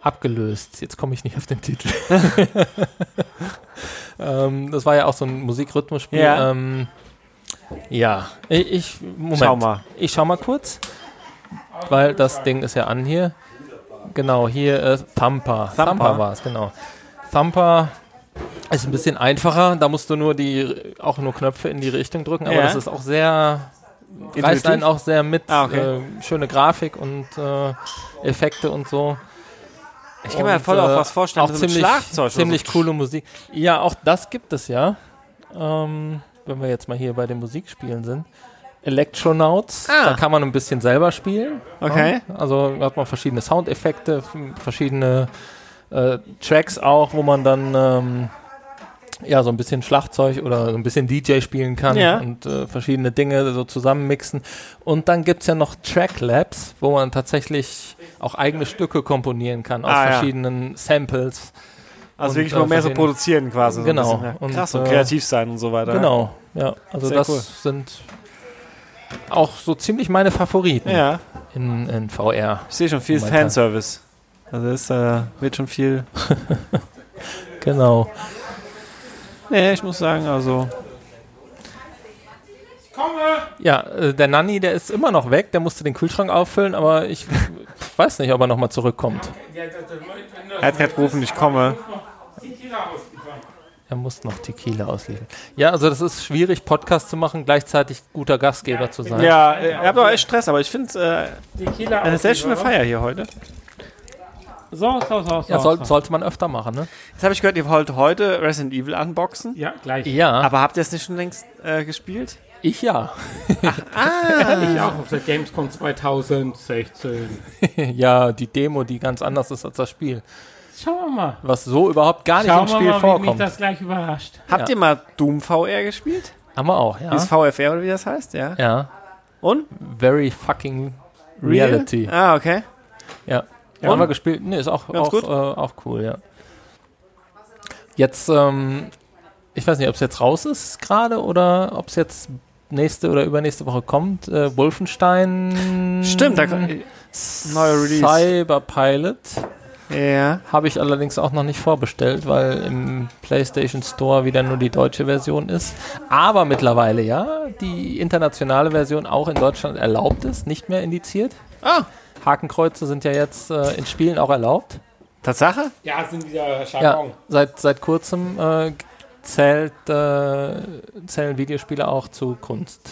[SPEAKER 1] Abgelöst. Jetzt komme ich nicht auf den Titel. ähm, das war ja auch so ein Musikrhythmusspiel.
[SPEAKER 12] Ja.
[SPEAKER 1] ähm, ja. Ich, ich, Moment.
[SPEAKER 12] Schau mal.
[SPEAKER 1] Ich schau mal kurz, weil das Ding ist ja an hier. Genau, hier äh, Thumper.
[SPEAKER 12] Thumper.
[SPEAKER 1] Thumper war es, genau. Thumper ist ein bisschen einfacher. Da musst du nur die, auch nur Knöpfe in die Richtung drücken, aber
[SPEAKER 12] Ja.
[SPEAKER 1] das ist auch sehr reißt
[SPEAKER 12] Intuitiv?
[SPEAKER 1] einen auch sehr mit.
[SPEAKER 12] Ah, okay.
[SPEAKER 1] äh, schöne Grafik und äh, Effekte und so. äh,
[SPEAKER 12] Ich kann mir halt voll auch was vorstellen,
[SPEAKER 1] Auch
[SPEAKER 12] so mit
[SPEAKER 1] ziemlich,
[SPEAKER 12] Schlagzeug oder so.
[SPEAKER 1] ziemlich coole Musik. Ja, auch das gibt es ja. Ähm, wenn wir jetzt mal hier bei den Musikspielen sind. Electronauts,
[SPEAKER 12] Ah.
[SPEAKER 1] da kann man ein bisschen selber spielen.
[SPEAKER 12] Okay.
[SPEAKER 1] Ja, Also hat man verschiedene Soundeffekte, f- verschiedene äh, Tracks auch, wo man dann ähm, ja so ein bisschen Schlagzeug oder so ein bisschen DJ spielen kann
[SPEAKER 12] Ja.
[SPEAKER 1] und äh, verschiedene Dinge so zusammenmixen. Und dann gibt es ja noch Track Labs, wo man tatsächlich auch eigene Stücke komponieren kann aus
[SPEAKER 12] Ah, ja.
[SPEAKER 1] verschiedenen Samples.
[SPEAKER 12] Also
[SPEAKER 1] Und,
[SPEAKER 12] wirklich mal
[SPEAKER 1] äh,
[SPEAKER 12] mehr so
[SPEAKER 1] verschiedene-
[SPEAKER 12] produzieren quasi. So ein
[SPEAKER 1] Genau.
[SPEAKER 12] bisschen, ja. Krass, und kreativ sein und so weiter.
[SPEAKER 1] Genau, ja. Also
[SPEAKER 12] Sehr
[SPEAKER 1] das
[SPEAKER 12] cool.
[SPEAKER 1] sind auch so ziemlich meine Favoriten
[SPEAKER 12] Ja.
[SPEAKER 1] in, in VR.
[SPEAKER 12] Ich sehe schon viel
[SPEAKER 1] momentan.
[SPEAKER 12] Fanservice. Also es äh, wird schon viel.
[SPEAKER 1] Genau.
[SPEAKER 12] nee, ich muss sagen, also.
[SPEAKER 1] Ja, äh, der Nanny, der ist immer noch weg, der musste den Kühlschrank auffüllen, aber ich weiß nicht, ob er nochmal zurückkommt.
[SPEAKER 12] Er hat gerade gerufen, ich komme.
[SPEAKER 1] Er muss noch Tequila ausliefern. Ja, also das ist schwierig, Podcast zu machen, gleichzeitig guter Gastgeber zu sein.
[SPEAKER 12] Ja, äh, ihr habt aber echt Stress, aber ich finde es äh,
[SPEAKER 2] Tequila
[SPEAKER 12] eine sehr
[SPEAKER 2] ausliefern,
[SPEAKER 12] schöne
[SPEAKER 2] oder?
[SPEAKER 12] Feier hier heute.
[SPEAKER 2] So, so, so, so.
[SPEAKER 1] Ja, soll,
[SPEAKER 2] so.
[SPEAKER 1] sollte man öfter machen, ne?
[SPEAKER 12] Jetzt habe ich gehört, ihr wollt heute Resident Evil unboxen.
[SPEAKER 2] Ja, gleich.
[SPEAKER 1] Ja.
[SPEAKER 12] Aber habt ihr es nicht schon längst äh, gespielt?
[SPEAKER 1] Ich ja.
[SPEAKER 2] Ich auch auf der Gamescom 2016.
[SPEAKER 1] ja, die Demo, die ganz anders ist als das Spiel.
[SPEAKER 2] Schauen wir mal.
[SPEAKER 1] Was so überhaupt gar nicht
[SPEAKER 2] Schauen
[SPEAKER 1] im
[SPEAKER 2] wir
[SPEAKER 1] Spiel
[SPEAKER 2] mal, wie mich
[SPEAKER 1] vorkommt.
[SPEAKER 2] das gleich überrascht.
[SPEAKER 12] Habt
[SPEAKER 1] Ja.
[SPEAKER 12] ihr mal Doom VR gespielt?
[SPEAKER 1] Haben wir auch, ja.
[SPEAKER 12] Dieses VFR oder wie das heißt, ja.
[SPEAKER 1] ja.
[SPEAKER 12] Und?
[SPEAKER 1] Very fucking
[SPEAKER 12] Real?
[SPEAKER 1] Reality.
[SPEAKER 12] Ah, okay.
[SPEAKER 1] Ja.
[SPEAKER 12] Ja.
[SPEAKER 1] Haben wir gespielt. Nee, ist auch,
[SPEAKER 12] Ganz
[SPEAKER 1] auch,
[SPEAKER 12] gut?
[SPEAKER 1] Äh, auch cool, ja. Jetzt, ähm, ich weiß nicht, ob es jetzt raus ist gerade oder ob es jetzt nächste oder übernächste Woche kommt. Äh, Wolfenstein. Mhm.
[SPEAKER 12] Stimmt, da-
[SPEAKER 1] neuer
[SPEAKER 12] neuer Äh, Release.
[SPEAKER 1] Cyberpilot.
[SPEAKER 12] Ja.
[SPEAKER 1] Habe ich allerdings auch noch nicht vorbestellt, weil im PlayStation Store wieder nur die deutsche Version ist. Aber mittlerweile ja, die internationale Version auch in Deutschland erlaubt ist, nicht mehr indiziert.
[SPEAKER 12] Ah.
[SPEAKER 1] Hakenkreuze sind ja jetzt äh, in Spielen auch erlaubt.
[SPEAKER 12] Tatsache?
[SPEAKER 2] Ja, sind wieder
[SPEAKER 1] Ja,
[SPEAKER 2] Jargon.
[SPEAKER 1] seit, seit kurzem äh, zählt, äh, zählen Videospiele auch zu Kunst.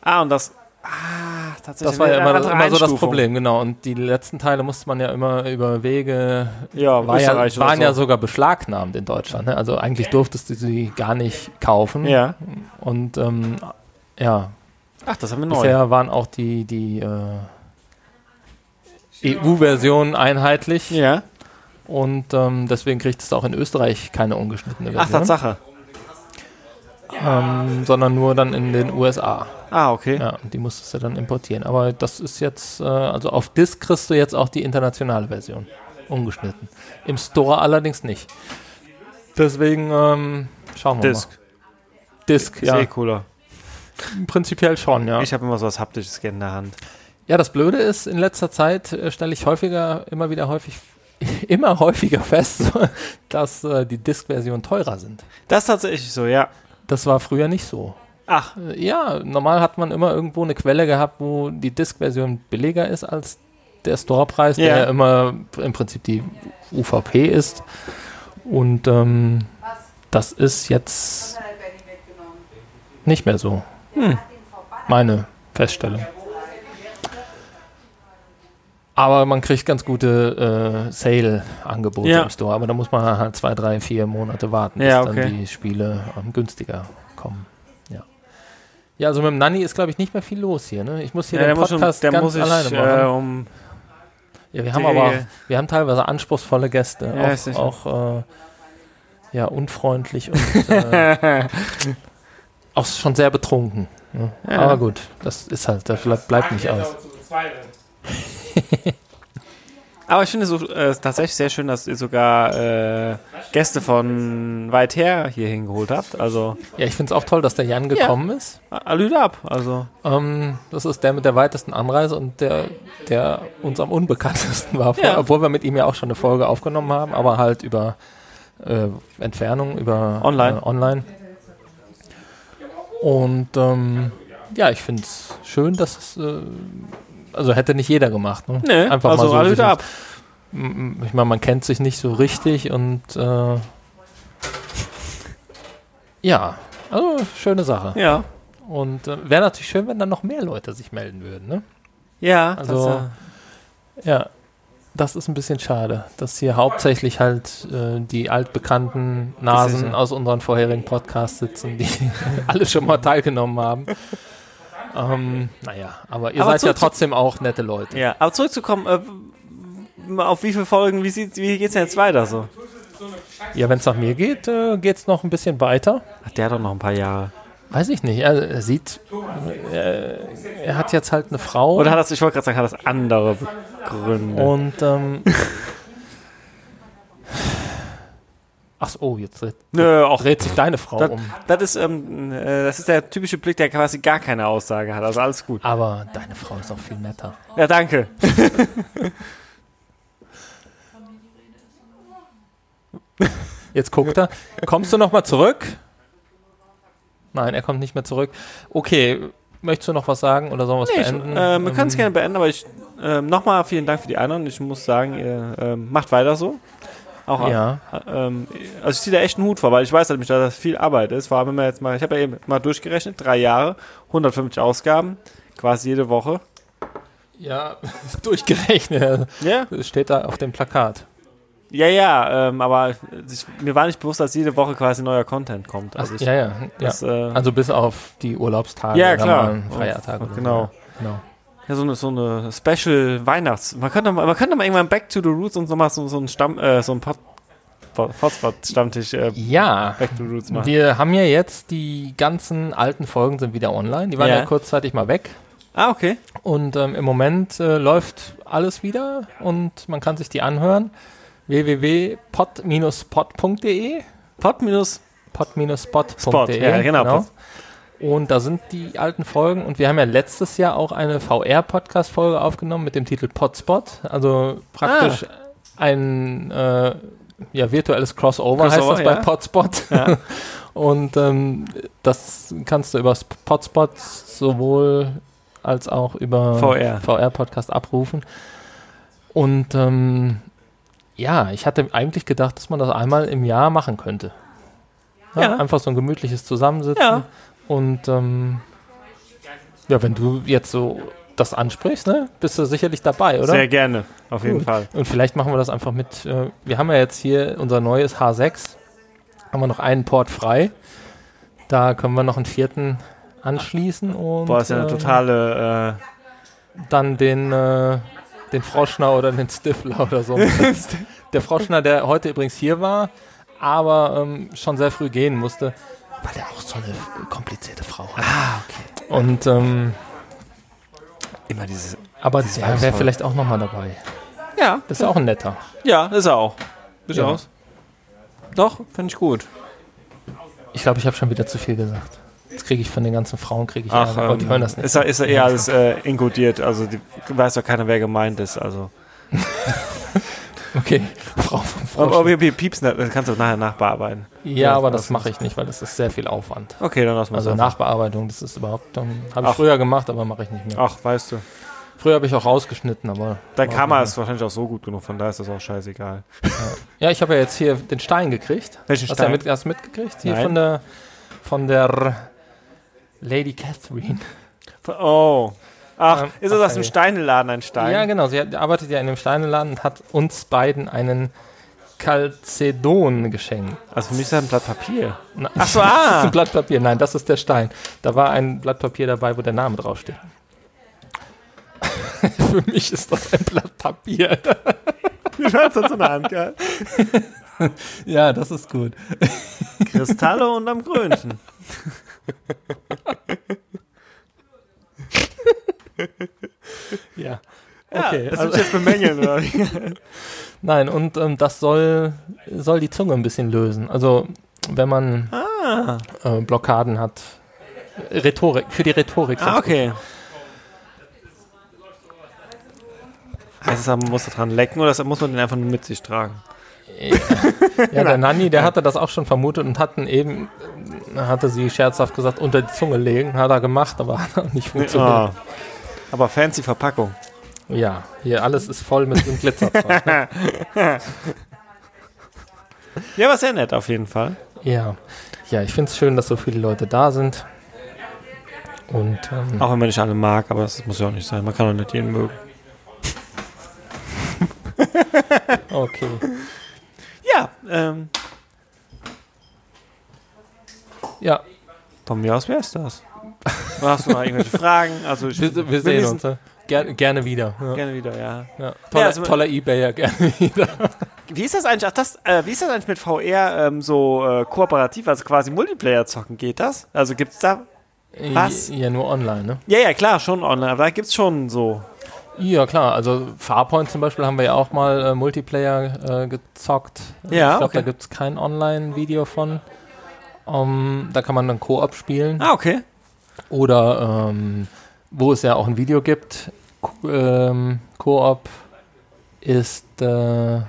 [SPEAKER 12] Ah, und das. Ah, tatsächlich.
[SPEAKER 1] Das war ja
[SPEAKER 12] eine
[SPEAKER 1] immer,
[SPEAKER 12] andere
[SPEAKER 1] immer so das
[SPEAKER 12] Einstufung.
[SPEAKER 1] Problem, genau. Und die letzten Teile musste man ja immer über Wege,
[SPEAKER 12] Ja,
[SPEAKER 1] war ja,
[SPEAKER 12] Österreich oder
[SPEAKER 1] waren
[SPEAKER 12] so.
[SPEAKER 1] ja sogar beschlagnahmt in Deutschland. Ne? Also eigentlich durftest du sie gar nicht kaufen.
[SPEAKER 12] Ja.
[SPEAKER 1] Und ähm, ja.
[SPEAKER 12] Ach, das haben wir neu.
[SPEAKER 1] Bisher waren auch die, die äh, EU-Version einheitlich.
[SPEAKER 12] Ja.
[SPEAKER 1] Und ähm, deswegen kriegt es auch in Österreich keine ungeschnittene
[SPEAKER 12] Ach,
[SPEAKER 1] Version.
[SPEAKER 12] Tatsache.
[SPEAKER 1] Ähm, sondern nur dann in den USA.
[SPEAKER 12] Ah, okay.
[SPEAKER 1] Ja, und die musstest du dann importieren. Aber das ist jetzt, äh, also auf Disc kriegst du jetzt auch die internationale Version. Ungeschnitten. Im Store allerdings nicht. Deswegen ähm, schauen wir
[SPEAKER 12] Disc.
[SPEAKER 1] mal. Disc,
[SPEAKER 12] Ist
[SPEAKER 1] ja.
[SPEAKER 12] eh cooler.
[SPEAKER 1] Prinzipiell schon, ja.
[SPEAKER 12] Ich habe immer so was Haptisches gerne in der Hand.
[SPEAKER 1] Ja, das Blöde ist, in letzter Zeit äh, stelle ich häufiger, immer wieder häufig, immer häufiger fest, dass äh, die Disc-Versionen teurer sind.
[SPEAKER 12] Das ist tatsächlich so, ja.
[SPEAKER 1] Das war früher nicht so.
[SPEAKER 12] Ach.
[SPEAKER 1] Äh, Ja, normal hat man immer irgendwo eine Quelle gehabt, wo die Disk-Version billiger ist als der Store-Preis,
[SPEAKER 12] Ja.
[SPEAKER 1] der ja immer im Prinzip die UVP ist. Und ähm, das ist jetzt nicht mehr so.
[SPEAKER 12] Hm.
[SPEAKER 1] Meine Feststellung. Aber man kriegt ganz gute äh, Sale-Angebote
[SPEAKER 12] Ja.
[SPEAKER 1] im Store. Aber da muss man halt zwei, drei, vier Monate warten,
[SPEAKER 12] Ja,
[SPEAKER 1] bis
[SPEAKER 12] okay.
[SPEAKER 1] dann die Spiele ähm, günstiger kommen. Ja. ja, also mit dem Nanny ist, glaube ich, nicht mehr viel los hier. Ne? Ich muss hier
[SPEAKER 12] Ja,
[SPEAKER 1] den
[SPEAKER 12] der muss schon-
[SPEAKER 1] Podcast
[SPEAKER 12] der
[SPEAKER 1] ganz
[SPEAKER 12] muss ich,
[SPEAKER 1] alleine machen.
[SPEAKER 12] äh, um
[SPEAKER 1] ja, wir haben
[SPEAKER 12] die-
[SPEAKER 1] aber auch, wir haben teilweise anspruchsvolle Gäste.
[SPEAKER 12] Ja, ist sicher.
[SPEAKER 1] auch auch äh, ja, unfreundlich und äh, auch schon sehr betrunken. Ne?
[SPEAKER 2] Ja.
[SPEAKER 1] Aber gut, das ist halt, das bleibt, bleibt nicht aus.
[SPEAKER 12] Aber ich finde es so, äh, tatsächlich sehr schön, dass ihr sogar äh, Gäste von weit her hier hingeholt habt. Also,
[SPEAKER 1] Ja, ich finde es auch toll, dass der Jan gekommen ist.
[SPEAKER 12] Alüde ab, also.
[SPEAKER 1] Ähm, das ist der mit der weitesten Anreise und der, der uns am unbekanntesten war,
[SPEAKER 12] Ja.
[SPEAKER 1] obwohl wir mit ihm ja auch schon eine Folge aufgenommen haben, aber halt über äh, Entfernung, über
[SPEAKER 12] Online.
[SPEAKER 1] Äh, online. Und ähm, ja, ich finde es schön, dass es, äh, also hätte nicht jeder gemacht. Ne?
[SPEAKER 12] Nee, also alle
[SPEAKER 1] sich
[SPEAKER 12] wieder
[SPEAKER 1] ins- M- m- Ich meine, man kennt sich nicht so richtig und äh, ja, also schöne Sache.
[SPEAKER 12] Ja.
[SPEAKER 1] Und äh, wäre natürlich schön, wenn dann noch mehr Leute sich melden würden, ne?
[SPEAKER 12] Ja,
[SPEAKER 1] also ja, das ist ein bisschen schade, dass hier hauptsächlich halt äh, die altbekannten
[SPEAKER 12] Das ist
[SPEAKER 1] Nasen
[SPEAKER 12] ja-
[SPEAKER 1] aus unseren vorherigen Podcasts sitzen, die alle schon mal teilgenommen haben. ähm, naja, aber ihr
[SPEAKER 12] Aber
[SPEAKER 1] seid
[SPEAKER 12] zu-
[SPEAKER 1] ja
[SPEAKER 12] zu-
[SPEAKER 1] trotzdem auch nette Leute.
[SPEAKER 12] ja. Aber zurückzukommen, äh, auf wie viele Folgen, wie, sieht's- wie geht's denn jetzt weiter so?
[SPEAKER 1] Ja, wenn es nach mir geht, äh, geht es noch ein bisschen weiter.
[SPEAKER 12] Ach, der hat doch noch ein paar Jahre.
[SPEAKER 1] Weiß ich nicht. Er, er sieht, äh, er hat jetzt halt eine Frau.
[SPEAKER 12] Oder hat das, ich wollte gerade sagen, hat das andere Gründe?
[SPEAKER 1] Und, ähm. Ach so, oh, jetzt dreht,
[SPEAKER 12] Nö, auch
[SPEAKER 1] dreht sich deine Frau
[SPEAKER 12] das,
[SPEAKER 1] um.
[SPEAKER 12] das, ist, ähm, äh, das ist der typische Blick, der quasi gar keine Aussage hat. Also alles gut.
[SPEAKER 1] Aber deine Frau ist auch viel netter.
[SPEAKER 12] Ja, danke.
[SPEAKER 1] Jetzt guckt er. Kommst du nochmal zurück? Nein, er kommt nicht mehr zurück. Okay, möchtest du noch was sagen oder sollen wir es
[SPEAKER 12] Nee, ich,
[SPEAKER 1] beenden?
[SPEAKER 12] äh, wir können es
[SPEAKER 1] Ähm,
[SPEAKER 12] gerne beenden, aber ich ähm, nochmal vielen Dank für die Einladung. Ich muss sagen, ihr ähm, macht weiter so. Auch,
[SPEAKER 1] Ja.
[SPEAKER 12] äh, ähm, also ich ziehe da echt einen Hut vor, weil ich weiß halt mich, dass das viel Arbeit ist. Vor allem, wenn man jetzt mal, ich habe ja eben mal durchgerechnet, drei Jahre, 150 Ausgaben, quasi jede Woche.
[SPEAKER 1] Ja, ist durchgerechnet.
[SPEAKER 12] Ja.
[SPEAKER 1] Das Steht da auf dem Plakat.
[SPEAKER 12] Ja, ja, ähm, aber ich, mir war nicht bewusst, dass jede Woche quasi neuer Content kommt.
[SPEAKER 1] Ach,
[SPEAKER 12] Also ich,
[SPEAKER 1] ja, ja.
[SPEAKER 12] Das,
[SPEAKER 1] ja.
[SPEAKER 12] äh,
[SPEAKER 1] also bis auf die Urlaubstage
[SPEAKER 12] Ja,
[SPEAKER 1] oder
[SPEAKER 12] klar.
[SPEAKER 1] mal einen Feiertag.
[SPEAKER 12] Oh,
[SPEAKER 1] oder
[SPEAKER 12] genau.
[SPEAKER 1] So. genau.
[SPEAKER 12] Ja, so eine, so eine Special Weihnachts. Man könnte, mal- man könnte mal irgendwann Back to the Roots und nochmal so, so einen Stamm, äh, so einen Pod, Pod, Stammtisch äh,
[SPEAKER 1] Ja,
[SPEAKER 12] Back to the Roots machen.
[SPEAKER 1] wir haben ja jetzt die ganzen alten Folgen sind wieder online. Die waren
[SPEAKER 12] Ja.
[SPEAKER 1] ja kurzzeitig mal weg.
[SPEAKER 12] ah, okay.
[SPEAKER 1] Und ähm, im Moment äh, läuft alles wieder und man kann sich die anhören. www.pod-pod.de
[SPEAKER 12] Pod minus
[SPEAKER 1] pod-pod.de
[SPEAKER 12] Spot, ja, genau.
[SPEAKER 1] Und da sind die alten Folgen und wir haben ja letztes Jahr auch eine VR-Podcast-Folge aufgenommen mit dem Titel Podspot. Also praktisch
[SPEAKER 12] Ah.
[SPEAKER 1] ein äh, ja, virtuelles Crossover, heißt
[SPEAKER 12] Crossover,
[SPEAKER 1] das bei
[SPEAKER 12] ja.
[SPEAKER 1] Potspot.
[SPEAKER 12] Ja.
[SPEAKER 1] Und ähm, das kannst du über Sp- Potspot sowohl als auch über
[SPEAKER 12] VR.
[SPEAKER 1] VR-Podcast abrufen. Und ähm, ja, ich hatte eigentlich gedacht, dass man das einmal im Jahr machen könnte. Ja,
[SPEAKER 12] Ja.
[SPEAKER 1] Ne? Einfach so ein gemütliches Zusammensitzen.
[SPEAKER 12] Ja.
[SPEAKER 1] Und ähm, ja, wenn du jetzt so das ansprichst, ne, bist du sicherlich dabei, oder?
[SPEAKER 12] Sehr gerne, auf jeden
[SPEAKER 1] Cool.
[SPEAKER 12] Fall.
[SPEAKER 1] Und vielleicht machen wir das einfach mit, äh, wir haben ja jetzt hier unser neues H6, haben wir noch einen Port frei. Da können wir noch einen vierten anschließen und
[SPEAKER 12] Boah, ist ja eine
[SPEAKER 1] ähm,
[SPEAKER 12] totale. äh,
[SPEAKER 1] dann den, äh, den Froschner oder den Stifler oder so. der Froschner, der heute übrigens hier war, aber ähm, schon sehr früh gehen musste, weil er auch so eine komplizierte Frau hat. Ah, okay. Und ähm,
[SPEAKER 12] Immer dieses.
[SPEAKER 1] aber
[SPEAKER 12] dieses
[SPEAKER 1] der wäre
[SPEAKER 12] Weibsvolk.
[SPEAKER 1] vielleicht auch nochmal dabei.
[SPEAKER 12] Ja.
[SPEAKER 1] Das ist auch ein netter.
[SPEAKER 12] Äh, ja, ist er auch. Durchaus. Doch, finde ich gut.
[SPEAKER 1] Ich glaube, ich habe schon wieder zu viel gesagt. Jetzt kriege ich von den ganzen Frauen kriege ich
[SPEAKER 12] Ach,
[SPEAKER 1] Ärger, aber
[SPEAKER 12] ähm,
[SPEAKER 1] die hören das nicht.
[SPEAKER 12] Ist, ja- ist ja eh alles äh, inkodiert, also die, weiß doch keiner, wer gemeint ist. Also.
[SPEAKER 1] Okay, Frau vom
[SPEAKER 12] Ob,
[SPEAKER 1] Frosch.
[SPEAKER 12] ob wir piepsen, das kannst du nachher nachbearbeiten.
[SPEAKER 1] ja, aber das mache ich nicht, weil das ist sehr viel Aufwand.
[SPEAKER 12] Okay, dann lass mal
[SPEAKER 1] Also
[SPEAKER 12] so.
[SPEAKER 1] Nachbearbeitung, das ist überhaupt, ähm, habe ich
[SPEAKER 12] Ach.
[SPEAKER 1] früher gemacht, aber mache ich nicht mehr.
[SPEAKER 12] Ach, weißt du.
[SPEAKER 1] Früher habe ich auch rausgeschnitten, aber.
[SPEAKER 12] Dein
[SPEAKER 1] war
[SPEAKER 12] Karma
[SPEAKER 1] auch-
[SPEAKER 12] ist wahrscheinlich auch so gut genug, von daher ist das auch scheißegal.
[SPEAKER 1] Ja, ich habe ja jetzt hier den Stein gekriegt.
[SPEAKER 12] Welchen
[SPEAKER 1] hast Du
[SPEAKER 12] Stein?
[SPEAKER 1] mit, hast du mitgekriegt? Hier
[SPEAKER 12] Nein.
[SPEAKER 1] von der, von der Lady Catherine.
[SPEAKER 12] Oh. Ach,
[SPEAKER 1] Ähm,
[SPEAKER 12] ist das aus dem
[SPEAKER 1] ey.
[SPEAKER 12] Steineladen ein Stein?
[SPEAKER 1] Ja, genau. Sie hat, arbeitet ja in einem Steineladen und hat uns beiden einen Calcedon geschenkt.
[SPEAKER 12] Also für mich ist das ein Blatt Papier.
[SPEAKER 1] Na,
[SPEAKER 12] Ach so,
[SPEAKER 1] Das
[SPEAKER 12] ah.
[SPEAKER 1] ist ein Blatt Papier. Nein, das ist der Stein. Da war ein Blatt Papier dabei, wo der Name draufsteht. Für mich ist das ein Blatt Papier.
[SPEAKER 12] Du schaust das in der Hand, gell?
[SPEAKER 1] ja, das ist gut.
[SPEAKER 12] Kristalle und am Grönchen.
[SPEAKER 1] Ja.
[SPEAKER 12] Ja,
[SPEAKER 1] Okay.
[SPEAKER 12] das willst du jetzt bemängeln, oder wie?
[SPEAKER 1] Nein, und ähm, das soll, soll die Zunge ein bisschen lösen. Also, wenn man
[SPEAKER 12] Ah.
[SPEAKER 1] äh, Blockaden hat, Rhetorik, für die Rhetorik.
[SPEAKER 12] Ah,
[SPEAKER 1] ganz gut.
[SPEAKER 12] okay. Heißt es, man muss da dran lecken oder muss man den einfach nur mit sich tragen?
[SPEAKER 1] Ja, der Nanni, der hatte das auch schon vermutet und hatten eben, äh, hatte sie scherzhaft gesagt, unter die Zunge legen. Hat er gemacht, aber hat auch nicht funktioniert.
[SPEAKER 12] Ah. Aber fancy Verpackung.
[SPEAKER 1] Ja, hier alles ist voll mit dem Glitzerzeug. ne?
[SPEAKER 12] Ja, war sehr nett auf jeden Fall.
[SPEAKER 1] ja. ja, ich finde es schön, dass so viele Leute da sind. Und ähm,
[SPEAKER 12] Auch wenn man nicht alle mag, aber das muss ja auch nicht sein. Man kann doch nicht jeden mögen.
[SPEAKER 1] okay.
[SPEAKER 12] Ja, ähm,
[SPEAKER 1] Ja,
[SPEAKER 12] von mir aus wär's das. Hast du noch irgendwelche Fragen? Also ich,
[SPEAKER 1] wir, wir sehen uns. ne? Ger gerne wieder. Ja.
[SPEAKER 12] Gerne wieder, ja.
[SPEAKER 1] Ja. Toller,
[SPEAKER 12] also-
[SPEAKER 1] toller Ebayer, gerne wieder.
[SPEAKER 12] Wie ist das eigentlich? Ach, das, äh, wie ist das eigentlich mit VR ähm, so äh, kooperativ, also quasi Multiplayer zocken? Geht das? Also gibt's da was?
[SPEAKER 1] Ja, nur online, ne?
[SPEAKER 12] Ja, ja, klar, schon online, aber da gibt's schon so.
[SPEAKER 1] Ja, klar. Also Farpoint zum Beispiel haben wir ja auch mal äh, Multiplayer äh, gezockt. Also
[SPEAKER 12] Ja,
[SPEAKER 1] ich glaube,
[SPEAKER 12] okay.
[SPEAKER 1] da gibt es kein Online-Video von. Ähm, da kann man dann Koop spielen.
[SPEAKER 12] Ah, okay.
[SPEAKER 1] Oder ähm, wo es ja auch ein Video gibt, Ko- ähm, Koop ist äh,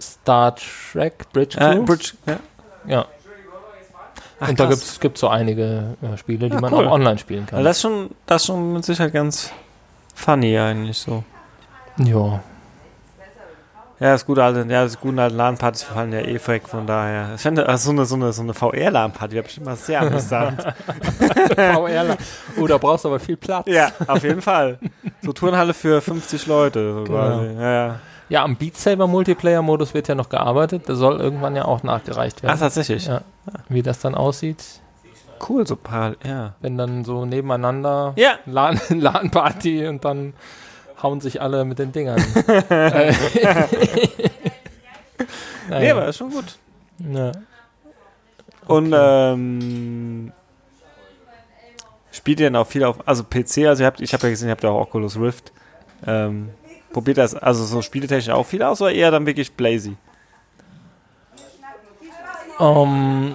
[SPEAKER 1] Star Trek Bridge
[SPEAKER 12] Äh,
[SPEAKER 1] Crew.
[SPEAKER 12] Bridge, ja.
[SPEAKER 1] ja.
[SPEAKER 12] Ach,
[SPEAKER 1] Und da
[SPEAKER 12] krass.
[SPEAKER 1] gibt es so einige äh, Spiele, die
[SPEAKER 12] Ja,
[SPEAKER 1] man
[SPEAKER 12] cool.
[SPEAKER 1] auch online spielen kann.
[SPEAKER 12] Also das ist schon, das ist schon mit Sicherheit ganz funny eigentlich so.
[SPEAKER 1] ja.
[SPEAKER 12] Ja, das gute alte, ja, das gute alte LAN-Partys fallen ja eh weg, von daher. Ich fände, also so eine, so eine, so eine VR-LAN-Party wäre bestimmt mal sehr amüsant.
[SPEAKER 1] VR. Oh, da brauchst du aber viel Platz.
[SPEAKER 12] ja, auf jeden Fall. So Turnhalle für 50 Leute, so
[SPEAKER 1] Genau.
[SPEAKER 12] quasi. Ja, ja.
[SPEAKER 1] Ja, am Beat Saber Multiplayer-Modus wird ja noch gearbeitet. Der soll irgendwann ja auch nachgereicht werden.
[SPEAKER 12] Ach, tatsächlich?
[SPEAKER 1] Ja. Wie das dann aussieht,
[SPEAKER 12] Cool, so parallel, ja.
[SPEAKER 1] wenn dann so nebeneinander
[SPEAKER 12] Ja.
[SPEAKER 1] LAN, LAN-Party und dann hauen sich alle mit den Dingern. Äh, naja.
[SPEAKER 12] Nee, aber ist schon gut.
[SPEAKER 1] Ja.
[SPEAKER 12] Und ähm, spielt ihr denn auch viel auf, also PC, also ihr habt, ich habe ja gesehen, ihr habt ja auch Oculus Rift. Ähm, probiert das, also so spieletechnisch auch viel aus oder eher dann wirklich Blazy?
[SPEAKER 1] Ähm,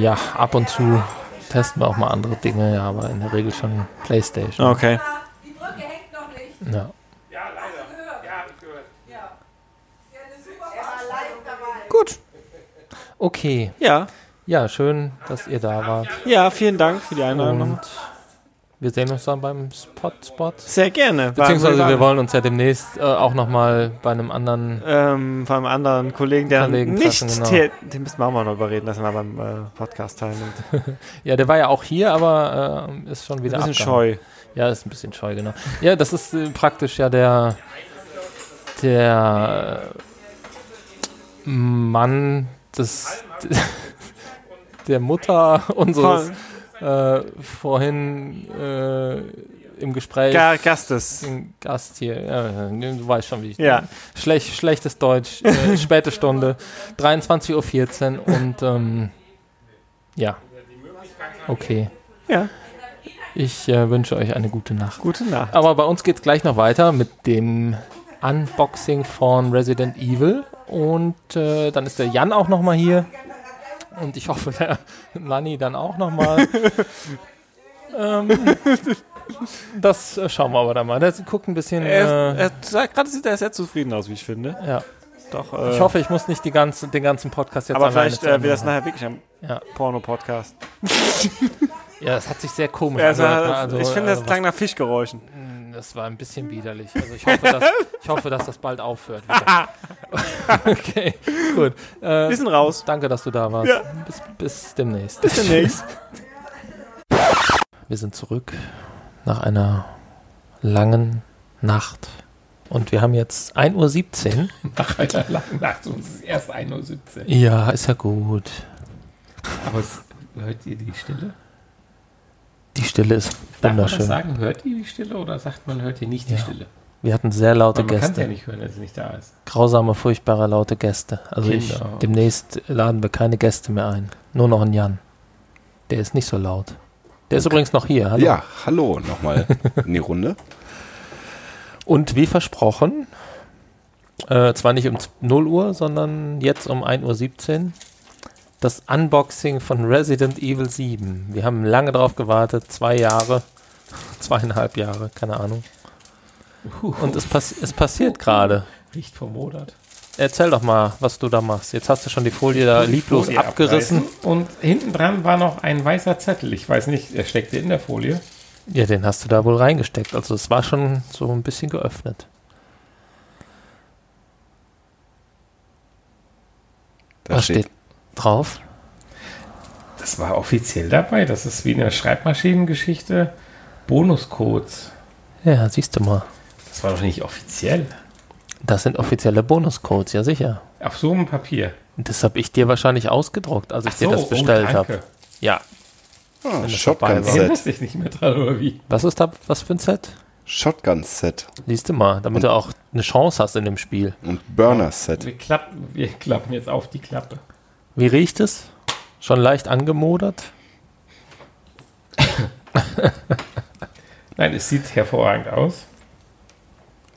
[SPEAKER 1] ja, ab und zu testen wir auch mal andere Dinge, ja, aber in der Regel schon Playstation.
[SPEAKER 12] Okay.
[SPEAKER 1] Ja. Okay.
[SPEAKER 12] Ja.
[SPEAKER 1] Ja, schön, dass ihr da wart.
[SPEAKER 12] Ja, vielen Dank für die Einladung.
[SPEAKER 1] Und wir sehen uns dann beim Spot-Spot.
[SPEAKER 12] Sehr gerne.
[SPEAKER 1] Beziehungsweise wir wollen uns ja demnächst äh, auch nochmal bei einem anderen...
[SPEAKER 12] Ähm, von einem anderen Kollegen, der
[SPEAKER 1] Kollegen
[SPEAKER 12] nicht,
[SPEAKER 1] treffen, genau.
[SPEAKER 12] te- den müssen wir auch mal noch überreden, dass er mal beim äh, Podcast teilnimmt.
[SPEAKER 1] Ja, der war ja auch hier, aber ähm, ist schon wieder
[SPEAKER 12] Ein bisschen
[SPEAKER 1] abgehauen. Ja, ist ein bisschen scheu, genau. Ja, das ist äh, praktisch ja der, der äh, Mann des, der Mutter unseres äh, vorhin äh, im Gespräch.
[SPEAKER 12] Ga- Gastes.
[SPEAKER 1] Den Gast hier. Ja, du weißt schon, wie ich.
[SPEAKER 12] Ja.
[SPEAKER 1] Schlech, schlechtes Deutsch, äh, späte Stunde, 23.14 Uhr und ähm, ja. Okay.
[SPEAKER 12] Ja.
[SPEAKER 1] Ich äh, wünsche euch eine gute Nacht.
[SPEAKER 12] Gute Nacht.
[SPEAKER 1] Aber bei uns geht es gleich noch weiter mit dem Unboxing von Resident Evil. Und äh, dann ist der Jan auch nochmal hier. Und ich hoffe, der Nanni dann auch nochmal. ähm, das äh, schauen wir aber dann mal. Das guckt ein bisschen.
[SPEAKER 12] Er,
[SPEAKER 1] äh,
[SPEAKER 12] er sagt gerade, sieht er sehr zufrieden aus, wie ich finde.
[SPEAKER 1] Ja.
[SPEAKER 12] Doch, äh,
[SPEAKER 1] ich hoffe, ich muss nicht die ganze, den ganzen Podcast jetzt
[SPEAKER 12] Aber
[SPEAKER 1] alleine
[SPEAKER 12] vielleicht
[SPEAKER 1] zu
[SPEAKER 12] äh,
[SPEAKER 1] Ende
[SPEAKER 12] wird das
[SPEAKER 1] machen.
[SPEAKER 12] nachher wirklich ein
[SPEAKER 1] Ja.
[SPEAKER 12] Porno-Podcast.
[SPEAKER 1] Ja, es hat sich sehr komisch
[SPEAKER 12] Ja, es war-
[SPEAKER 1] angehört, ne?
[SPEAKER 12] ich finde, das
[SPEAKER 1] was-
[SPEAKER 12] klang nach Fischgeräuschen.
[SPEAKER 1] Mm, Das war ein bisschen widerlich. Also ich hoffe, dass, ich hoffe, dass das bald aufhört. wieder. okay, gut. Äh,
[SPEAKER 12] Wir sind raus.
[SPEAKER 1] Danke, dass du da warst.
[SPEAKER 12] Ja.
[SPEAKER 1] Bis, bis demnächst.
[SPEAKER 12] Bis demnächst.
[SPEAKER 1] Wir sind zurück nach einer langen Nacht. Und wir haben jetzt 1.17 Uhr.
[SPEAKER 2] Nach einer langen Nacht, und es ist erst 1.17 Uhr.
[SPEAKER 1] Ja, ist ja gut.
[SPEAKER 2] Aber es, hört ihr die Stille?
[SPEAKER 1] Die Stille ist
[SPEAKER 2] Darf man das
[SPEAKER 1] wunderschön.
[SPEAKER 2] sagen, hört ihr die Stille oder sagt man, hört ihr nicht die
[SPEAKER 1] Ja.
[SPEAKER 2] Stille?
[SPEAKER 1] Wir hatten sehr laute
[SPEAKER 2] Weil man Man
[SPEAKER 1] Gäste.
[SPEAKER 2] kann ja nicht hören, wenn sie nicht da ist.
[SPEAKER 1] Grausame, furchtbare, laute Gäste. Also ich,
[SPEAKER 2] Genau.
[SPEAKER 1] demnächst laden wir keine Gäste mehr ein. Nur noch einen Jan. Der ist nicht so laut. Der ist übrigens noch hier. Hallo.
[SPEAKER 4] Ja, hallo nochmal in die Runde.
[SPEAKER 1] Und wie versprochen, äh, zwar nicht um z- 0 Uhr, sondern jetzt um 1.17 Uhr, das Unboxing von Resident Evil 7. Wir haben lange drauf gewartet, zwei Jahre, zweieinhalb Jahre, keine Ahnung. Und es, pass es passiert gerade.
[SPEAKER 2] Riecht vermodert.
[SPEAKER 1] Erzähl doch mal, was du da machst. Jetzt hast du schon die Folie da lieblos
[SPEAKER 2] Folie
[SPEAKER 1] abgerissen.
[SPEAKER 2] abreißen. Und hinten dran war noch ein weißer Zettel. Ich weiß nicht, er steckte in der Folie.
[SPEAKER 1] Ja, den hast du da wohl reingesteckt. Also es war schon so ein bisschen geöffnet.
[SPEAKER 4] Da
[SPEAKER 1] was steht drauf?
[SPEAKER 2] Das war offiziell dabei. Das ist wie eine Schreibmaschinengeschichte. Bonuscodes.
[SPEAKER 1] Ja, siehst du mal.
[SPEAKER 2] Das war doch nicht offiziell.
[SPEAKER 1] Das sind offizielle Bonuscodes, ja sicher.
[SPEAKER 2] Auf so einem Papier.
[SPEAKER 1] Das habe ich dir wahrscheinlich ausgedruckt, als ich
[SPEAKER 2] Ach
[SPEAKER 1] dir
[SPEAKER 2] so,
[SPEAKER 1] das
[SPEAKER 2] oh,
[SPEAKER 1] bestellt
[SPEAKER 2] danke.
[SPEAKER 1] habe. Ja.
[SPEAKER 4] Ah,
[SPEAKER 1] das
[SPEAKER 4] Shotgun
[SPEAKER 1] dabei war.
[SPEAKER 4] Set.
[SPEAKER 2] Wusste ich nicht mehr dran, oder wie?
[SPEAKER 1] Was ist da, was für ein Set?
[SPEAKER 4] Shotgun-Set
[SPEAKER 1] Liest du mal, damit du auch eine Chance hast in dem Spiel.
[SPEAKER 4] und Burner-Set.
[SPEAKER 2] Wir klappen, wir klappen jetzt auf die Klappe.
[SPEAKER 1] Wie riecht es? Schon leicht angemodert?
[SPEAKER 2] Nein, es sieht hervorragend aus.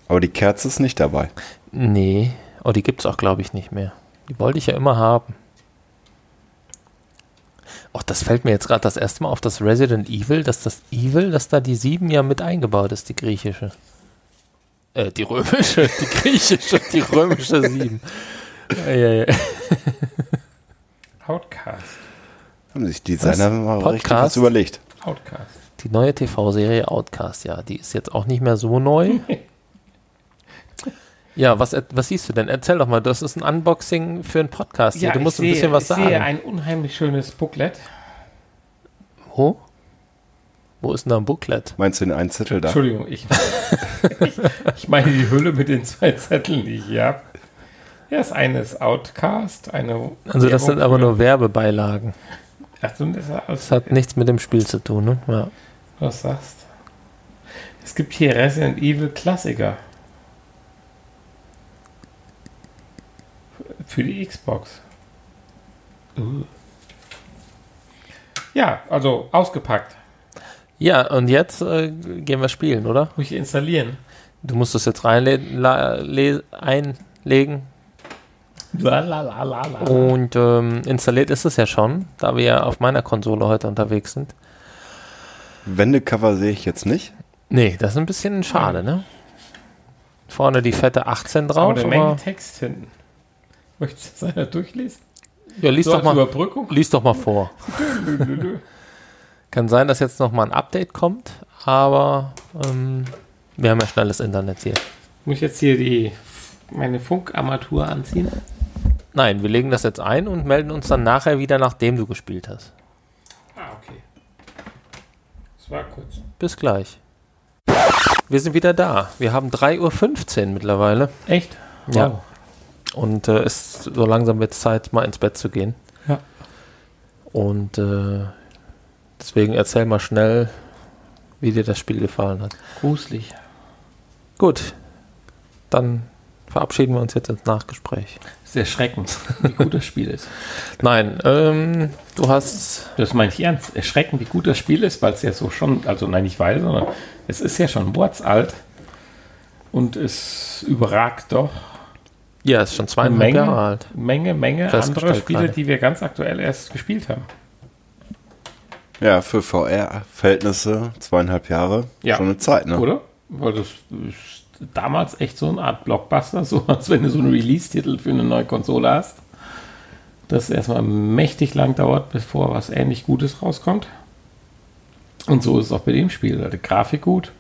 [SPEAKER 4] Aber die Kerze ist nicht dabei.
[SPEAKER 1] Nee. Oh, die gibt's auch, glaube ich, nicht mehr. Die wollte ich ja immer haben. Och, das fällt mir jetzt gerade das erste Mal auf, das Resident Evil, dass das Evil, dass da die sieben ja mit eingebaut ist, die griechische. Äh, die römische, die griechische, die römische sieben. Ja, ja, ja.
[SPEAKER 2] Outcast.
[SPEAKER 4] Haben sich die Designer mal richtig
[SPEAKER 1] Podcast?
[SPEAKER 4] was überlegt.
[SPEAKER 2] Outcast.
[SPEAKER 1] Die neue TV-Serie Outcast, ja, die ist jetzt auch nicht mehr so neu. Ja, was, et- was siehst du denn? Erzähl doch mal, das ist ein Unboxing für einen Podcast hier. Du
[SPEAKER 2] ich
[SPEAKER 1] musst ein
[SPEAKER 2] sehe-
[SPEAKER 1] bisschen was
[SPEAKER 2] ich
[SPEAKER 1] sagen.
[SPEAKER 2] Sehe ein unheimlich schönes Booklet.
[SPEAKER 1] Wo? Wo ist denn da ein Booklet?
[SPEAKER 4] Meinst du den einen Zettel da?
[SPEAKER 2] Entschuldigung, ich, ich, ich meine die Hülle mit den zwei Zetteln, die ich hier habe. Ja, das eine ist Outcast, eine.
[SPEAKER 1] Also das
[SPEAKER 2] Werbung
[SPEAKER 1] sind aber
[SPEAKER 2] für-
[SPEAKER 1] nur Werbebeilagen.
[SPEAKER 2] Ach, so, das,
[SPEAKER 1] Das
[SPEAKER 2] das
[SPEAKER 1] hat nichts mit dem Spiel zu tun, ne? Ja.
[SPEAKER 2] was sagst Es gibt hier Resident Evil Klassiker. Für die Xbox. Uh. Ja, also ausgepackt.
[SPEAKER 1] Ja, und jetzt äh, gehen wir spielen, oder?
[SPEAKER 2] Muss ich installieren.
[SPEAKER 1] Du musst es jetzt reinlegen, la- le- einlegen.
[SPEAKER 2] La, la, la, la, la.
[SPEAKER 1] Und ähm, installiert ist es ja schon, da wir ja auf meiner Konsole heute unterwegs sind.
[SPEAKER 4] Wendecover sehe ich jetzt nicht.
[SPEAKER 1] Nee, das ist ein bisschen schade, ne? Vorne die fette 18 drauf.
[SPEAKER 2] Aber der
[SPEAKER 1] Aber
[SPEAKER 2] Menge Text hinten. Möchtest du das einer durchlesen?
[SPEAKER 1] Ja, lies,
[SPEAKER 2] So
[SPEAKER 1] doch
[SPEAKER 2] als
[SPEAKER 1] mal,
[SPEAKER 2] Überbrückung.
[SPEAKER 1] lies doch mal vor. Kann sein, dass jetzt nochmal ein Update kommt, aber ähm, wir haben ja schnelles Internet hier.
[SPEAKER 2] Muss ich jetzt hier die, meine Funkarmatur anziehen?
[SPEAKER 1] Nein, wir legen das jetzt ein und melden uns dann nachher wieder, nachdem du gespielt hast.
[SPEAKER 2] Ah, okay. Das war kurz.
[SPEAKER 1] Bis gleich. Wir sind wieder da. Wir haben 3.15 Uhr mittlerweile.
[SPEAKER 2] Echt?
[SPEAKER 1] Ja.
[SPEAKER 2] Wow.
[SPEAKER 1] Und äh, ist so langsam wird Zeit, mal ins Bett zu gehen.
[SPEAKER 2] Ja.
[SPEAKER 1] Und äh, deswegen erzähl mal schnell, wie dir das Spiel gefallen hat.
[SPEAKER 2] Gruselig.
[SPEAKER 1] Gut, dann verabschieden wir uns jetzt ins Nachgespräch.
[SPEAKER 2] Ist erschreckend, wie gut das Spiel ist.
[SPEAKER 1] Nein, ähm, du hast.
[SPEAKER 2] Das meine ich ernst. Erschreckend, wie gut das Spiel ist, weil es ja so schon, also nein, nicht weil, sondern es ist ja schon Worts alt. Und es überragt doch
[SPEAKER 1] Ja, ist schon
[SPEAKER 2] eine
[SPEAKER 1] zweieinhalb
[SPEAKER 2] Menge,
[SPEAKER 1] Jahre alt.
[SPEAKER 2] Menge, Menge andere
[SPEAKER 1] Festgestellt
[SPEAKER 2] Spiele,
[SPEAKER 1] gerade.
[SPEAKER 2] die wir ganz aktuell erst gespielt haben.
[SPEAKER 4] Ja, für VR-Verhältnisse zweieinhalb Jahre. Schon eine Zeit, ne?
[SPEAKER 2] Oder? Weil das ist damals echt so eine Art Blockbuster, so als wenn du so einen Release-Titel für eine neue Konsole hast. Das erstmal mächtig lang dauert, bevor was ähnlich Gutes rauskommt. Und so ist es auch bei dem Spiel. Die Grafik gut.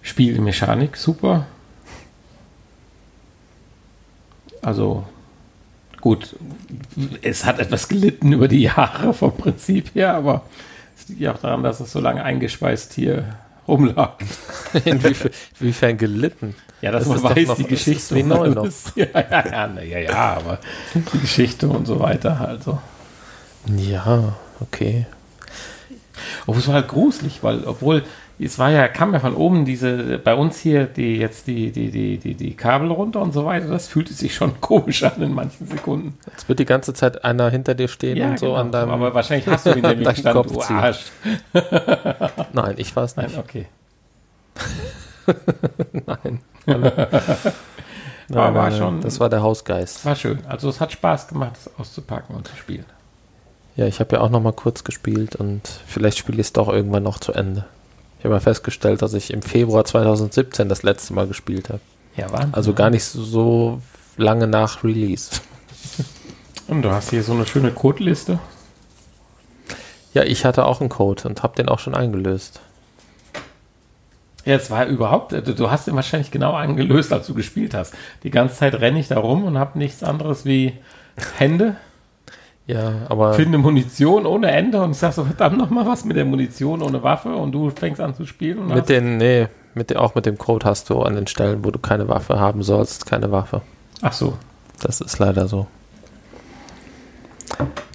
[SPEAKER 2] Spielmechanik super. Also gut, es hat etwas gelitten über die Jahre vom Prinzip her, aber es liegt ja auch daran, dass es so lange eingespeist hier rumlag.
[SPEAKER 1] Inwief- Inwiefern gelitten?
[SPEAKER 2] Ja, dass
[SPEAKER 1] Das
[SPEAKER 2] man
[SPEAKER 1] ist doch
[SPEAKER 2] weiß,
[SPEAKER 1] noch-
[SPEAKER 2] die
[SPEAKER 1] es
[SPEAKER 2] Geschichte
[SPEAKER 1] ist wie neu
[SPEAKER 2] und
[SPEAKER 1] noch.
[SPEAKER 2] alles. Ja, ja, ja, na, ja, ja, aber die Geschichte und so weiter halt so.
[SPEAKER 1] Ja, okay.
[SPEAKER 2] Obwohl es war halt gruselig, weil, obwohl, es war ja, kam ja von oben diese, bei uns hier, die jetzt die, die, die, die, die Kabel runter und so weiter, das fühlte sich schon komisch an in manchen Sekunden.
[SPEAKER 1] Jetzt wird die ganze Zeit einer hinter dir stehen
[SPEAKER 2] Ja,
[SPEAKER 1] und so
[SPEAKER 2] genau.
[SPEAKER 1] an deinem.
[SPEAKER 2] Aber wahrscheinlich hast du ihn nämlich
[SPEAKER 1] deinen
[SPEAKER 2] gestanden, du
[SPEAKER 1] ziehen.
[SPEAKER 2] Arsch.
[SPEAKER 1] Nein, ich war es
[SPEAKER 2] Nein,
[SPEAKER 1] nicht.
[SPEAKER 2] okay.
[SPEAKER 1] Nein.
[SPEAKER 2] Aber
[SPEAKER 1] Nein,
[SPEAKER 2] war
[SPEAKER 1] nein,
[SPEAKER 2] schon,
[SPEAKER 1] das war der Hausgeist.
[SPEAKER 2] war schön. Also es hat Spaß gemacht, das auszupacken und zu spielen.
[SPEAKER 1] Ja, ich habe ja auch noch mal kurz gespielt und vielleicht spiele ich es doch irgendwann noch zu Ende. Ich habe ja festgestellt, dass ich im Februar 2017 das letzte Mal gespielt habe.
[SPEAKER 2] Ja, Wahnsinn.
[SPEAKER 1] Also gar nicht so lange nach Release.
[SPEAKER 2] Und du hast hier so eine schöne Codeliste.
[SPEAKER 1] Ja, ich hatte auch einen Code und habe den auch schon eingelöst.
[SPEAKER 2] Ja, es war überhaupt, du, du hast ihn wahrscheinlich genau angelöst, als du gespielt hast. Die ganze Zeit renne ich da rum und habe nichts anderes wie Hände,
[SPEAKER 1] Ja, aber
[SPEAKER 2] finde Munition ohne Ende und ich sag so, verdammt nochmal was mit der Munition ohne Waffe und du fängst an zu spielen. Und
[SPEAKER 1] mit den, nee, mit den, auch mit dem Code hast du an den Stellen, wo du keine Waffe haben sollst, keine Waffe.
[SPEAKER 2] Ach so.
[SPEAKER 1] Das ist leider so.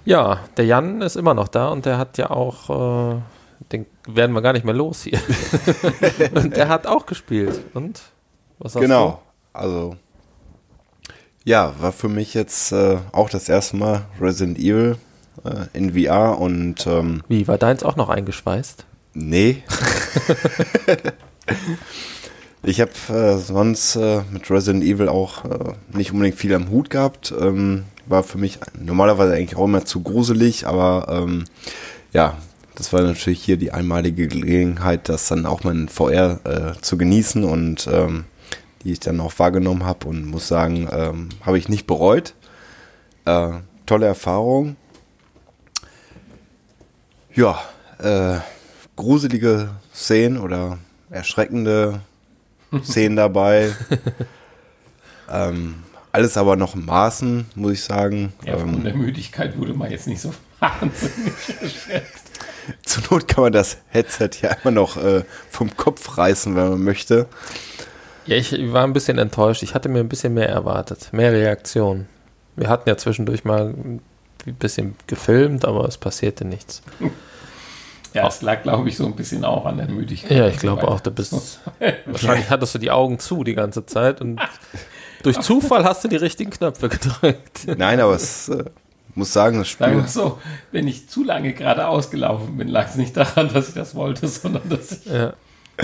[SPEAKER 1] Ja, der Jan ist immer noch da und der hat ja auch, äh, den werden wir gar nicht mehr los hier. und der hat auch gespielt. Und was sagst
[SPEAKER 4] Genau. Also, ja, war für mich jetzt äh, auch das erste Mal Resident Evil äh, in VR und. Ähm,
[SPEAKER 1] Wie, war deins auch noch eingeschweißt?
[SPEAKER 4] Nee. ich habe äh, sonst äh, mit Resident Evil auch äh, nicht unbedingt viel am Hut gehabt. Ähm, war für mich normalerweise eigentlich auch immer zu gruselig, aber ähm, ja, das war natürlich hier die einmalige Gelegenheit, das dann auch mal in VR äh, zu genießen und ähm, die ich dann auch wahrgenommen habe und muss sagen, ähm, habe ich nicht bereut. Äh, tolle Erfahrung. Ja, äh, gruselige Szenen oder erschreckende Szenen dabei. ähm, alles aber noch in Maßen, muss ich sagen.
[SPEAKER 2] Ja,
[SPEAKER 4] ähm,
[SPEAKER 2] von der Müdigkeit wurde man jetzt nicht so wahnsinnig erschreckt.
[SPEAKER 4] Zur Not kann man das Headset ja immer noch äh, vom Kopf reißen, wenn man möchte.
[SPEAKER 1] Ja, ich war ein bisschen enttäuscht. Ich hatte mir ein bisschen mehr erwartet. Mehr Reaktion. Wir hatten ja zwischendurch mal ein bisschen gefilmt, aber es passierte nichts.
[SPEAKER 2] Ja, es lag, glaube ich, so ein bisschen auch an der Müdigkeit.
[SPEAKER 1] Ja, ich glaube auch, du bist. wahrscheinlich hattest du die Augen zu die ganze Zeit und durch Zufall hast du die richtigen Knöpfe gedrückt.
[SPEAKER 4] Nein, aber es äh, muss sagen, das
[SPEAKER 2] Sagen
[SPEAKER 4] Spiel.
[SPEAKER 2] wir so, wenn ich zu lange geradeaus gelaufen bin, lag es nicht daran, dass ich das wollte, sondern dass ich
[SPEAKER 1] Ja.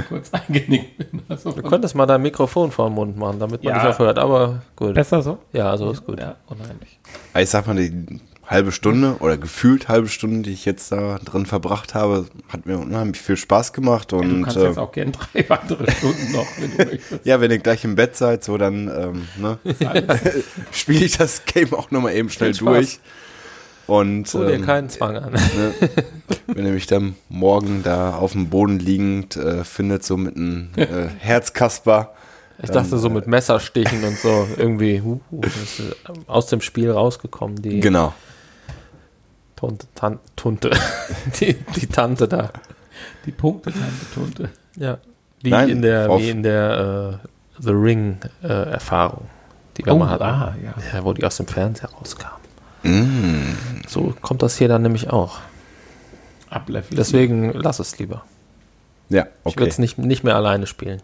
[SPEAKER 2] kurz eingenickt bin. Also
[SPEAKER 1] Du könntest mal dein Mikrofon vor den Mund machen, damit man
[SPEAKER 2] Ja.
[SPEAKER 1] dich auch hört, aber gut.
[SPEAKER 2] Besser so?
[SPEAKER 1] Ja, so ist gut.
[SPEAKER 2] Ja, unheimlich.
[SPEAKER 4] Ich sag mal, die halbe Stunde oder gefühlt halbe Stunde, die ich jetzt da drin verbracht habe, hat mir unheimlich viel Spaß gemacht. Und, äh, ähm,
[SPEAKER 2] du kannst jetzt auch gern drei weitere Stunden noch, wenn du möchtest.
[SPEAKER 4] ja, wenn ihr gleich im Bett seid, so dann ähm, ne, spiele ich das Game auch nochmal eben schnell
[SPEAKER 1] Viel Spaß.
[SPEAKER 4] durch. Und
[SPEAKER 1] Tu dir
[SPEAKER 2] Ähm,
[SPEAKER 1] keinen Zwang an.
[SPEAKER 4] Ne, wenn ihr mich dann morgen da auf dem Boden liegend äh, findet, so mit einem äh, Herzkasper.
[SPEAKER 1] Ich
[SPEAKER 4] dann,
[SPEAKER 1] dachte so mit Messerstichen und so irgendwie huh, huh, das ist äh, aus dem Spiel rausgekommen, die
[SPEAKER 4] Genau.
[SPEAKER 1] Tunte, Tan, Tunte. Die, die Tante da.
[SPEAKER 2] Die Punkte Tante Tunte.
[SPEAKER 1] Ja. Wie
[SPEAKER 2] Nein,
[SPEAKER 1] in der,
[SPEAKER 2] auf-
[SPEAKER 1] wie in der äh, The Ring äh, Erfahrung, die wir
[SPEAKER 2] Oh,
[SPEAKER 1] mal hatten.
[SPEAKER 2] ah, ja.
[SPEAKER 1] Wo die aus dem Fernseher rauskam.
[SPEAKER 4] Mm.
[SPEAKER 1] So kommt das hier dann nämlich auch.
[SPEAKER 2] Ableveln.
[SPEAKER 1] Deswegen lass es lieber.
[SPEAKER 4] Ja,
[SPEAKER 1] Ich würde
[SPEAKER 4] okay.
[SPEAKER 1] es nicht, nicht mehr alleine spielen.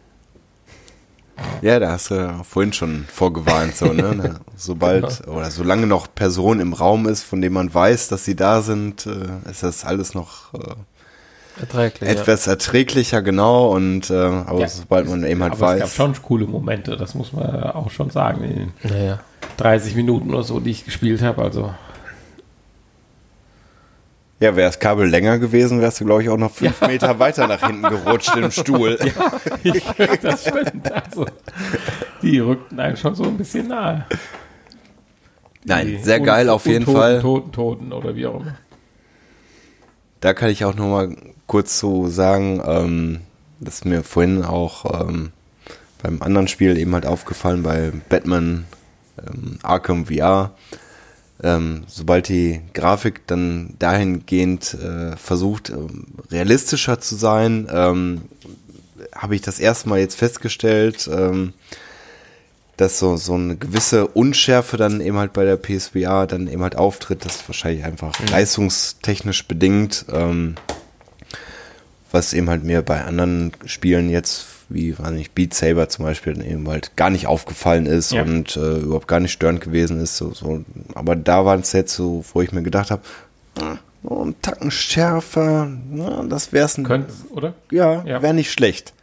[SPEAKER 4] Ja, da hast du vorhin schon vorgewarnt, so, ne? ne? Sobald
[SPEAKER 2] Genau.
[SPEAKER 4] oder solange noch Personen im Raum ist, von denen man weiß, dass sie da sind, äh, ist das alles noch äh,
[SPEAKER 1] Erträglich.
[SPEAKER 4] etwas erträglicher, genau. Und äh, aber
[SPEAKER 2] Ja.
[SPEAKER 4] sobald man eben halt
[SPEAKER 2] Aber es gab
[SPEAKER 4] weiß.
[SPEAKER 2] schon coole Momente, das muss man auch schon sagen. In den
[SPEAKER 1] Naja.
[SPEAKER 2] 30 Minuten oder so, die ich gespielt habe. Also
[SPEAKER 4] Ja, wäre das Kabel länger gewesen, wärst du, glaube ich, auch noch fünf Meter weiter nach hinten gerutscht im Stuhl.
[SPEAKER 2] Ja, das stimmt. Also, die rückten einem schon so ein bisschen nahe.
[SPEAKER 4] Nein,
[SPEAKER 2] Die
[SPEAKER 4] sehr
[SPEAKER 2] Un-
[SPEAKER 4] geil auf jeden
[SPEAKER 2] Untoten,
[SPEAKER 4] Fall.
[SPEAKER 2] Toten, Toten oder wie auch immer.
[SPEAKER 4] Da kann ich auch noch mal kurz so sagen, ähm, dass mir vorhin auch ähm, beim anderen Spiel eben halt aufgefallen, bei Batman ähm, Arkham VR, ähm, sobald die Grafik dann dahingehend äh, versucht, ähm, realistischer zu sein, ähm, habe ich das erste Mal jetzt festgestellt, ähm, dass so, so eine gewisse Unschärfe dann eben halt bei der PSVR dann eben halt auftritt, das ist wahrscheinlich einfach
[SPEAKER 1] Mhm.
[SPEAKER 4] leistungstechnisch bedingt, ähm, was eben halt mir bei anderen Spielen jetzt, wie weiß nicht, Beat Saber zum Beispiel, dann eben halt gar nicht aufgefallen ist
[SPEAKER 2] Ja.
[SPEAKER 4] und äh, überhaupt gar nicht störend gewesen ist. So, so. Aber da waren es jetzt so, wo ich mir gedacht habe, oh, ein Tacken schärfer, na, das wäre es ein.
[SPEAKER 2] Könnt's, oder?
[SPEAKER 4] Ja, wäre nicht schlecht.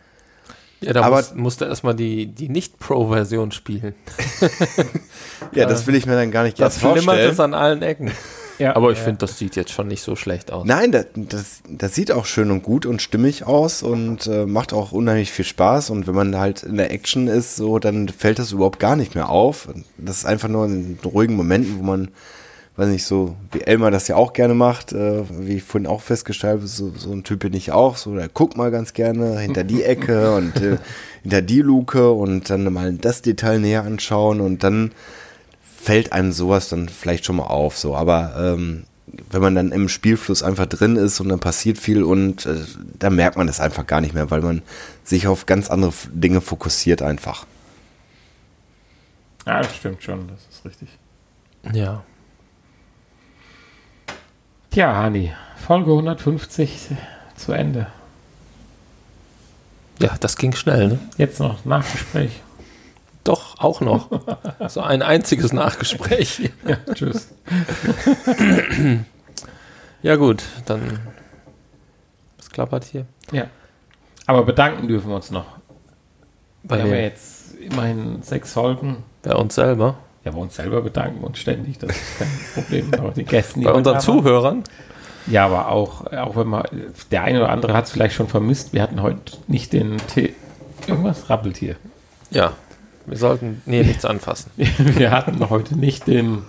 [SPEAKER 1] Ja, da
[SPEAKER 4] Aber-
[SPEAKER 1] musst, musst du erstmal die, die Nicht-Pro-Version spielen.
[SPEAKER 4] Ja, das will ich mir dann gar nicht
[SPEAKER 1] Äh, Das
[SPEAKER 4] jetzt
[SPEAKER 1] flimmert
[SPEAKER 4] vorstellen.
[SPEAKER 1] es an allen Ecken.
[SPEAKER 2] Ja.
[SPEAKER 1] Aber ich
[SPEAKER 2] Ja.
[SPEAKER 1] finde, das sieht jetzt schon nicht so schlecht aus.
[SPEAKER 4] Nein, das, das, das sieht auch schön und gut und stimmig aus und äh, macht auch unheimlich viel Spaß. Und wenn man halt in der Action ist, so, dann fällt das überhaupt gar nicht mehr auf. Und Das ist einfach nur in ruhigen Momenten, wo man, weiß nicht, so wie Elmar das ja auch gerne macht, äh, wie ich vorhin auch festgestellt habe, so, so ein Typ bin ich auch, so, der guckt mal ganz gerne hinter die Ecke und äh, hinter die Luke und dann mal das Detail näher anschauen und dann fällt einem sowas dann vielleicht schon mal auf. So, aber ähm, wenn man dann im Spielfluss einfach drin ist und dann passiert viel und äh, dann merkt man das einfach gar nicht mehr, weil man sich auf ganz andere F- Dinge fokussiert einfach.
[SPEAKER 2] Ja, Ah, das stimmt schon, das ist richtig.
[SPEAKER 1] Ja.
[SPEAKER 2] Tja, Hani, Folge 150 zu Ende.
[SPEAKER 1] Ja, das ging schnell, ne?
[SPEAKER 2] Jetzt noch Nachgespräch.
[SPEAKER 1] Doch, auch noch. so ein einziges Nachgespräch.
[SPEAKER 2] Ja, tschüss.
[SPEAKER 1] ja, gut, dann. Es klappert hier.
[SPEAKER 2] Ja. Aber bedanken dürfen wir uns noch.
[SPEAKER 1] Bei
[SPEAKER 2] wir haben ja
[SPEAKER 1] wem?
[SPEAKER 2] jetzt immerhin sechs Folgen.
[SPEAKER 1] Bei uns selber.
[SPEAKER 2] Ja, bei uns selber bedanken wir uns ständig. Das ist kein Problem. Aber den Gästen, die
[SPEAKER 1] Bei
[SPEAKER 2] wir
[SPEAKER 1] unseren
[SPEAKER 2] da haben.
[SPEAKER 1] Zuhörern.
[SPEAKER 2] Ja, aber auch, auch wenn man, der eine oder andere hat es vielleicht schon vermisst. Wir hatten heute nicht den Tee. Irgendwas rappelt hier.
[SPEAKER 1] Ja. Wir sollten. Nee, nichts anfassen.
[SPEAKER 2] Wir hatten heute nicht den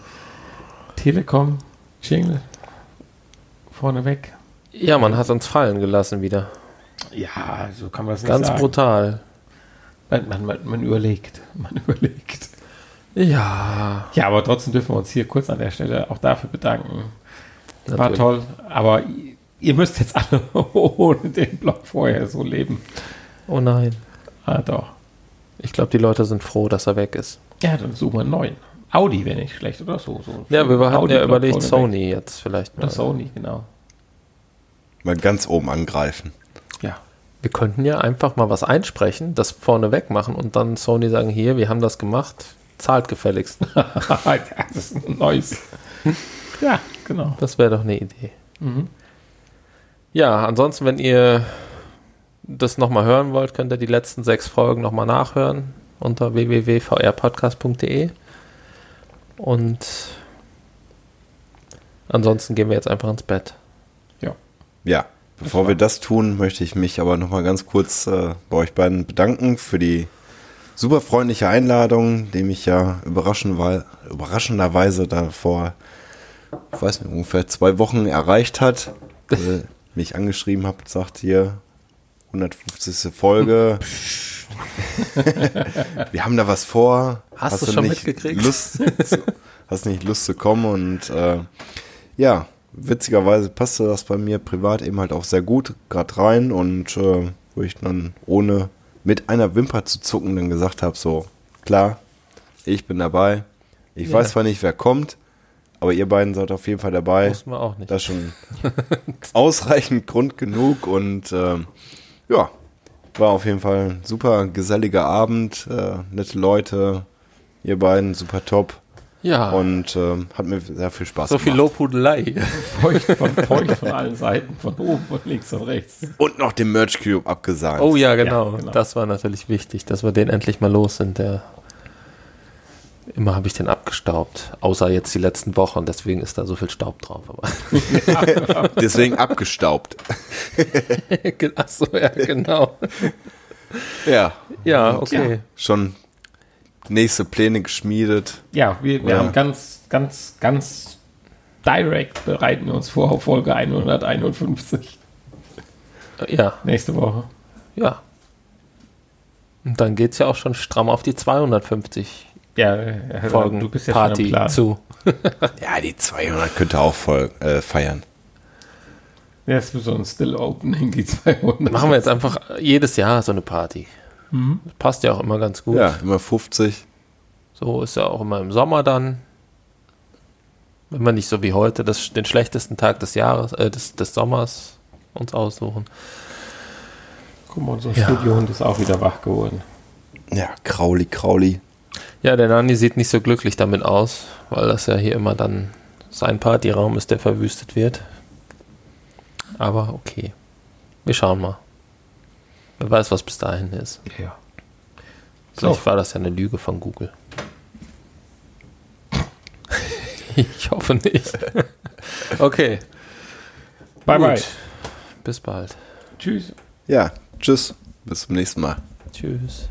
[SPEAKER 2] Telekom-Jingle vorneweg.
[SPEAKER 1] Ja, man hat uns fallen gelassen wieder.
[SPEAKER 2] Ja, so kann man es nicht
[SPEAKER 1] Ganz
[SPEAKER 2] sagen.
[SPEAKER 1] brutal.
[SPEAKER 2] Man, man, man, man überlegt. Man überlegt.
[SPEAKER 1] Ja.
[SPEAKER 2] Ja, aber trotzdem dürfen wir uns hier kurz an der Stelle auch dafür bedanken. War
[SPEAKER 1] Natürlich.
[SPEAKER 2] toll, aber i- ihr müsst jetzt alle ohne den Blog vorher so leben.
[SPEAKER 1] Oh nein.
[SPEAKER 2] Ah, doch.
[SPEAKER 1] Ich glaube, die Leute sind froh, dass er weg ist.
[SPEAKER 2] Ja, dann suchen wir einen neuen. Audi wäre nicht schlecht, oder so. so
[SPEAKER 1] Ja, wir hatten ja
[SPEAKER 2] Audi-Blog
[SPEAKER 1] überlegt,
[SPEAKER 2] vorneweg.
[SPEAKER 1] Sony jetzt vielleicht
[SPEAKER 2] Oder
[SPEAKER 1] mal.
[SPEAKER 2] Sony, genau.
[SPEAKER 4] Mal ganz oben angreifen.
[SPEAKER 2] Ja.
[SPEAKER 1] Wir könnten ja einfach mal was einsprechen, das vorne weg machen und dann Sony sagen, hier, wir haben das gemacht, zahlt gefälligst.
[SPEAKER 2] das ist ein neues. ja, genau.
[SPEAKER 1] Das wäre doch eine Idee.
[SPEAKER 2] Mhm.
[SPEAKER 1] Ja, ansonsten, wenn ihr das nochmal hören wollt, könnt ihr die letzten sechs Folgen nochmal nachhören unter e. www.vrpodcast.de. Und Ansonsten gehen wir jetzt einfach ins Bett.
[SPEAKER 4] Ja, bevor wir das tun, möchte ich mich aber nochmal ganz kurz äh, bei euch beiden bedanken für die super freundliche Einladung, die mich ja überraschend war, überraschenderweise da vor, ich weiß nicht, ungefähr zwei Wochen erreicht hat. Äh, mich angeschrieben habt, sagt hier 150. Folge. wir haben da was vor.
[SPEAKER 1] Hast du's schon mitgekriegt?
[SPEAKER 4] Lust, zu, hast nicht Lust zu kommen und äh, ja, witzigerweise passte das bei mir privat eben halt auch sehr gut gerade rein und äh, wo ich dann ohne mit einer Wimper zu zucken dann gesagt habe, so klar, ich bin dabei. Ich
[SPEAKER 1] Ja.
[SPEAKER 4] weiß zwar nicht, wer kommt, aber ihr beiden seid auf jeden Fall dabei.
[SPEAKER 1] Wussten wir auch nicht.
[SPEAKER 4] Das ist schon ausreichend Grund genug und ähm, ja, war auf jeden Fall ein super geselliger Abend, äh, nette Leute, ihr beiden super top.
[SPEAKER 1] Ja.
[SPEAKER 4] Und ähm, hat mir sehr viel Spaß
[SPEAKER 1] So
[SPEAKER 4] gemacht.
[SPEAKER 1] viel Lobhudelei.
[SPEAKER 2] Feucht von, feucht von allen Seiten, von oben, von links und rechts.
[SPEAKER 4] Und noch den Merch Cube abgesagt.
[SPEAKER 1] Oh ja genau. Das war natürlich wichtig, dass wir den endlich mal los sind. Der Immer habe ich den abgestaubt, außer jetzt die letzten Wochen, deswegen ist da so viel Staub drauf. Aber
[SPEAKER 4] Deswegen abgestaubt.
[SPEAKER 1] Achso, ja, genau.
[SPEAKER 4] Ja.
[SPEAKER 1] Ja,
[SPEAKER 4] Und
[SPEAKER 1] okay.
[SPEAKER 4] Schon nächste Pläne geschmiedet.
[SPEAKER 2] Ja, wir, wir
[SPEAKER 4] Oder?
[SPEAKER 2] haben ganz, ganz, ganz direkt bereiten wir uns vor auf Folge 151.
[SPEAKER 1] Ja.
[SPEAKER 2] Nächste Woche.
[SPEAKER 1] Ja. Und dann geht es ja auch schon stramm auf die 250
[SPEAKER 2] Ja, äh,
[SPEAKER 1] Folgen
[SPEAKER 2] du bist ja schon am
[SPEAKER 1] Party
[SPEAKER 2] Plan.
[SPEAKER 1] zu.
[SPEAKER 4] ja, die 200 könnt ihr auch voll äh, feiern.
[SPEAKER 2] Das ist so ein Still Opening, die 200.
[SPEAKER 1] Machen wir jetzt einfach jedes Jahr so eine Party.
[SPEAKER 2] Mhm.
[SPEAKER 1] Passt ja auch immer ganz gut.
[SPEAKER 4] Ja, immer 50.
[SPEAKER 1] So ist ja auch immer im Sommer dann. Wenn wir nicht so wie heute das, den schlechtesten Tag des Jahres, äh, des, des Sommers uns aussuchen.
[SPEAKER 2] Guck mal, unser
[SPEAKER 1] Ja.
[SPEAKER 2] Studiohund ist auch wieder wach geworden.
[SPEAKER 4] Ja, Krauli, Krauli.
[SPEAKER 1] Ja, der Nani sieht nicht so glücklich damit aus, weil das ja hier immer dann sein Partyraum ist, der verwüstet wird. Aber okay. Wir schauen mal. Wer weiß, was bis dahin ist.
[SPEAKER 2] Ja.
[SPEAKER 1] Vielleicht war das ja eine Lüge von Google. ich hoffe nicht. okay.
[SPEAKER 2] Bye,
[SPEAKER 1] Gut.
[SPEAKER 2] bye.
[SPEAKER 1] Bis bald.
[SPEAKER 2] Tschüss.
[SPEAKER 4] Ja, tschüss. Bis zum nächsten Mal.
[SPEAKER 1] Tschüss.